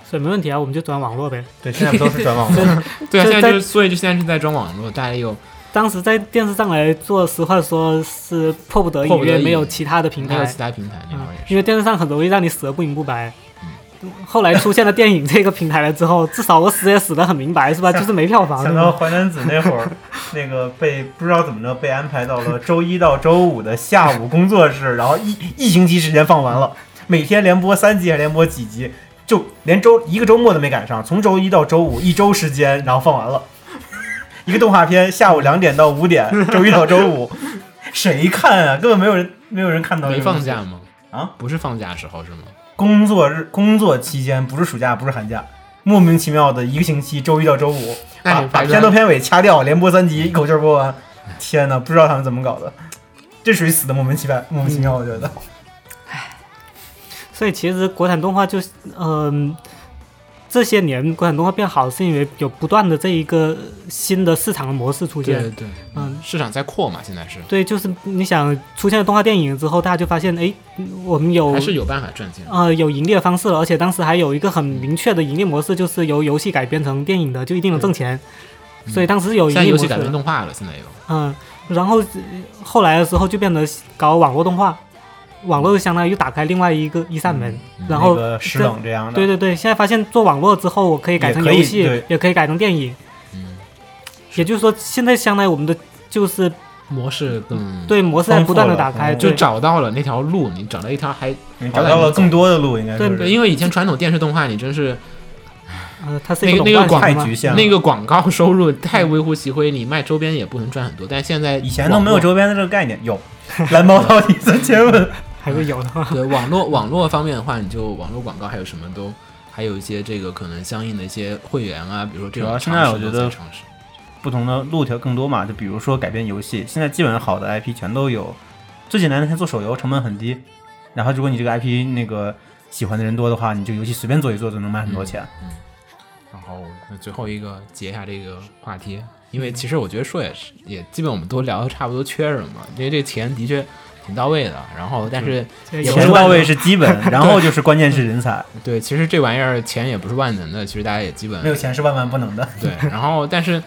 S3: 所以没问题啊，我们就转网络呗。
S1: 对，现在不都是转 网络？
S2: 对啊，现
S3: 就
S2: 在
S3: 在
S2: 就是所以就现在是在装网络，大家有
S3: 当时在电视上来做，实话说是迫不得已，
S2: 迫不得已
S3: 因为没有其他的平
S2: 没有
S3: 台
S2: 其，他平台那会
S3: 嗯
S2: 儿也
S3: 因
S2: 是。嗯
S3: 为电视上很容易让你死的不明不白。后来出现了电影这个平台了之后，至少我死也死得很明 白，是吧？就是没票房，
S1: 想
S3: 啊对
S1: 到
S3: 吧？
S1: 淮南子那会儿，那个被不知道怎么着被安排到了周一到周五的下午工作室，然后一一星期时间放完了，每天连播三集还连播几集，就连周一个周末都没赶上，从周一到周五一周时间，然后放完了。 一个动画片下午两点到五点，周一到周五，谁看啊？根本没有人，没有人看到。
S2: 没放假？吗？
S1: 啊，
S2: 不是放假时候是吗？
S1: 工作日、工作期间不是暑假，不是寒假，莫名其妙的一个星期，周一到周五，
S2: 哎
S1: 把把
S2: 白
S1: 片头片尾掐掉，连播三集，一口气儿播完。天哪，不知道他们怎么搞的，这属于死的莫名其妙，莫名其妙，我
S2: 嗯
S1: 觉得。
S3: 所以其实国产动画就是，嗯、这些年国产动画变好，是因为有不断的这一个新的市场的模式出现。
S2: 对，
S3: 嗯，
S2: 市场在扩嘛，现在是
S3: 对，就是你想出现了动画电影之后，大家就发现，哎，我们有
S2: 还是有办法赚钱。
S3: 呃有盈利的方式了，而且当时还有一个很明确的盈利模式，就是由游戏改编成电影的，就一定能挣钱。所以当时有
S2: 现在
S3: 盈利
S2: 游
S3: 模
S2: 戏
S3: 式
S2: 改编
S3: 了，
S2: 动画了，现在有。
S3: 嗯，然后呃后来的时候就变得搞网络动画，网络相当于打开另外一个一扇
S2: 嗯
S3: 门，然后
S1: 那个石
S3: 这
S1: 冷这样的，
S3: 对对对，现在发现做网络之后，我可以改成
S1: 也可以
S3: 游戏，
S1: 对
S3: 也可以改成电影。
S2: 嗯，
S3: 也就是说，现在相当于我们的就是
S2: 模式更，
S3: 对模式在不断的打
S1: 丰
S3: 开，
S1: 富
S2: 嗯就
S3: 对
S2: 找到了那条路，你找到一条还
S1: 你找到了更多的路，应该说
S2: 对，
S1: 是
S2: 因为以前传统电视动画，你真是
S3: 呃，它是一
S2: 那个那个
S3: 垄断
S1: 太
S3: 型的嘛
S1: 局限了。
S2: 那个广告收入太微乎其微，你卖周边也不能赚很多。但现在
S1: 以前都没有
S2: 网络
S1: 周边的这个概念，有蓝猫到底三千问，
S3: 还是有的 嘛。
S2: 对网络网络方面的话，你就网络广告还有什么都，还有一些这个可能相应的一些会员啊，比如说
S1: 主
S2: 这种
S1: 要
S2: 尝
S1: 现在
S2: 试
S1: 我
S2: 都
S1: 觉得
S2: 在尝试
S1: 不同的路条更多嘛。就比如说改编游戏，现在基本上好的 IP 全都有。最简单的，先做手游，成本很低。然后如果你这个 IP 那个喜欢的人多的话，你这个游戏随便做一做就能卖很多钱。
S2: 嗯然后那最后一个结一下这个话题，因为其实我觉得说也是，也基本我们都聊的差不多缺什么，因为这钱的确挺到位的。然后但是
S3: 这
S2: 也
S3: 有
S2: 不
S1: 钱
S2: 是
S3: 的
S1: 到位是基 本，然后就是关键是人才，
S2: 对，其实这玩意儿钱也不是万能的，其实大家也基本
S1: 没有钱是万万不能的。
S2: 对，然后但是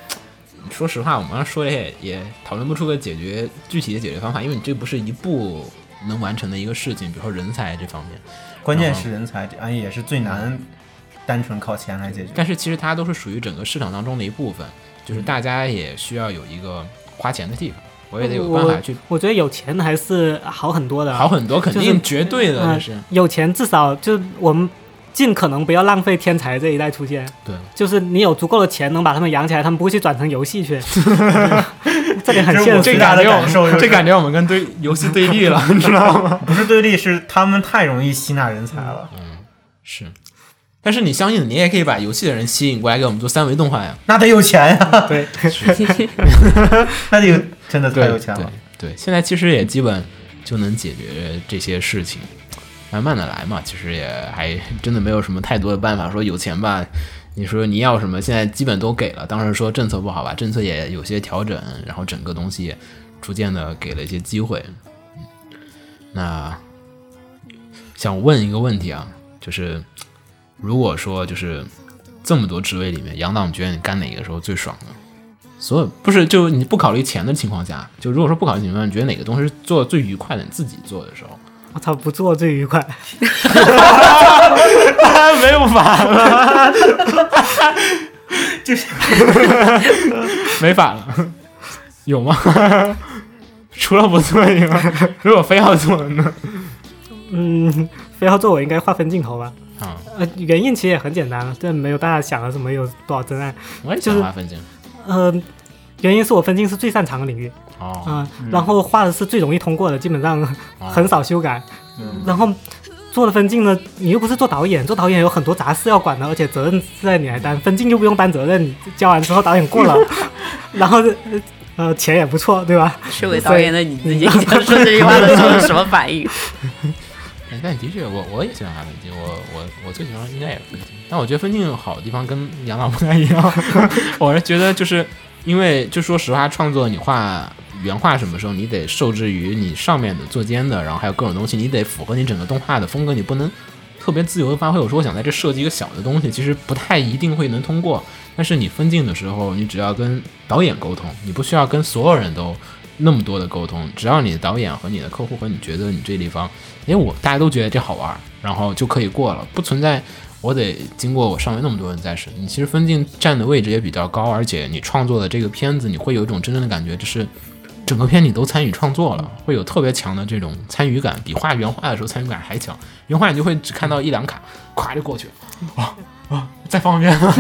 S2: 说实话，我们刚刚说的也也讨论不出个解决具体的解决方法，因为你这不是一步能完成的一个事情，比如说人才这方面。
S1: 关键是人才，这哎也是最难，
S2: 嗯
S1: 单纯靠钱来解决。
S2: 但是其实它都是属于整个市场当中的一部分，就是大家也需要有一个花钱的地方，我也得有办法去
S3: 我觉得有钱还是好很多的啊。
S2: 好很多，肯
S3: 就是
S2: 定绝对的，这是
S3: 嗯，有钱至少就我们尽可能不要浪费天才这一代出现。
S2: 对，
S3: 就是你有足够的钱能把他们养起来，他们不会去转成游 戏去。这点很
S1: 这是
S3: 现
S1: 我最
S3: 实。
S1: 大的感受就是
S2: 这感觉我们跟对游戏对立了，你知道吗？
S1: 不是对立，是他们太容易吸纳人才了。
S2: 嗯是。但是你相信，你也可以把游戏的人吸引过来给我们做三维动画呀。
S1: 那得有钱呀、
S3: 对，
S1: 那得有真的太有钱了。
S2: 嗯对。对，现在其实也基本就能解决这些事情，慢慢的来嘛。其实也还真的没有什么太多的办法。说有钱吧，你说你要什么，现在基本都给了。当时说政策不好吧，政策也有些调整，然后整个东西也逐渐的给了一些机会。嗯，那想问一个问题啊，就是如果说就是这么多职位里面，杨导，你觉得你干哪个时候最爽呢？所有不是就你不考虑钱的情况下，就如果说不考虑情况下，你觉得哪个东西是做得最愉快的？你自己做的时候，
S3: 我操，不做最愉快。
S2: 没有法了，就是 没法了，有吗？ 除了不做以外，如果非要做呢？
S3: 嗯，非要做我应该划分镜头吧。
S2: 啊、
S3: 呃，原因其实也很简单，这没有大家想的什么有多少真爱。
S2: 我也想划分镜
S3: 呃，原因是我分镜是最擅长的领域
S2: 哦，
S3: 啊、
S1: 嗯
S3: 然后画的是最容易通过的，基本上
S1: 哦
S3: 很少修改。
S1: 嗯
S3: 然后做了分镜呢，你又不是做导演，做导演有很多杂事要管的，而且责任是在你来担，分镜就不用担责任，你交完之后导演 过了，然后呃呃钱也不错，对吧？
S4: 身为导演的你自 己，你刚说这句话的时候是什么反应？
S2: 哎但的确，我我也喜欢划分镜，我我我最喜欢应该也是分镜，但我觉得分镜好的地方跟养老 不太一样，我是觉得就是因为就说实话，创作你画原画什么时候，你得受制于你上面的做监的，然后还有各种东西，你得符合你整个动画的风格，你不能特别自由的发挥。我说我想在这设计一个小的东西，其实不太一定会能通过，但是你分镜的时候，你只要跟导演沟通，你不需要跟所有人都。那么多的沟通，只要你的导演和你的客户和你觉得你这地方因为我大家都觉得这好玩儿，然后就可以过了，不存在我得经过我上面那么多人再审。你其实分镜站的位置也比较高，而且你创作的这个片子，你会有一种真正的感觉，就是整个片你都参与创作了，会有特别强的这种参与感，比画原画的时候参与感还强。原画你就会只看到一两卡，咵就过去了，啊啊，
S5: 再方便了。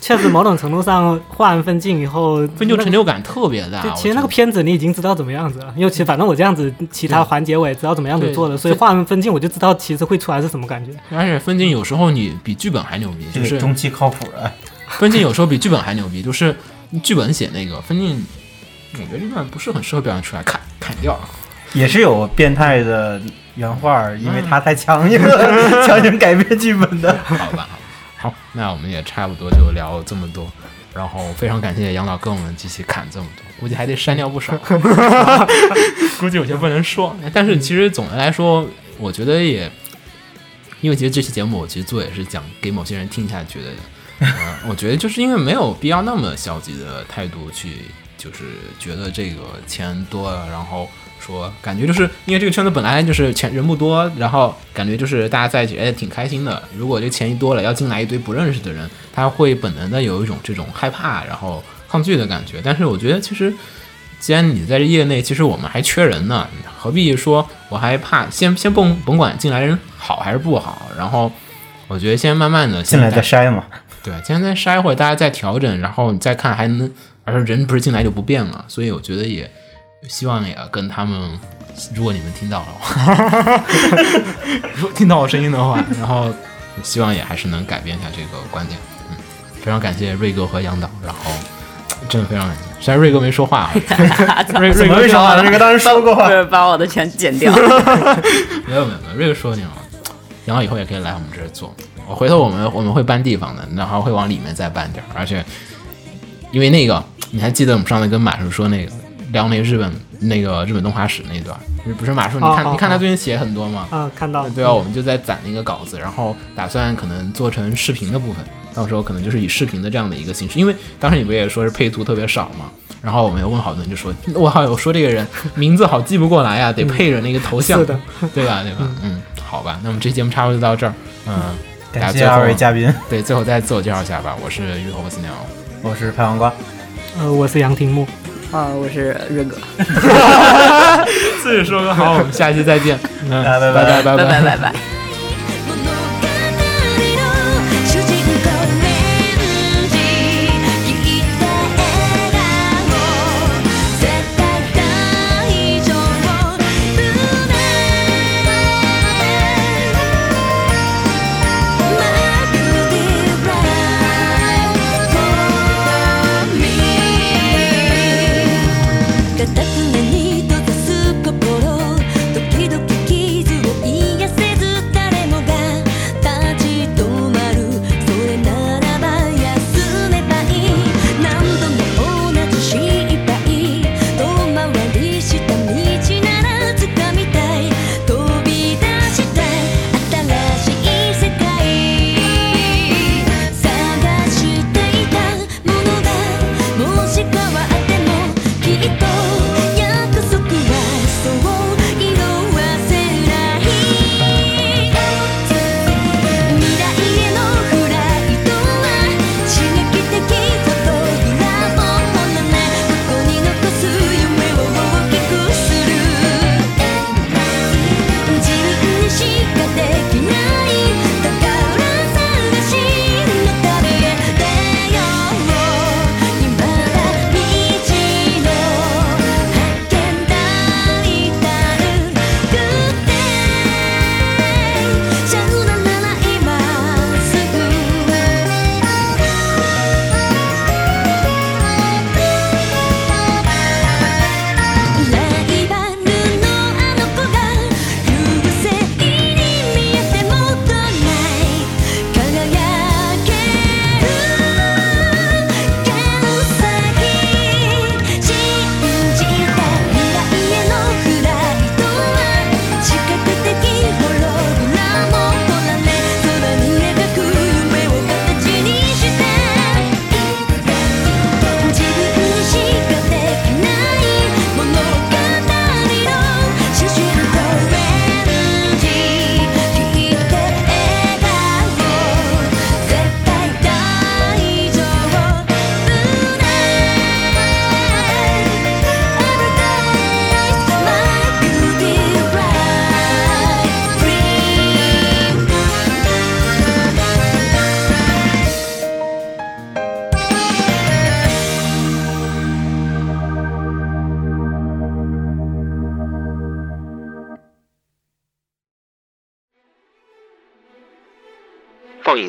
S3: 确实某种程度上画完分镜以后，
S2: 分就成就感特别大。
S3: 就
S2: 我
S3: 其实
S2: 觉
S3: 那
S2: 得
S3: 个片子你已经知道怎么样子了，因为其实反正我这样子，其他环节我也知道怎么样子做的，所以画完分镜我就知道其实会出来是什么感觉。
S2: 而且分镜有时候你比剧本还牛逼，
S1: 这
S2: 就
S1: 个
S2: 是
S1: 中期靠谱啊，
S2: 分镜有时候比剧本还牛逼，就是剧本写那个分镜，我觉得这段不是很适合表现出来，砍砍掉。
S1: 也是有变态的原画，因
S2: 嗯
S1: 为他太强硬了， 强行改变剧本的。
S2: 好吧，好，那我们也差不多就聊这么多，然后非常感谢杨导跟我们一起砍这么多，估计还得删掉不少，啊 估计有些不能说。但是其实总的来说，我觉得也，因为其实这期节目我其实做也是讲给某些人听一下，觉得，呃，我觉得就是因为没有必要那么消极的态度去，就是觉得这个钱多了，然后。说感觉就是因为这个圈子本来就是钱人不多，然后感觉就是大家在一起哎挺开心的。如果这钱一多了，要进来一堆不认识的人，他会本能的有一种这种害怕，然后抗拒的感觉。但是我觉得其实，既然你在这业内，其实我们还缺人呢，你何必说我还怕？先先甭甭管进来人好还是不好，然后我觉得先慢慢 的
S1: 进来再筛嘛，
S2: 对，今天再筛一会儿，大家再调整，然后你再看还能，而且人不是进来就不变了，所以我觉得也希望也跟他们，如果你们听到了，如果听到我声音的话，然后希望也还是能改变一下这个观点。嗯，非常感谢瑞哥和杨导，然后真的非常感谢，虽然瑞哥没说话啊，瑞瑞
S1: 怎么
S2: 哥
S1: 没说话？
S2: 呢？
S1: 这个当时说过
S4: 不。是把我的全剪掉。
S2: 没有没有没有，瑞哥说你了，然后以后也可以来我们这儿做。我回头我们我们会搬地方的，然后会往里面再搬点儿。而且，因为那个你还记得我们上次跟马叔说那个聊那个日本那个日本动画史那一段，不是马叔？你看、
S3: 哦哦
S2: 你看他
S3: 哦
S2: 最近写很多吗？
S3: 啊、看到
S2: 对啊，我们就在攒那个稿子，然后打算可能做成视频的部分，到时候可能就是以视频的这样的一个形式，因为当时你不也说是配图特别少嘛，然后我们又问好多人就说，我好有说这个人名字好记不过来呀、得配着那个头像，
S3: 嗯是的
S2: 对吧？对吧？嗯，好吧，那我们这期节目差不多就到这儿，嗯，大
S1: 感
S2: 家
S1: 谢
S2: 最
S1: 二位
S2: 后
S1: 嘉宾，
S2: 对最后再自我介绍一下吧，我是鱼头四鸟，
S1: 我是拍黄瓜，
S3: 呃，我是杨廷木，
S4: 啊，我是瑞哥，
S2: 自己
S3: 嗯
S2: 说个好，我们下期再 见，嗯，
S1: 拜拜
S2: 拜拜拜
S4: 拜拜拜拜。
S6: 物語の主人公メンジ聞いた笑顔絶対大丈夫なのマークディライフォーミーかたくなに閉ざす心時々傷を癒せず
S5: 放映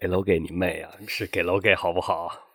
S7: 给楼给你妹啊！是给楼给好不好？